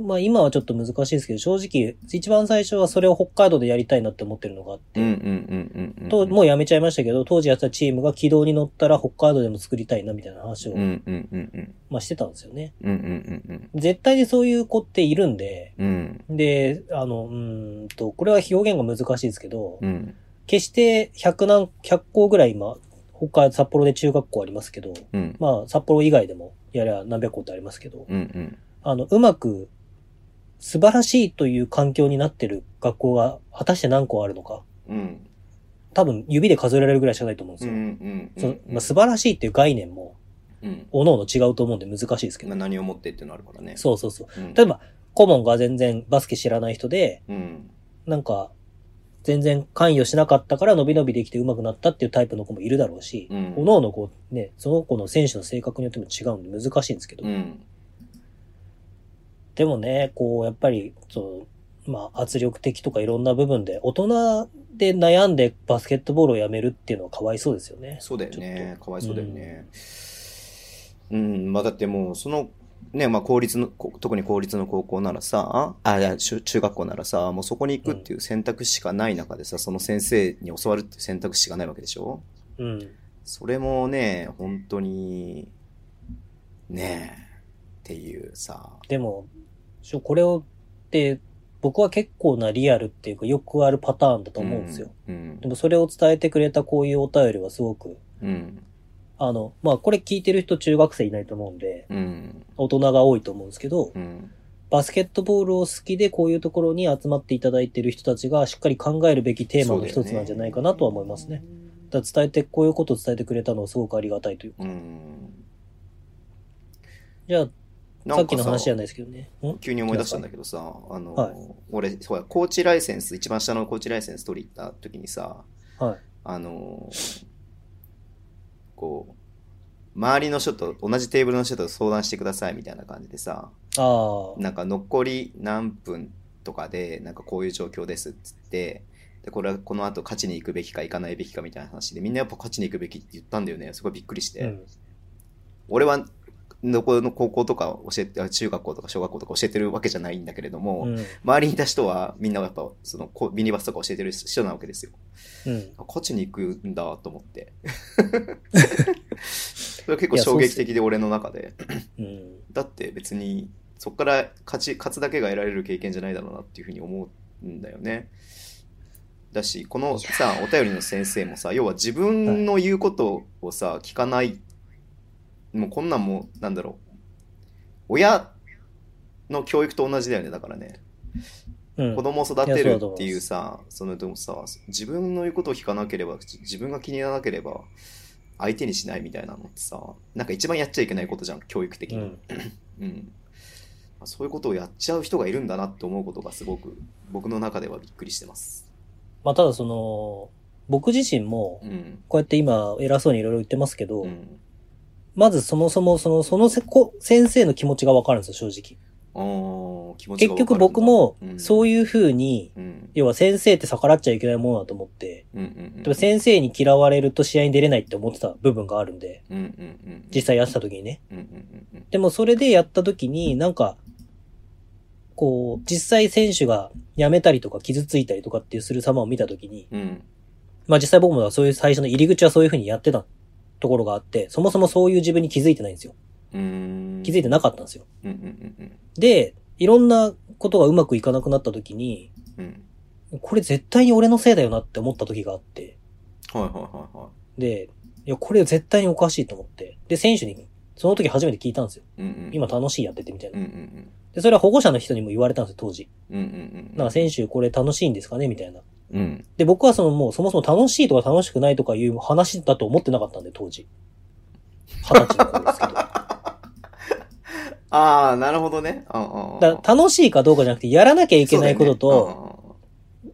S3: まあ今はちょっと難しいですけど、正直、一番最初はそれを北海道でやりたいなって思ってるのがあっ
S2: う
S3: て、
S2: んうんうんうんうん。
S3: ともうやめちゃいましたけど、当時やってたチームが軌道に乗ったら北海道でも作りたいなみたいな話を、
S2: うんうんうんうん。
S3: まあしてたんですよね。
S2: うんうんうんうん。
S3: 絶対にそういう子っているんで、
S2: うん。
S3: で、あの、うーんと、これは表現が難しいですけど、
S2: うん。
S3: 決して100何、100校ぐらい今、北海、札幌で中学校ありますけど、
S2: うん。
S3: まあ札幌以外でもやりゃ何百校ってありますけど、
S2: うんうん。
S3: あの、うまく、素晴らしいという環境になってる学校が果たして何校あるのか、
S2: うん。
S3: 多分指で数えられるぐらいしかないと思うん
S2: う
S3: ですよ。
S2: ん
S3: そのまあ、素晴らしいっていう概念も、
S2: うん。
S3: おのおの違うと思うんで難しいですけど
S2: まあ。何を持ってっていうのあるからね。
S3: そうそうそう。
S2: うん。
S3: 例えば、顧問が全然バスケ知らない人で、
S2: うん。
S3: なんか、全然関与しなかったから伸び伸びできて上手くなったっていうタイプの子もいるだろうし、
S2: うん
S3: おのおのこうね、その子の選手の性格によっても違うんで難しいんですけど、
S2: うん。
S3: でもね、こう、やっぱり、そう、まあ、圧力的とかいろんな部分で、大人で悩んでバスケットボールをやめるっていうのはかわいそうですよね。
S2: そうだよ
S3: ちょ
S2: ね。かわいそうだよね。うん、まあだってもう、その、ね、まあ公立の、こ特に公立の高校ならさ、あ、いや中中学校ならさ、もうそこに行くっていう選択肢しかない中でさ、その先生に教わるっていう選択肢がないわけでしょ
S3: うん。
S2: それもね、本当に、ねえ、っていうさ、
S3: でも、ちょこれを、で、僕は結構なリアルっていうか、よくあるパターンだと思うんですよ。
S2: うん
S3: で。も、それを伝えてくれたこういうお便りはすごく、
S2: うん。
S3: あの、まあ、これ聞いてる人中学生いないと思うんで、
S2: うん。
S3: 大人が多いと思うんですけど
S2: う、ん。
S3: バスケットボールを好きでこういうところに集まっていただいてる人たちがしっかり考えるべきテーマの一つなんじゃないかなとは思いますね。だから伝えて、こういうことを伝えてくれたのはすごくありがたいという。
S2: うん。
S3: じゃあ、
S2: なんか
S3: さっきの話じゃ
S2: さ
S3: ないですけどね。ん
S2: 急に思い出したんだけどさ、あの、
S3: はい
S2: 俺、そうや、コーチライセンス、一番下のコーチライセンス取り行った時にさ、
S3: はい。
S2: あの、こう、周りの人と、同じテーブルの人と相談してくださいみたいな感じでさ、
S3: ああ。
S2: なんか残り何分とかで、なんかこういう状況ですっつって、で、これはこの後勝ちに行くべきか行かないべきかみたいな話で、みんなやっぱ勝ちに行くべきって言ったんだよね。すごいびっくりして。
S3: うん。
S2: 俺は、どこの高校とか教えて、あ中学校とか小学校とか教えてるわけじゃないんだけれども、
S3: うん。
S2: 周りにいた人はみんなやっぱそのこうミニバスとか教えてる人なわけですよ。
S3: うん。
S2: あ勝ちに行くんだと思って。 [laughs] それ結構衝撃的で俺の中で。
S3: うん。
S2: だって別にそこから勝ち勝つだけが得られる経験じゃないだろうなっていうふうに思うんだよね。だしこのさお便りの先生もさ要は自分の言うことをさ聞かない、もうこんなんもうなんだろう親の教育と同じだよねだからね。
S3: うん
S2: 子。供を育てる
S3: いやそうだと思
S2: っ
S3: い
S2: て
S3: ます
S2: いうさ、そのでもさ、自分の言うことを聞かなければ、じ自分が気にならなければ、相手にしないみたいなのってさ、なんか一番やっちゃいけないことじゃん、教育的
S3: う
S2: に。
S3: ん。
S2: うんまあそういうことをやっちゃう人がいるんだなって思うことがすごく、僕の中ではびっくりしてます。
S3: まあ、ただその、僕自身も
S2: う、ん。
S3: こうやって今偉そうにいろいろ言ってますけど、
S2: うん。
S3: まずそもそもその、そのせこ先生の気持ちがわかるんですよ、正直。
S2: あー気持ちが
S3: 結
S2: わかるんだ
S3: 局僕も、
S2: う
S3: そういうふうに、
S2: ん。うん。
S3: 要は先生って逆らっちゃいけないものだと思って、
S2: うん。うん。
S3: 例えば先生に嫌われると試合に出れないって思ってた部分があるんで、
S2: うん。うん。うん。
S3: 実際やってた時にね。
S2: うん。うん。うん。
S3: でもそれでやった時に、なんか、こう、実際選手が辞めたりとか傷ついたりとかっていうする様を見た時に、
S2: うん。うん。
S3: まあ実際僕もそういう最初の入り口はそういうふうにやってたところがあって、そもそもそういう自分に気づいてないんですよ。
S2: うん。
S3: 気づいてなかったんですよ。
S2: うん。うん。うん。
S3: で、いろんなことがうまくいかなくなった時に、
S2: うん。うん。
S3: これ絶対に俺のせいだよなって思った時があって、
S2: はいはいはいはい。
S3: で、いや、これ絶対におかしいと思って。で、選手に、その時初めて聞いたんですよ。
S2: うんうん。
S3: 今楽しいやっててみたい
S2: うん
S3: な。
S2: うんうん。
S3: で、それは保護者の人にも言われたんですよ、当時。
S2: うんうんうん。
S3: なんか選手これ楽しいんですかねみたいな。
S2: うん。
S3: で、僕はそのもうそもそも楽しいとか楽しくないとかいう話だと思ってなかったんで、当時。二十歳の頃です
S2: [laughs]
S3: けど。だか
S2: ああ、なるほどね。ああ。
S3: ら楽しいかどうかじゃなくて、やらなきゃいけないこと
S2: そうだ
S3: と、
S2: よねうん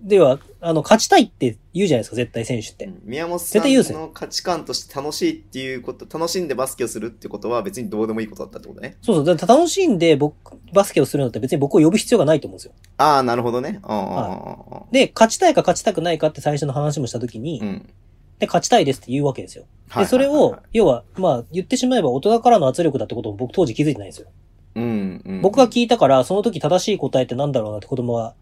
S3: では、あの、勝ちたいって言うじゃないですか、絶対選手って。
S2: 宮本さ
S3: 絶対優
S2: ん
S3: 先
S2: の価値観として楽しいっていうこと、楽しんでバスケをするってことは別にどうでもいいことだったってことね。
S3: そうそう。だから楽しんで僕、バスケをするんだったら別に僕を呼ぶ必要がないと思うんですよ。
S2: ああ、なるほどね。あ
S3: で、勝ちたいか勝ちたくないかって最初の話もしたときに、
S2: あ。うん。
S3: で、勝ちたいですって言うわけですよ。
S2: は
S3: で、
S2: い
S3: それ
S2: はいはい
S3: を、要は、まあ、言ってしまえば大人からの圧力だってことも僕当時気づいてないんですよ。
S2: うんうん、
S3: 僕が聞いたから、その時正しい答えってなんだろうなって子供が、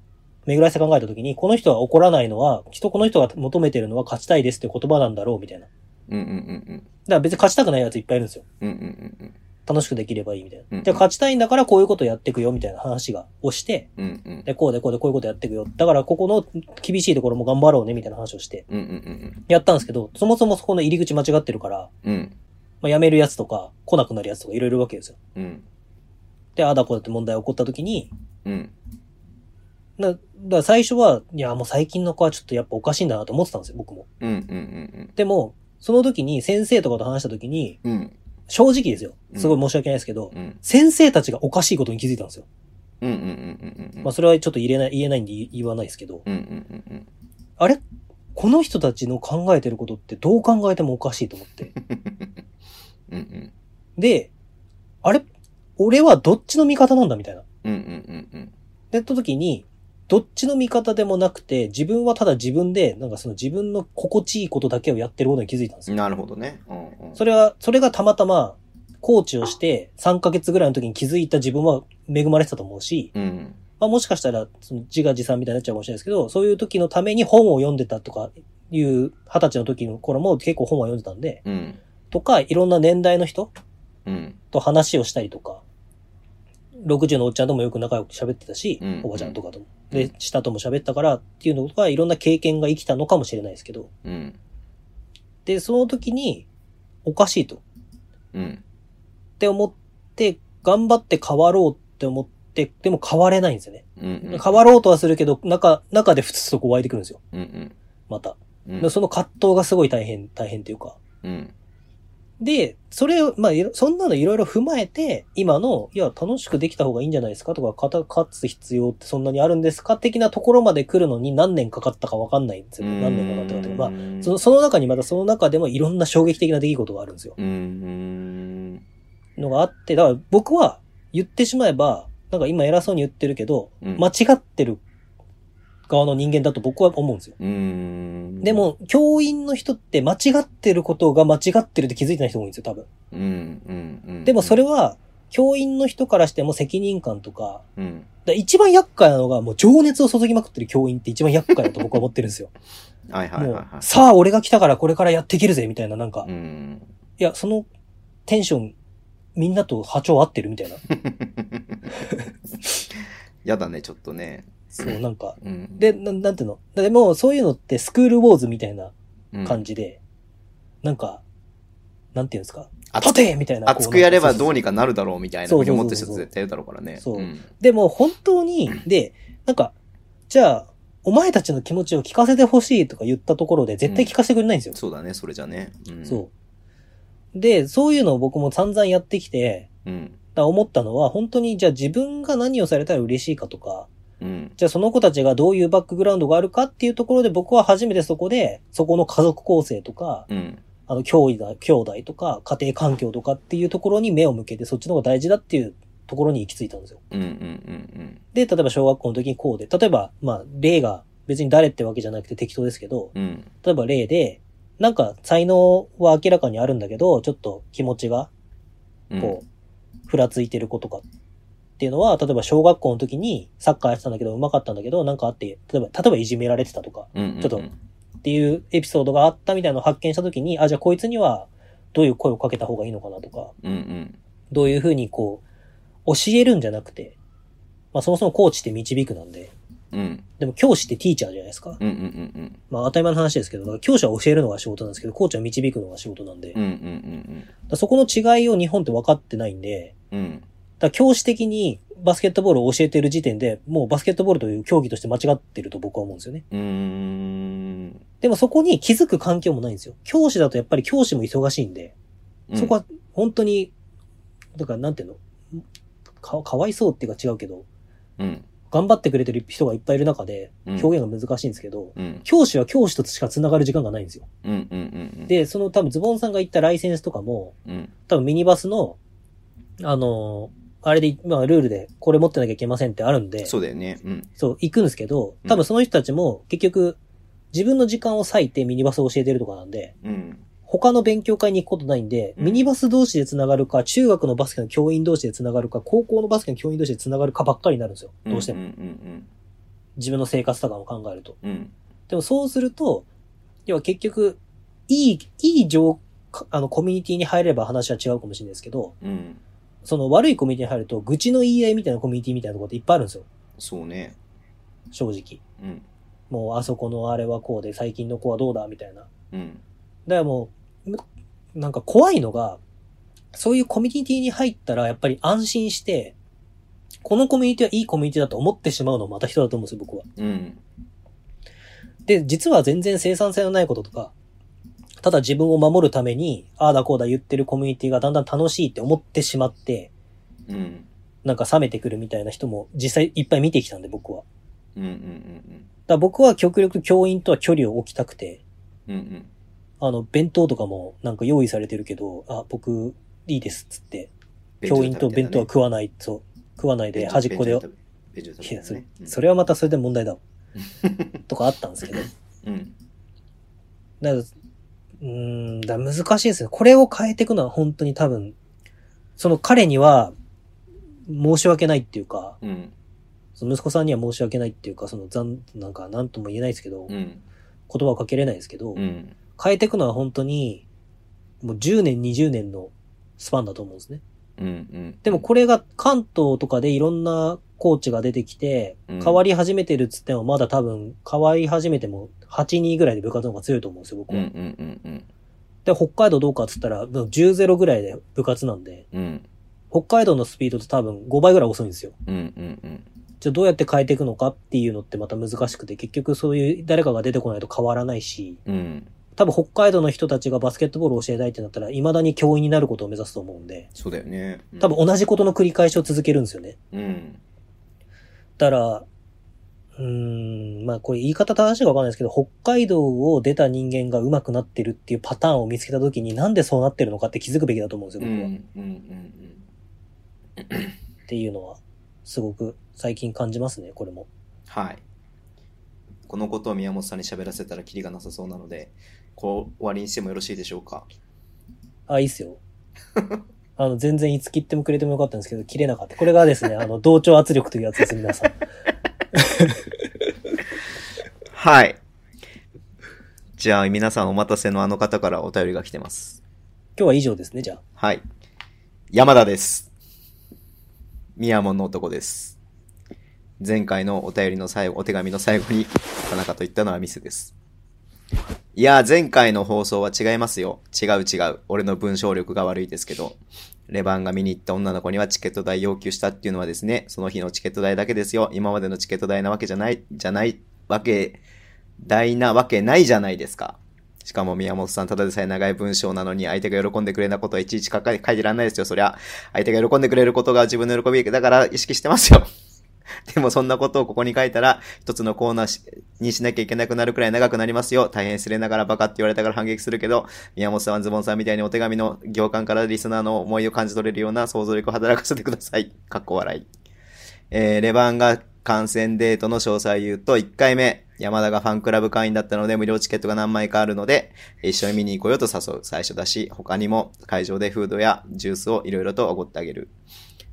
S3: 巡らせて考えた時に、この人は怒らないのは、きっとこの人が求めてるのは勝ちたいですって言葉なんだろうみたいな。だか
S2: うんうんうん
S3: ら別に勝ちたくないやついっぱいいるんですよ。
S2: うん。うんうんうん
S3: 楽しくできればいいみたい
S2: うんう
S3: な。
S2: ん
S3: で、勝ちたいんだからこういうことやっていくよみたいな話が、をして、
S2: うん。うんうん。
S3: で、こうでこうでこういうことやっていくよ。だからここの厳しいところも頑張ろうねみたいな話をして、
S2: うんうん
S3: やったんですけど、そもそもそこの入り口間違ってるから、
S2: うん。うん。
S3: まあ、辞めるやつとか、来なくなるやつとかいろいろいるわけですよ。
S2: うん。
S3: で、ああだこうだって問題起こった時に、
S2: うん。
S3: な、だから最初は、いや、もう最近の子はちょっとやっぱおかしいんだなと思ってたんですよ、僕も。
S2: うんうんうん
S3: でも、その時に先生とかと話した時に、
S2: うん。うん。
S3: 正直ですよ。すごい申し訳ないですけど、
S2: うん。
S3: 先生たちがおかしいことに気づいたんですよ。
S2: うんうんうんうん。
S3: まあ、それはちょっと言えない、言えないんで言言わないですけど、
S2: うんうんうん
S3: あれこの人たちの考えてることってどう考えてもおかしいと思って。
S2: うん。うん
S3: で、あれ俺はどっちの味方なんだみたいな。
S2: うん。うんうんうん
S3: で、った時に、どっちの味方でもなくて、自分はただ自分で、なんかその自分の心地いいことだけをやってることに気づいたんです
S2: うん。
S3: よ。
S2: なるほどね。うんうん。
S3: それは、それがたまたま、コーチをして3ヶ月ぐらいの時に気づいた自分は恵まれてたと思うし、
S2: うん。
S3: まあもしかしたらその自画自賛みたいになっちゃうかもしれないですけど、そういう時のために本を読んでたとかいう二十歳の時の頃も結構本は読んでたんで、
S2: うん。
S3: とかいろんな年代の人
S2: うん。
S3: と話をしたりとか、60のおっちゃんともよく仲良く喋ってたし、
S2: うん
S3: おばちゃんとかとも。
S2: うん
S3: で、下とも喋ったからっていうのとか、いろんな経験が生きたのかもしれないですけど。
S2: うん。
S3: で、その時に、おかしいと。っ
S2: うん。
S3: て思って、頑張って変わろうって思って、でも変われないんですよね。
S2: うん。
S3: 変わろうとはするけど、中、中でふつふつとこう湧いてくるんですよ。
S2: うんうん。
S3: また。
S2: うん。
S3: でその葛藤がすごい大変、大変っていうか。
S2: うん。
S3: で、それを、まあいろ、そんなのいろいろ踏まえて、今の、いや、楽しくできた方がいいんじゃないですかとか、かた勝つ必要ってそんなにあるんですか的なところまで来るのに何年かかったかわかんないんですよ。何年かかったかというか、まあ、
S2: あ
S3: その、その中にまたその中でもいろんな衝撃的な出来事があるんですよ。
S2: うん。
S3: のがあって、だから僕は言ってしまえば、なんか今偉そうに言ってるけど、
S2: うん
S3: 間違ってる側の人間だと僕は思うんですよ。
S2: うん。
S3: で、も、教員の人って間違ってることが間違ってるって気づいてない人多いんですよ、多分。
S2: うんうんうん。
S3: でもそれ
S2: を、
S3: は、教員の人からしても責任感とか、
S2: うん。
S3: だから一番厄介なのが、もう情熱を注ぎまくってる教員って一番厄介だと僕は思ってるんですよ。
S2: はい [laughs] はい
S3: も
S2: はいうは、い。
S3: さあ俺が来たからこれからやっていけるぜ、みたいな、なんか、
S2: う
S3: い
S2: ん。
S3: や、そのテンション、みんなと波長合ってるみた
S2: [laughs]
S3: いな。
S2: やだね、ちょっとね。
S3: そう、なんか。
S2: うん、
S3: で、ななんていうのでもうそういうのってスクールウォーズみたいな感
S2: じ。
S3: じで、なんか、なんていうんですか、
S2: 熱
S3: 立
S2: く、
S3: てみたいな。こう
S2: 熱くやればどう
S3: なんか
S2: にかなるだろうみたいなふ
S3: そうう
S2: に
S3: そうそう
S2: 思ってる人絶対いるだろうからね。
S3: そうんでも本当に、で、なんか、じゃあ、お前たちの気持ちを聞かせてほしいとか言ったところで絶対聞かせてくれないんですよ。
S2: そうだね、それじゃね。うん、
S3: そう。で、そういうのを僕も散々やってきて、
S2: う。うん。
S3: だから思ったのは、本当にじゃあ自分が何をされたら嬉しいかとか、
S2: うん。
S3: じゃあその子たちがどういうバックグラウンドがあるかっていうところで僕は初めてそこで、そこの家族構成とか、
S2: うん。
S3: あの、兄弟、兄弟とか、家庭環境とかっていうところに目を向けて、そっちの方が大事だっていうところに行き着いたんですよ。
S2: うん。うん。うん。
S3: で、例えば小学校の時にこうで、例えば、まあ、例が、別に誰ってわけじゃなくて適当ですけど、
S2: うん。うん。
S3: 例えば例で、なんか才能は明らかにあるんだけど、ちょっと気持ちが、
S2: うん
S3: こう、ふらついてる子とかっていうのは、例えば小学校の時にサッカーやってたんだけど、上手かったんだけど、なんかあって、例えば、例えばいじめられてたとか
S2: うん。うん。
S3: ちょっとっていうエピソードがあったみたいなのを発見した時に、あ、じゃあこいつにはどういう声をかけた方がいいのかなとか、
S2: うん。うん。
S3: どういうふうにこう、教えるんじゃなくて、まあそもそもコーチって導くなんで、
S2: うん。うん。
S3: でも教師ってティーチャーじゃないですか。
S2: うんうんうん
S3: まあ当たり前の話ですけど、だから教師は教えるのが仕事なんですけど、コーチは導くのが仕事なんで、
S2: うん。う
S3: だか
S2: んうん
S3: らそこの違いを日本って分かってないんで、
S2: うんうん。うん。
S3: だから教師的にバスケットボールを教えてる時点で、もうバスケットボールという競技として間違ってると僕は思うんですよね。
S2: うーん。
S3: でもそこに気づく環境もないんですよ。教師だとやっぱり教師も忙しいんで、
S2: うん
S3: そこは本当に、だからなんていうのかかわいそうっていうか違うけど、
S2: うん。
S3: 頑張ってくれてる人がいっぱいいる中で、
S2: うん
S3: 表現が難しいんですけど、
S2: うん。
S3: 教師は教師としか繋がる時間がないんですよ。
S2: うんうんうん。、
S3: で、その多分ズボンさんが言ったライセンスとかも、
S2: うん。
S3: 多分ミニバスの、あのーあれで、まあルールでこれ持ってなきゃいけませんってあるんで、
S2: そうだよね。うん。
S3: そう、行くんですけど
S2: う、ん
S3: 多分その人たちも結局、自分の時間を割いてミニバスを教えてるとかなんで、
S2: うん。
S3: 他の勉強会に行くことないんで、
S2: うん
S3: ミニバス同士で繋がるか、中学のバスケの教員同士で繋がるか、高校のバスケの教員同士で繋がるかばっかりになるんですよ。どうして
S2: うん
S3: も。
S2: うん
S3: 自分の生活とかも考えると。
S2: うんうん。
S3: でもそうすると、要は結局、いい、いい情、かあの、コミュニティに入れば話は違うかもしれないですけど、
S2: うん。うん。
S3: その悪いコミュニティに入ると、愚痴の言い合いみたいなコミュニティみたいなところっていっぱいあるんですよ。
S2: そうね。
S3: 正直。
S2: うん。
S3: もう、あそこのあれはこうで、最近の子はどうだ、みたいな。だか
S2: うん。
S3: らもう、むなんか怖いのが、そういうコミュニティに入ったら、やっぱり安心して、このコミュニティはいいコミュニティだと思ってしまうのもまた人だと思うんですよ、僕は。
S2: うん。
S3: で、実は全然生産性のないこととか、ただ自分を守るために、ああだこうだ言ってるコミュニティがだんだん楽しいって思ってしまって、
S2: うん。
S3: なんか冷めてくるみたいな人も実際いっぱい見てきたんで、僕は。
S2: うんうんうん
S3: だから僕は極力教員とは距離を置きたくて、
S2: うん。うんうん。
S3: あの、弁当とかもなんか用意されてるけど、あ、僕、いいですっつって、教員と弁当は食わない、そう、食わないで端っこで、い
S2: ベジ
S3: や、それ、そ
S2: れ。
S3: れはまたそれで問題だわとかあったんですけど、
S2: うん。
S3: だから、うーん、だから難しいですね。これを変えていくのは本当に多分、その彼には申し訳ないっていうか、
S2: うん。
S3: その息子さんには申し訳ないっていうか、その残、なんか何とも言えないですけど、
S2: う
S3: 言
S2: ん。
S3: 葉をかけれないですけど、
S2: うん。
S3: 変えていくのは本当に、もう10年、20年のスパンだと思うんですね。
S2: うん。うん。
S3: でもこれが関東とかでいろんなコーチが出てきて、
S2: うん
S3: 変わり始めてるっつってもまだ多分変わり始めても8、2ぐらいで部活の方が強いと思うんですよ、僕
S2: うん
S3: は。
S2: うんうん
S3: で、北海道どうかっつったら、もう10-0ぐらいで部活なんで、
S2: うん。うん。
S3: 北海道のスピードって多分5倍ぐらい遅いんですよ。
S2: うんうんうん。
S3: じゃあどうやって変えていくのかっていうのってまた難しくて、結局そういう誰かが出てこないと変わらないし、
S2: うん。
S3: 多分北海道の人たちがバスケットボールを教えたいってなったら、未だに教員になることを目指すと思うんで、
S2: そうだよね。
S3: 多分同じことの繰り返しを続けるんですよね。
S2: うん。
S3: だから、うーん、まあこれ言い方正しいかわかんないですけど、北海道を出た人間が上手くなってるっていうパターンを見つけた時に、なんでそうなってるのかって気づくべきだと思うんです
S2: う
S3: よ、
S2: んう
S3: 僕
S2: ん
S3: は。
S2: うんうん。
S3: っていうのは、すごく最近感じますね、これも。
S2: はい。このことを宮本さんに喋らせたらキリがなさそうなので、こう終わりにしてもよろしいでしょうか。
S3: あ、いいっす
S2: [laughs]
S3: よ。あの、全然いつ切ってもくれてもよかったんですけど、切れなかった。これがです
S2: [laughs]
S3: ね、あの、同調圧力というやつです、皆さん。
S2: はい。じゃあ皆さんお待たせのあの方からお便りが来てます。
S3: 今日は以上ですね、じゃあ。
S2: はい。山田です。宮門の男です。前回のお便りの最後、お手紙の最後に、田中と言ったのはミスです。いやー、前回の放送は違いますよ。違う違う。俺の文章力が悪いですけど。レバンが見に行った女の子にはチケット代要求したっていうのはですね、その日のチケット代だけですよ。今までのチケット代なわけじゃない、じゃない、わけ、代なわけないじゃないですか。しかも宮本さん、ただでさえ長い文章なのに、相手が喜んでくれなことはいちいち書か書いてらんないですよ、そりゃ。相手が喜んでくれることが自分の喜びだから意識してますよ。 [laughs] でもそんなことをここに書いたら、一つのコーナーしにしなきゃいけなくなるくらい長くなりますよ。大変失礼ながらバカって言われたから反撃するけど、宮本さんはズボンさんみたいにお手紙の行間からリスナーの思いを感じ取れるような想像力を働かせてください。かっこ笑い。えーレバンが観戦デートの詳細を言うと、1回目、山田がファンクラブ会員だったので、無料チケットが何枚かあるので、一緒に見に行こうよと誘う最初だし、他にも会場でフードやジュースをいろいろとおごってあげる。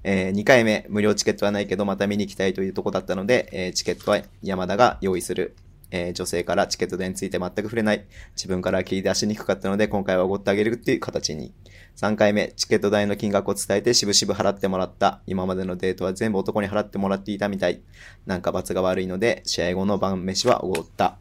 S2: え2回目、無料チケットはないけど、また見に行きたいというとこだったので、えーチケットは山田が用意する。えー女性からチケット代について全く触れない。自分から切り出しにくかったので、今回はおごってあげるっていう形に。 3回目、チケット代の金額を伝えて渋々払ってもらった。今までのデートは全部男に払ってもらっていたみたい。なんか罰が悪いので、試合後の晩飯はおごった。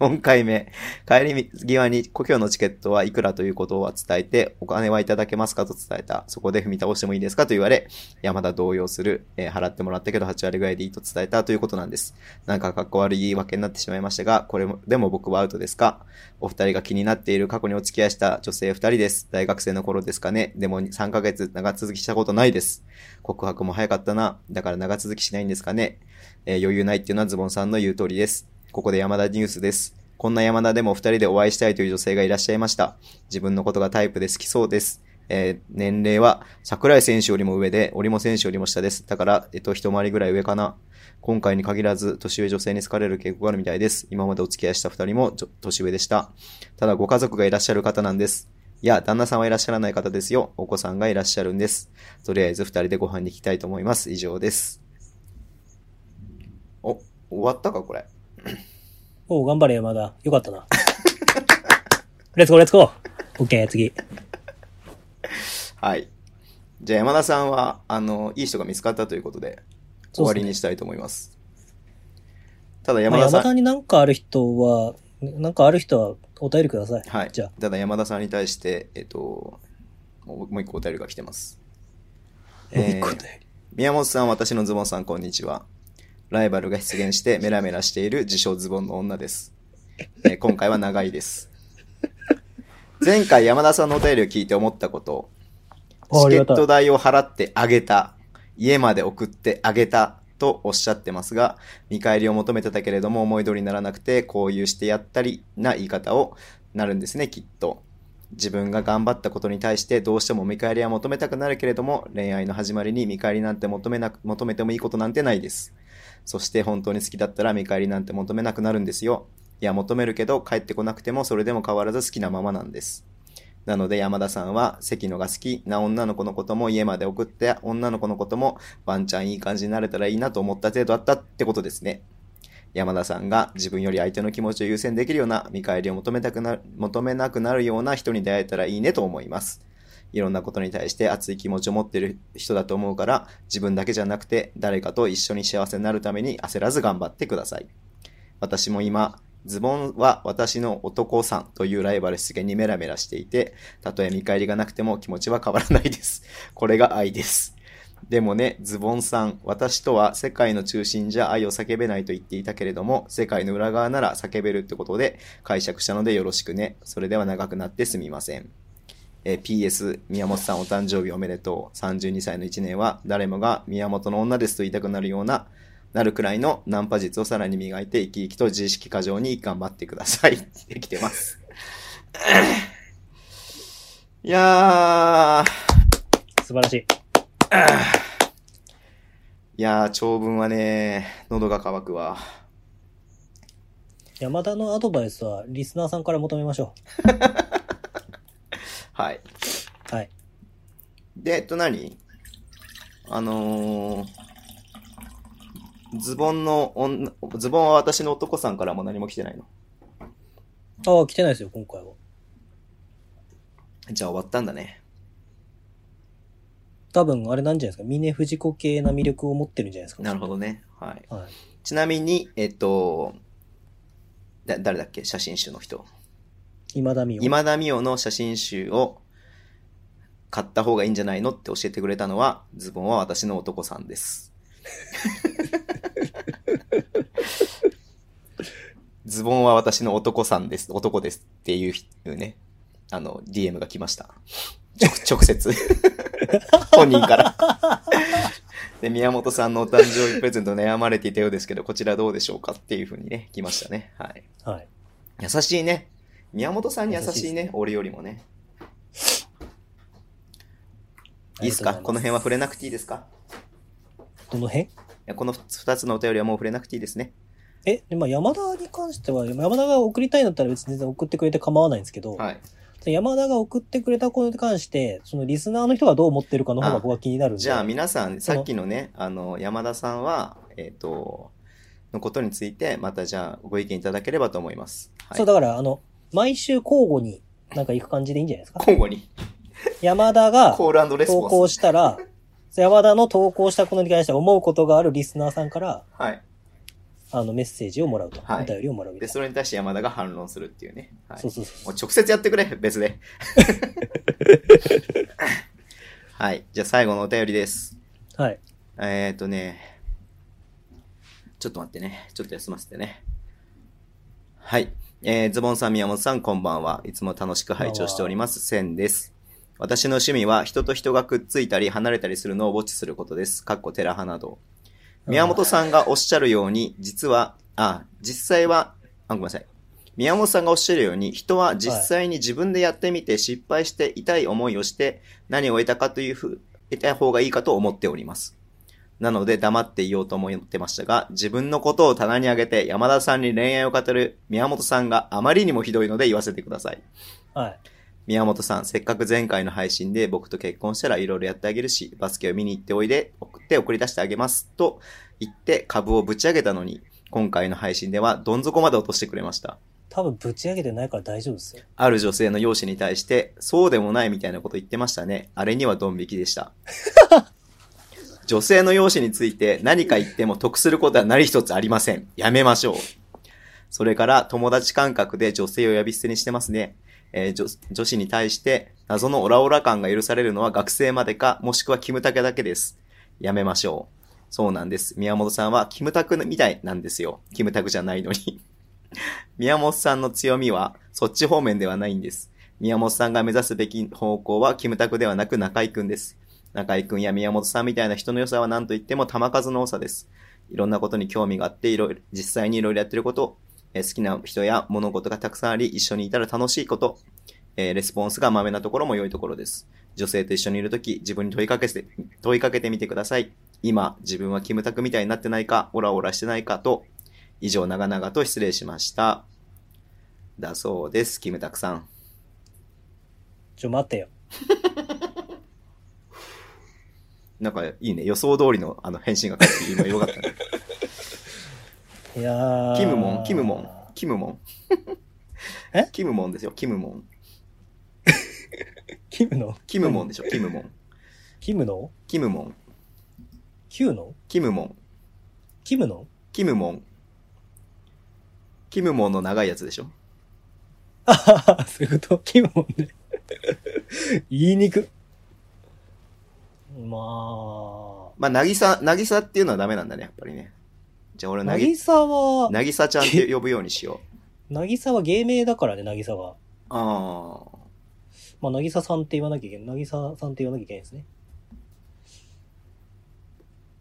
S2: 4回目、帰り際に故郷のチケットはいくらということは伝えて、お金はいただけますかと伝えた。そこで踏み倒してもいいですかと言われ、山田動揺する、えー払ってもらったけど8割ぐらいでいいと伝えたということなんです。なんか格好悪い言い訳になってしまいましたが、これも、でも僕はアウトですかお二人が気になっている過去にお付き合いした女性二人です。大学生の頃ですかね。でも3ヶ月長続きしたことないです。告白も早かったな。だから長続きしないんですかね。えー余裕ないっていうのはズボンさんの言う通りです。ここで山田ニュースです。こんな山田でも二人でお会いしたいという女性がいらっしゃいました。自分のことがタイプで好きそうです。えー年齢は桜井選手よりも上で、折茂選手よりも下です。だから、えっと、一回りぐらい上かな。今回に限らず、年上女性に好かれる傾向があるみたいです。今までお付き合いした二人もちょ年上でした。ただ、ご家族がいらっしゃる方なんです。いや、旦那さんはいらっしゃらない方ですよ。お子さんがいらっしゃるんです。とりあえず、二人でご飯に行きたいと思います。以上です。お、終わったか、これ。
S3: おう、頑張れ、山田。よかったな。レッツゴー、レッツゴー。オッケー、次。
S2: はい。じゃあ、山田さんは、あの、いい人が見つかったということで、終わりにしたいと思います。ただ、
S3: ま
S2: 山
S3: あ
S2: 田さん、
S3: 山田になんかある人は、なんかある人はお便りください。
S2: はい。
S3: じゃあ。
S2: ただ山田さんに対して、えっと、もうもう一個お便りが来てます。え
S3: もう一個お
S2: ー
S3: 便り
S2: 宮本さん、私のズボンさん、こんにちは。ライバルが出現
S3: [laughs]
S2: してメラメラしている自称ズボンの女です。えー今回は長いです。前回山田さんのお便りを聞いて思ったこと、
S3: あ
S2: チ
S3: あり
S2: ケ
S3: が
S2: ッ
S3: たい
S2: ト代を払ってあげた、家まで送ってあげたとおっしゃってますが、見返りを求めてたけれども思い通りにならなくて、こういうしてやったりな言い方をなるんですね、きっと。自分が頑張ったことに対してどうしても見返りは求めたくなるけれども、恋愛の始まりに見返りなんて求めなく、求めてもいいことなんてないです。そして本当に好きだったら見返りなんて求めなくなるんですよ。いや、求めるけど帰ってこなくてもそれでも変わらず好きなままなんです。なので山田さんは、関野が好きな女の子のことも家まで送って、女の子のこともワンチャンいい感じになれたらいいなと思った程度だったってことですね。山田さんが自分より相手の気持ちを優先できるような見返りを求めたくなる、求めなくなるような人に出会えたらいいねと思います。いろんなことに対して熱い気持ちを持っている人だと思うから、自分だけじゃなくて誰かと一緒に幸せになるために焦らず頑張ってください。私も今、ズボンは私の男さんというライバル出現にメラメラしていて、たとえ見返りがなくても気持ちは変わらないです。 [laughs] これが愛です。でもね、ズボンさん、私とは世界の中心じゃ愛を叫べないと言っていたけれども、世界の裏側なら叫べるってことで解釈したのでよろしくね。それでは長くなってすみません。えー PS、宮本さんお誕生日おめでとう。32歳の1年は誰もが宮本の女ですと言いたくなるような、なるくらいのナンパ術をさらに磨いて生き生きと自意識過剰に頑張ってください。 [laughs] できてます。いやー、
S3: 素晴らしい。
S2: いやー、長文はね、喉が渇くわ。
S3: 山田のアドバイスはリスナーさんから求めましょ
S2: はい。
S3: う。はい。
S2: で、えっと何、あのー、ズボンの女、ズボンは私の男さんからも何も来てないの。
S3: ああ、来てないですよ、今回は。
S2: じゃあ終わったんだね。
S3: 多分、あれなんじゃないですか。峰藤子系な魅力を持ってるんじゃないですか。
S2: なるほどね。はい。
S3: はい。
S2: ちなみに、えっと、だ誰だっけ写真集の人。
S3: 今田美桜。
S2: 今田美桜の写真集を買った方がいいんじゃないのって教えてくれたのは、ズボンは私の男さんです。ズボンは私の男さんです。男ですっていうね、あの、DM が来ました。直直接。本人から。で、宮本さんのお誕生日プレゼント悩まれていたようですけど、こちらどうでしょうかっていうふうにね、来ましたね。はい。
S3: はい。
S2: 優しいね。宮本さんに優
S3: 優し
S2: しい
S3: い
S2: ね
S3: で。
S2: 俺よりもね。
S3: あ
S2: いいで
S3: りが
S2: す
S3: とうご
S2: か
S3: ざいます
S2: この辺は触れなくていいですか
S3: どの辺
S2: いやこの2つのお便りはもう触れなくていいですね。
S3: え、でまあ、山田に関しては、山田が送りたいんだったら別に全然送ってくれて構わないんですけど、
S2: はい。
S3: 山田が送ってくれたことに関して、そのリスナーの人がどう思ってるかの方
S2: あ
S3: が僕は気になるんで。
S2: じゃあ皆さん、
S3: その
S2: さっきのね、あの、山田さんは、えっ、と、のことについて、またじゃあご意見いただければと思います。はい
S3: そう、だから、あの、毎週交互になんか行く感じでいいんじゃないですか。
S2: 交互に。
S3: 山田が
S2: コールレス
S3: 投
S2: ポ
S3: 稿
S2: ンス。
S3: したら、山田の投稿したことに関して思うことがあるリスナーさんから、
S2: はい。
S3: あの、メッセージをもらうと。
S2: はい
S3: お便りをもらうみた
S2: で、
S3: い
S2: それに対して山田が反論するっていうね。は。
S3: ないそうそうそ
S2: も
S3: う
S2: う。直接やってくれ、別
S3: [laughs]
S2: で。はい。じゃあ最後のお便りです。
S3: はい。
S2: えっ、ー、とね、ちょっと待ってね。ちょっと休ませてね。はい。えーズボンさん、宮本さん、こんばんは。いつも楽しく拝聴しております。センです。私の趣味は人と人がくっついたり離れたりするのをウォッチすることです。かっこテラ派など。宮本さんがおっしゃるように、実は、あ、実際は、あ、ごめんなさい。宮本さんがおっしゃるように、人は実際に自分でやってみて失敗して痛い思いをして、何を得たかというふう、得た方がいいかと思っております。なので黙っていようと思ってましたが、自分のことを棚に上げて山田さんに恋愛を語る宮本さんがあまりにもひどいので言わせてください。
S3: はい。
S2: 宮本さん、せっかく前回の配信で僕と結婚したらいろいろやってあげるし、バスケを見に行っておいで、送って送り出してあげます、と言って株をぶち上げたのに、今回の配信ではどん底まで落としてくれました。
S3: 多分ぶち上げてないから大丈夫ですよ。
S2: ある女性の容姿に対して、そうでもないみたいなこと言ってましたね。あれにはドン引きでした。女性の容姿について何か言っても得することは何一つありません。やめましょう。それから友達感覚で女性を呼び捨てにしてますね。えー女女子に対して謎のオラオラ感が許されるのは学生までか、もしくはキムタクだけです。やめましょう。そうなんです。宮本さんはキムタクみたいなんですよ。キムタクじゃないのに。宮本さんの強みは、そっち方面ではないんです。宮本さんが目指すべき方向は、キムタクではなく中井くんです。中井くんや宮本さんみたいな人の良さは何と言っても玉数の多さです。いろんなことに興味があって、いろいろ、実際にいろいろやってること、えー好きな人や物事がたくさんあり、一緒にいたら楽しいこと、えーレスポンスがまめなところも良いところです。女性と一緒にいるとき、自分に問いかけて、問いかけてみてください。今、自分はキムタクみたいになってないか、オラオラしてないかと、以上、長々と失礼しました。だそうです、キムタクさん。
S3: ちょ、待ってよ。
S2: なんかいいね、予想通りのあの返信が返ってきて今よかった
S3: [laughs]
S2: ね。
S3: いやー
S2: キムモン、キムモン、キムモン。
S3: え
S2: キムモンですよ、キムモン。
S3: キムの
S2: キムモンでしょ、キムモン。
S3: キムの
S2: キムモン、
S3: キュの
S2: キムモン、
S3: キムの
S2: キムモン。キムモンの長いやつでしょ。
S3: あはは、そういうことキムモンね。 [laughs] 言いにく。ま
S2: まあ、なぎさ、なぎさっていうのはダメなんだね、やっぱりね。じゃあ俺
S3: あ、
S2: な
S3: な
S2: ぎ
S3: ぎ、さは、
S2: なぎさちゃんって呼ぶようにしよう。
S3: なぎさは芸名だからね、なぎさは。
S2: ああ。
S3: まあ、なぎささんって言わなきゃいけない。なぎささんって言わなきゃいけないですね。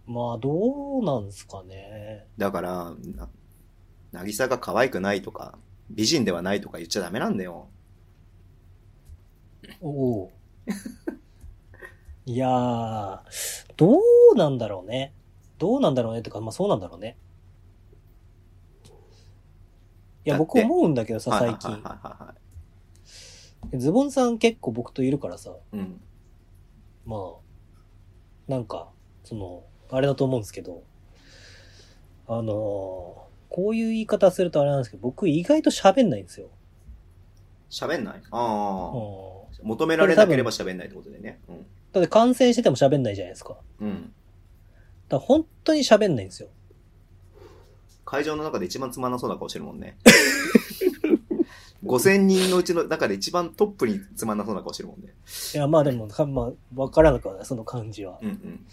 S3: まあ、どうなんすかね。
S2: だから、な、なぎさが可愛くないとか、美人ではないとか言っちゃダメなんだよ。
S3: おおう。いやー、どうなんだろうね。どうなんだろうねってか、まあそうなんだろうね。いや、
S2: だって
S3: 僕思うんだけどさ、
S2: はいはい
S3: 最
S2: はいはい
S3: 近。
S2: は
S3: ズボンさん結構僕といるからさ、
S2: い。うん。
S3: まあ、なんか、その、あれだと思うんですけど、あのーこういう言い方するとあれなんですけど、僕意外と喋んないんですよ。
S2: 喋んないあ
S3: う
S2: あ。
S3: ん
S2: 求められなければ喋んないってことだよね。うん。
S3: だって感染してても喋んないじゃないですか。だか
S2: うん。
S3: ら本当に喋んないんですよ。
S2: 会場の中で一番つまんなそうな顔してるもんね。5000人のうちの中で一番トップにつまんなそうな顔してるもんね。
S3: いや、まあでも、かまあ、わからなくはない、その感じは。
S2: うんうん。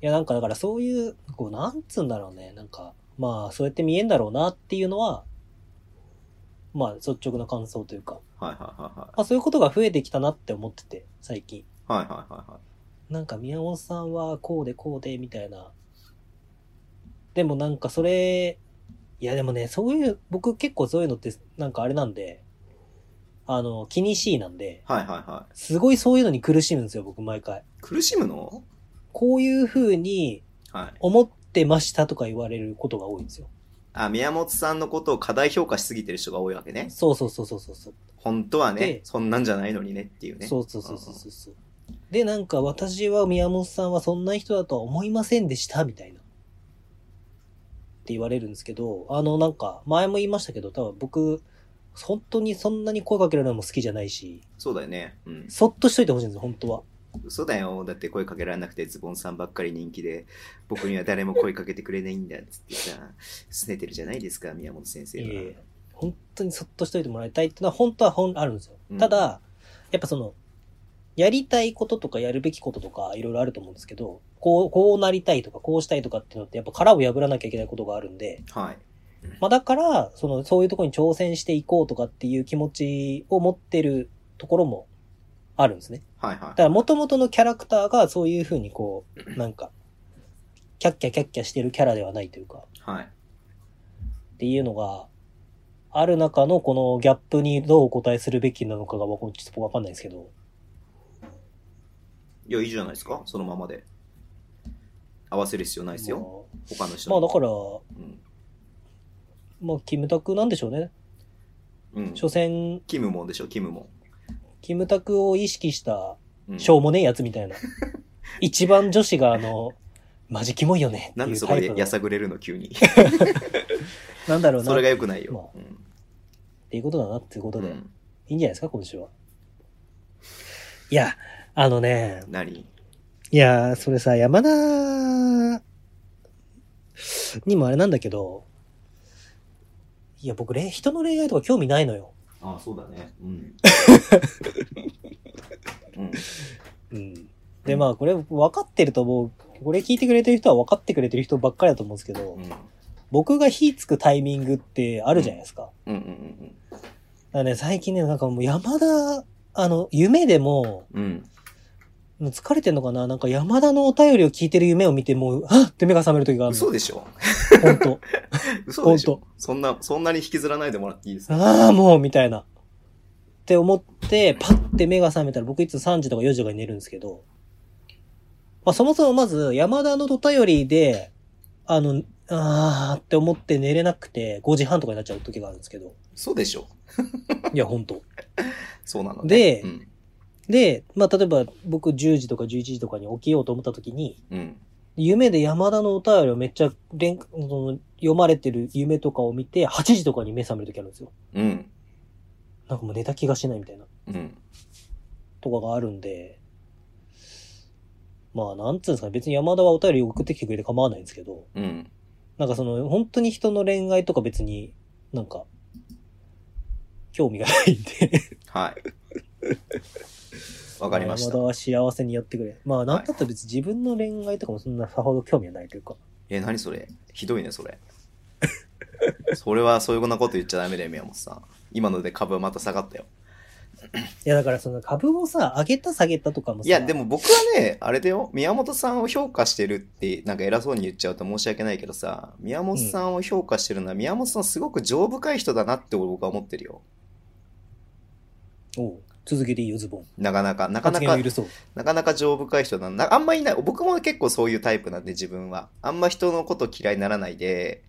S3: いや、なんかだからそういう、こう、なんつうんだろうね。なんか、まあ、そうやって見えんだろうなっていうのは、まあ、率直な感想というか、
S2: はいはいはいは
S3: まあ、そういうことが増えてきたなって思ってて、最近。
S2: い。はいはいはいはい。
S3: なんか、宮本さんはこうでこうで、みたいな。でもなんか、それ、いや、でもね、そういう、僕結構そういうのって、なんかあれなんで、あの、気にしいなんで、
S2: はいはいは
S3: すごいそういうのに苦しむんですよ、僕毎回。
S2: い。苦しむの
S3: こういう風に
S2: はい。
S3: 思ってましたとか言われることが多いんですよ。
S2: あ、宮本さんのことを過大評価しすぎてる人が多いわけね。
S3: そうそうそうそうそうそう。
S2: 本当はね
S3: で、
S2: そんなんじゃないのにねっていうね。
S3: そうそうそうそうそうそう。で、なんか私は宮本さんはそんな人だとは思いませんでしたみたいな。って言われるんですけど、あのなんか前も言いましたけど、多分僕、本当にそんなに声かけられるのも好きじゃないし、
S2: そうだよね。うん。
S3: そっとしといてほしいんですよ、本当は。
S2: そうだよ。だって声かけられなくてズボンさんばっかり人気で、僕には誰も声かけてくれないんだっつってさ、拗ねてるじゃないですか、宮本先生
S3: いえい
S2: は
S3: え。本当にそっとしといてもらいたいっていうのは本当は本あるんですよ。
S2: うん
S3: ただ、やっぱその、やりたいこととかやるべきこととかいろいろあると思うんですけど、こう、こうなりたいとかこうしたいとかっていうのってやっぱ殻を破らなきゃいけないことがあるんで、
S2: はい。
S3: まあだから、その、そういうところに挑戦していこうとかっていう気持ちを持ってるところもあるんですね。
S2: はいは
S3: だ
S2: い。
S3: から元々のキャラクターがそういうふうにこう、なんか、キャッキャキャッキャしてるキャラではないというか、
S2: はい。
S3: っていうのがある中のこのギャップにどうお答えするべきなのかが僕もちょっとわかんないですけど。
S2: いや、いいじゃないですか、そのままで。合わせる必要ないですよ、他の人
S3: まあ
S2: に
S3: まあだから、
S2: うん。
S3: まあキムタクなんでしょうね。
S2: うん。
S3: 所詮、
S2: キムモンでしょ、キムモ
S3: キムタクを意識した
S2: ン。うん
S3: しょうもねえやつみた
S2: [laughs]
S3: いな。一番女子があの、マジキモいよねって
S2: なん
S3: い
S2: で
S3: う
S2: そ
S3: タ
S2: こ
S3: イ
S2: で
S3: プの
S2: やさぐれるの、急に。
S3: なんだろうな
S2: それ
S3: っ
S2: が良くないよ。うん
S3: ていうことだなっていうこと
S2: う
S3: で、い
S2: ん
S3: いんじゃないですか、今週は。いや、あのね、
S2: 何
S3: いやー、それさ、山田にもあれなんだけど、いや、僕、れ人の恋愛とか興味ないのよ。
S2: ああ、そうだね。うん。 [laughs] うん
S3: うん。で、まあ、これ分かってると思う。これ聞いてくれてる人は分かってくれてる人ばっかりだと思うんですけど、
S2: うん
S3: 僕が火つくタイミングってあるじゃないですか。
S2: うんうん
S3: だからね、最近ね、なんかもう山田、あの、夢でも、
S2: うんうん。
S3: もう疲れてんのかななんか山田のお便りを聞いてる夢を見て、もう、はっって目が覚める時がある
S2: 嘘
S3: の。
S2: でしょ
S3: ほんと。
S2: 嘘でしょそんな、そんなに引きずらないでもらっていいですか
S3: ああ、もう、みたいな。って思って、パッて目が覚めたら、僕いつも3時とか4時とかに寝るんですけど、まあそもそもまず、山田のドタよりで、あの、あーって思って寝れなくて、5時半とかになっちゃう時があるんですけど、
S2: そうでしょ
S3: いや、ほんと。
S2: そうなのね
S3: で
S2: うん。
S3: で、まあ例えば僕10時とか11時とかに起きようと思った時に、
S2: うん。夢
S3: 夢で山田のお便りをめっちゃ連その読まれてる夢とかを見て、8時とかに目覚める時あるんですよ。
S2: うん。
S3: なんかもう寝た気がしないみたいな。
S2: うん。
S3: とかがあるんで、まあ、なんつうんですかね、別に山田はお便り送ってきてくれて構わないんですけど、
S2: うん。
S3: なんかその、本当に人の恋愛とか別に、なんか、興味がないんで。 [laughs]
S2: はい。わかりまし
S3: 山
S2: た
S3: 田。は幸せにやってくれ。まあ、なんだったら別に自分の恋愛とかもそんなさほど興味はないというか。
S2: え、何それひどいね、それ。 [laughs] それは、そういうなこと言っちゃダメだよ、宮本さん。今ので株はまた下がったよ。
S3: いや、だからその株をさ、上げた下げたとかもさ、
S2: いや、でも僕はね、あれだよ、宮本さんを評価してるって、なんか偉そうに言っちゃうと申し訳ないけどさ、宮本さんを評価してるのは、宮本さんすごく情深い人だなって僕は思ってるよ。
S3: おう続けていいよ、ズボン。
S2: なかなか、なか
S3: 発
S2: な
S3: 言
S2: か
S3: を、許そう。
S2: なかなか情深い人だな。あんまいない。僕も結構そういうタイプなんで、自分は。あんま人のこと嫌いにならないで、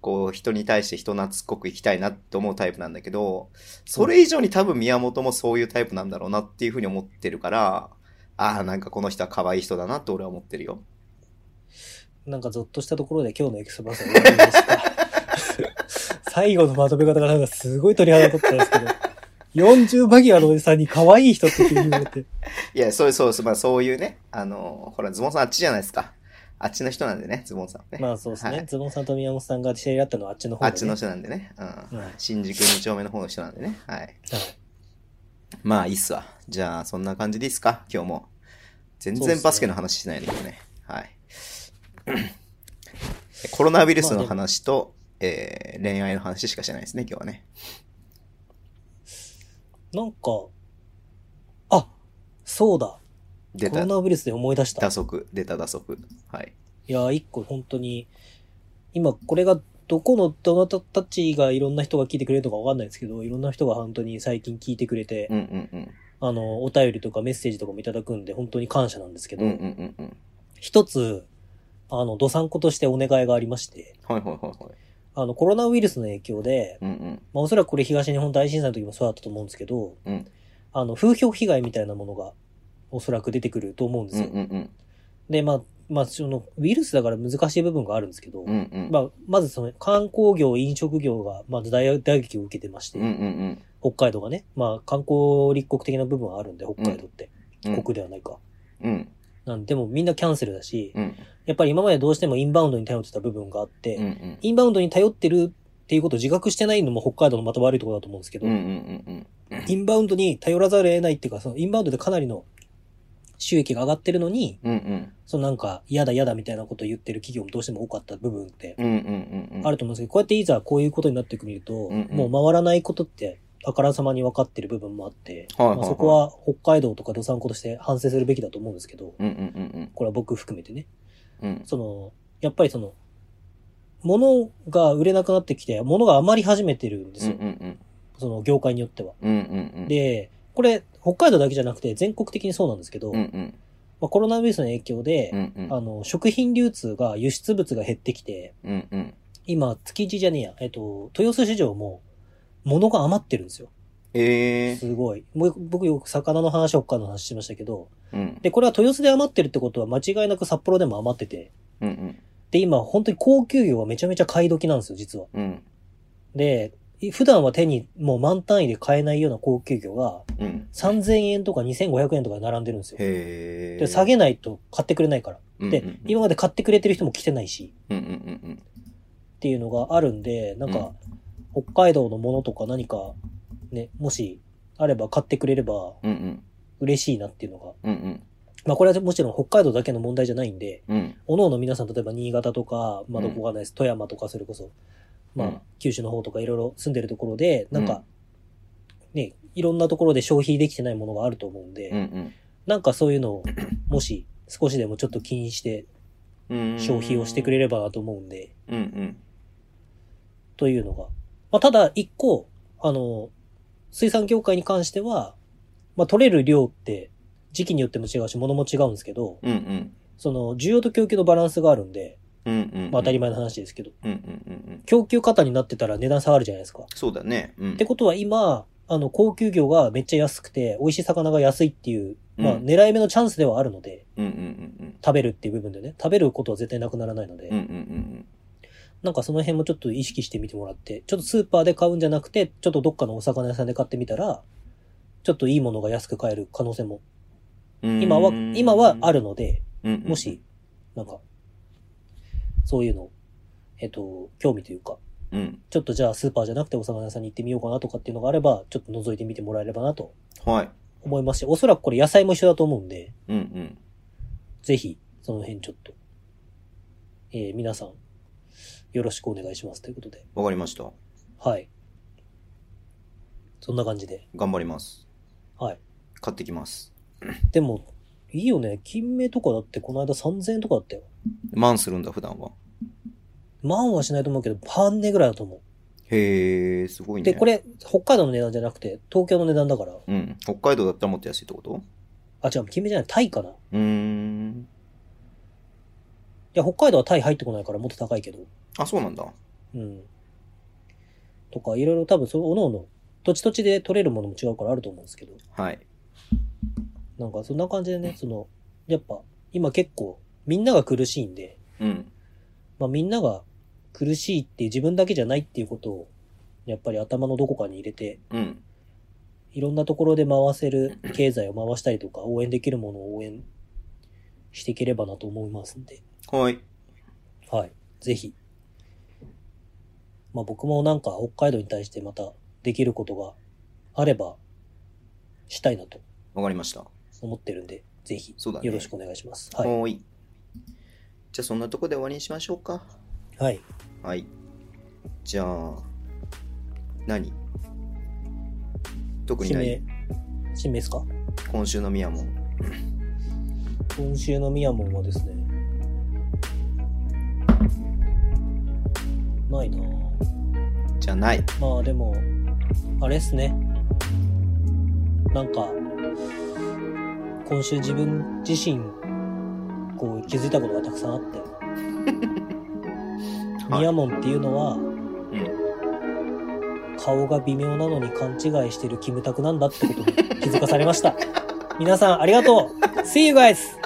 S2: こう、人に対して人懐っこく生きたいなって思うタイプなんだけど、それ以上に多分宮本もそういうタイプなんだろうなっていうふうに思ってるから、ああ、なんかこの人は可愛い人だなって俺は思ってるよ。
S3: なんかゾッとしたところで今日のエクスプラスは終わりま [laughs] した。最後のまとめ方がなんかすごい鳥肌立ったんですけど、40間際のおじさんに可愛い人って急に言われて、
S2: いや、そうそうそう、まあそういうね、あの、ほら、ズボンさんあっちじゃないですか。あっちの人なんでね、ズボンさんはね。
S3: まあそうですね、
S2: はい
S3: ズボンさんと宮本さんが知り合ったのはあっちの方
S2: あ
S3: で、
S2: っ
S3: ね。
S2: ちの人なんでね。うん。
S3: はい
S2: 新宿2丁目の方の人なんでね。はい。
S3: はい
S2: まあいいっすわ。じゃあ、そんな感じでいいっすか今日も。全
S3: そうっす
S2: 然
S3: ね
S2: バスケの話しないね、今ね。はい。コロナウイルスの話と、えー恋愛の話しかしてないですね、今日はね。
S3: なんか、あ、そうだ。
S2: 出
S3: コ
S2: た
S3: ロ、ナウイルスで思い出した。
S2: 打
S3: い
S2: 足、出た打足。はい。
S3: や、一個本当に、今これがどこのどなたたちがいろんな人が聞いてくれるのかわかんないですけど、いろんな人が本当に最近聞いてくれて、
S2: うんうんうん。
S3: あの、お便りとかメッセージとかもいただくんで、本当に感謝なんですけど、
S2: うんうんうんうん。
S3: 一つ、あの、どさんことしてお願いがありまして、
S2: はいはいはいはい。
S3: あの、コロナウイルスの影響で、
S2: うんうん。
S3: まあ、おそらくこれ東日本大震災の時もそうだったと思うんですけど、
S2: うん
S3: あの、風評被害みたいなものが、おそらく出てくると思うんで
S2: う
S3: す
S2: ん
S3: よ。
S2: うんうん。
S3: で、まあ、まあ、その、ウイルスだから難しい部分があるんですけど、
S2: うんうん。
S3: まあ、まずその、観光業、飲食業が、まず大打撃を受けてまして、
S2: うんうん
S3: 北海道がね、まあ、観光立国的な部分はあるんで、北海道って、
S2: うん。
S3: 国ではないか。
S2: うん
S3: なんで、でもみんなキャンセルだし、
S2: うん
S3: やっぱり今までどうしてもインバウンドに頼ってた部分があって、
S2: うんうん。
S3: インバウンドに頼ってるっていうことを自覚してないのも北海道のまた悪いところだと思うんですけど、
S2: うんうんうん
S3: インバウンドに頼らざるを得ないっていうか、そのインバウンドでかなりの収益が上がってるのに、
S2: うん。うんうん。
S3: そのなんか、嫌だ嫌だみたいなことを言ってる企業もどうしても多かった部分って
S2: うんうんうんうん。
S3: あると思うんですけど、こうやっていざこういうことになってくると、
S2: うんうん
S3: もう回らないことって、あからさまに分かってる部分もあって、
S2: はいはいはい
S3: まあ、そこは北海道とか土産子として反省するべきだと思うんですけど、
S2: うんうんうん
S3: これは僕含めてね。
S2: うん。うん
S3: その、やっぱりその、物が売れなくなってきて、物が余り始めてるんですよ。
S2: うんうん
S3: その業界によっては。
S2: うん。うんうんうん。、
S3: で、これ、北海道だけじゃなくて全国的にそうなんですけ
S2: う
S3: ど、
S2: ん
S3: ま
S2: うん。
S3: あ、コロナウイルスの影響で、
S2: うんうん。
S3: あの、食品流通が輸出物が減ってきて、
S2: うんうん。
S3: 今、築地じゃねえや、えっと、豊洲市場も、物が余ってるんですよ。
S2: ええ。
S3: すごい。もう僕よく魚の話、他の話しましたけど、
S2: うん
S3: で、これは豊洲で余ってるってことは間違いなく札幌でも余ってて、
S2: うんうん。
S3: で、今、本当に高級魚はめちゃめちゃ買い時なんですよ、実は。
S2: うん
S3: で、い普段は手にもう満単位で買えないような高級魚が、
S2: うん。
S3: 3000円とか2500円とかで並んでるんですよ。
S2: へえ。
S3: で、下げないと買ってくれないから。
S2: うんうんう
S3: で
S2: ん、
S3: 今まで買ってくれてる人も来てないし、
S2: うんうんうん
S3: っていうのがあるんで、なんか、北海道のものとか何か、ね、もし、あれば買ってくれれば
S2: うん。うんうん。
S3: 嬉しいなっていうのが。
S2: うんうん。
S3: まあこれはもちろん北海道だけの問題じゃないんで、
S2: うん
S3: おのおの皆さん、例えば新潟とか、まあ
S2: うん
S3: どこかないです。富山とかそれこそ、ま
S2: うん
S3: あ九州の方とかいろいろ住んでるところで、なん
S2: うん
S3: か、ね、いろんなところで消費できてないものがあると思うん
S2: うん
S3: で、なんかそういうのを、 [coughs] もし少しでもちょっと気にして
S2: うん。うん
S3: 消費をしてくれればなと思うんで、
S2: うんうん。
S3: というのが。まあ、ただ、一個、あの、水産業界に関しては、まあ、取れる量って、時期によっても違うし、物も違うんですけど、
S2: うんうん。
S3: その、需要と供給のバランスがあるんで、
S2: うんうん。
S3: まあ、当たり前の話ですけど、
S2: うんうんうんうん。
S3: 供給過多になってたら値段下がるじゃないですか。っ
S2: そうだね。うん。
S3: てことは今、あの、高級魚がめっちゃ安くて、美味しい魚が安いっていう、ま
S2: う
S3: あ、
S2: ん
S3: 狙い目のチャンスではあるので、
S2: うんうんうん
S3: 食べるっていう部分でね、食べることは絶対なくならないので、
S2: うん。うんうん
S3: なんかその辺もちょっと意識してみてもらって、ちょっとスーパーで買うんじゃなくて、ちょっとどっかのお魚屋さんで買ってみたら、ちょっといいものが安く買える可能性も、
S2: うんうん。
S3: 今は、今はあるので、
S2: うんうん。
S3: もし、なんか、そういうの、えっと、興味というか、
S2: うん。
S3: ちょっとじゃあスーパーじゃなくてお魚屋さんに行ってみようかなとかっていうのがあれば、ちょっと覗いてみてもらえればなと
S2: はい。
S3: 思いますし、おそらくこれ野菜も一緒だと思うんで、
S2: うんうん。
S3: ぜひ、その辺ちょっと、えー皆さん、よろしくお願いしますということで。
S2: わかりました。
S3: はい。そんな感じで。
S2: 頑張ります。
S3: はい。
S2: 買ってきます。
S3: でも、いいよね。金目とかだってこの間3000円とかだったよ。
S2: マンするんだ、普段は。
S3: 万はしないと思うけど、半値ぐらいだと思。
S2: へえ、すごいうね。
S3: で、こ。れ、北海道の値段じゃなくて、東京の値段だから。
S2: うん。北海道だったらもっと安いってこと
S3: あ、違う、金目じゃない、タイかな。いう
S2: ーん。
S3: や、北海道はタイ入ってこないからもっと高いけど。
S2: あ、そうなんだ。
S3: うん。とか、いろいろ多分、その、おのおの、土地土地で取れるものも違うからあると思うんですけど。
S2: はい。
S3: なんか、そんな感じでね、その、やっぱ、今結構、みんなが苦しいんで、
S2: うん。
S3: まあ、みんなが苦しいっていう自分だけじゃないっていうことを、やっぱり頭のどこかに入れて、
S2: うん。
S3: いろんなところで回せる経済を回したりとか、応援できるものを応援していければなと思いますんで、
S2: はい。
S3: はい。ぜひ。まあ、僕もなんか北海道に対してまたできることがあれば、したいなと
S2: わかりました。
S3: 思ってるんで、ぜひ、
S2: そうだね
S3: よろしくお願いします。
S2: は
S3: はい。
S2: ーい。じゃあ、そんなとこで終わりにしましょうか。
S3: はい。
S2: はい。じゃあ、何特に
S3: 締
S2: な
S3: め
S2: い、
S3: 締めですか
S2: 今週のミヤモン。
S3: 今週のミヤモンはですねないなぁ
S2: じゃない。
S3: まあでもあれっすねなんか今週自分自身こう気づいたことがたくさんあって、ミヤモンっていうのは
S2: うん。
S3: 顔が微妙なのに勘違いしてるキムタクなんだってことに気づかされました皆さんありがとう See you guys!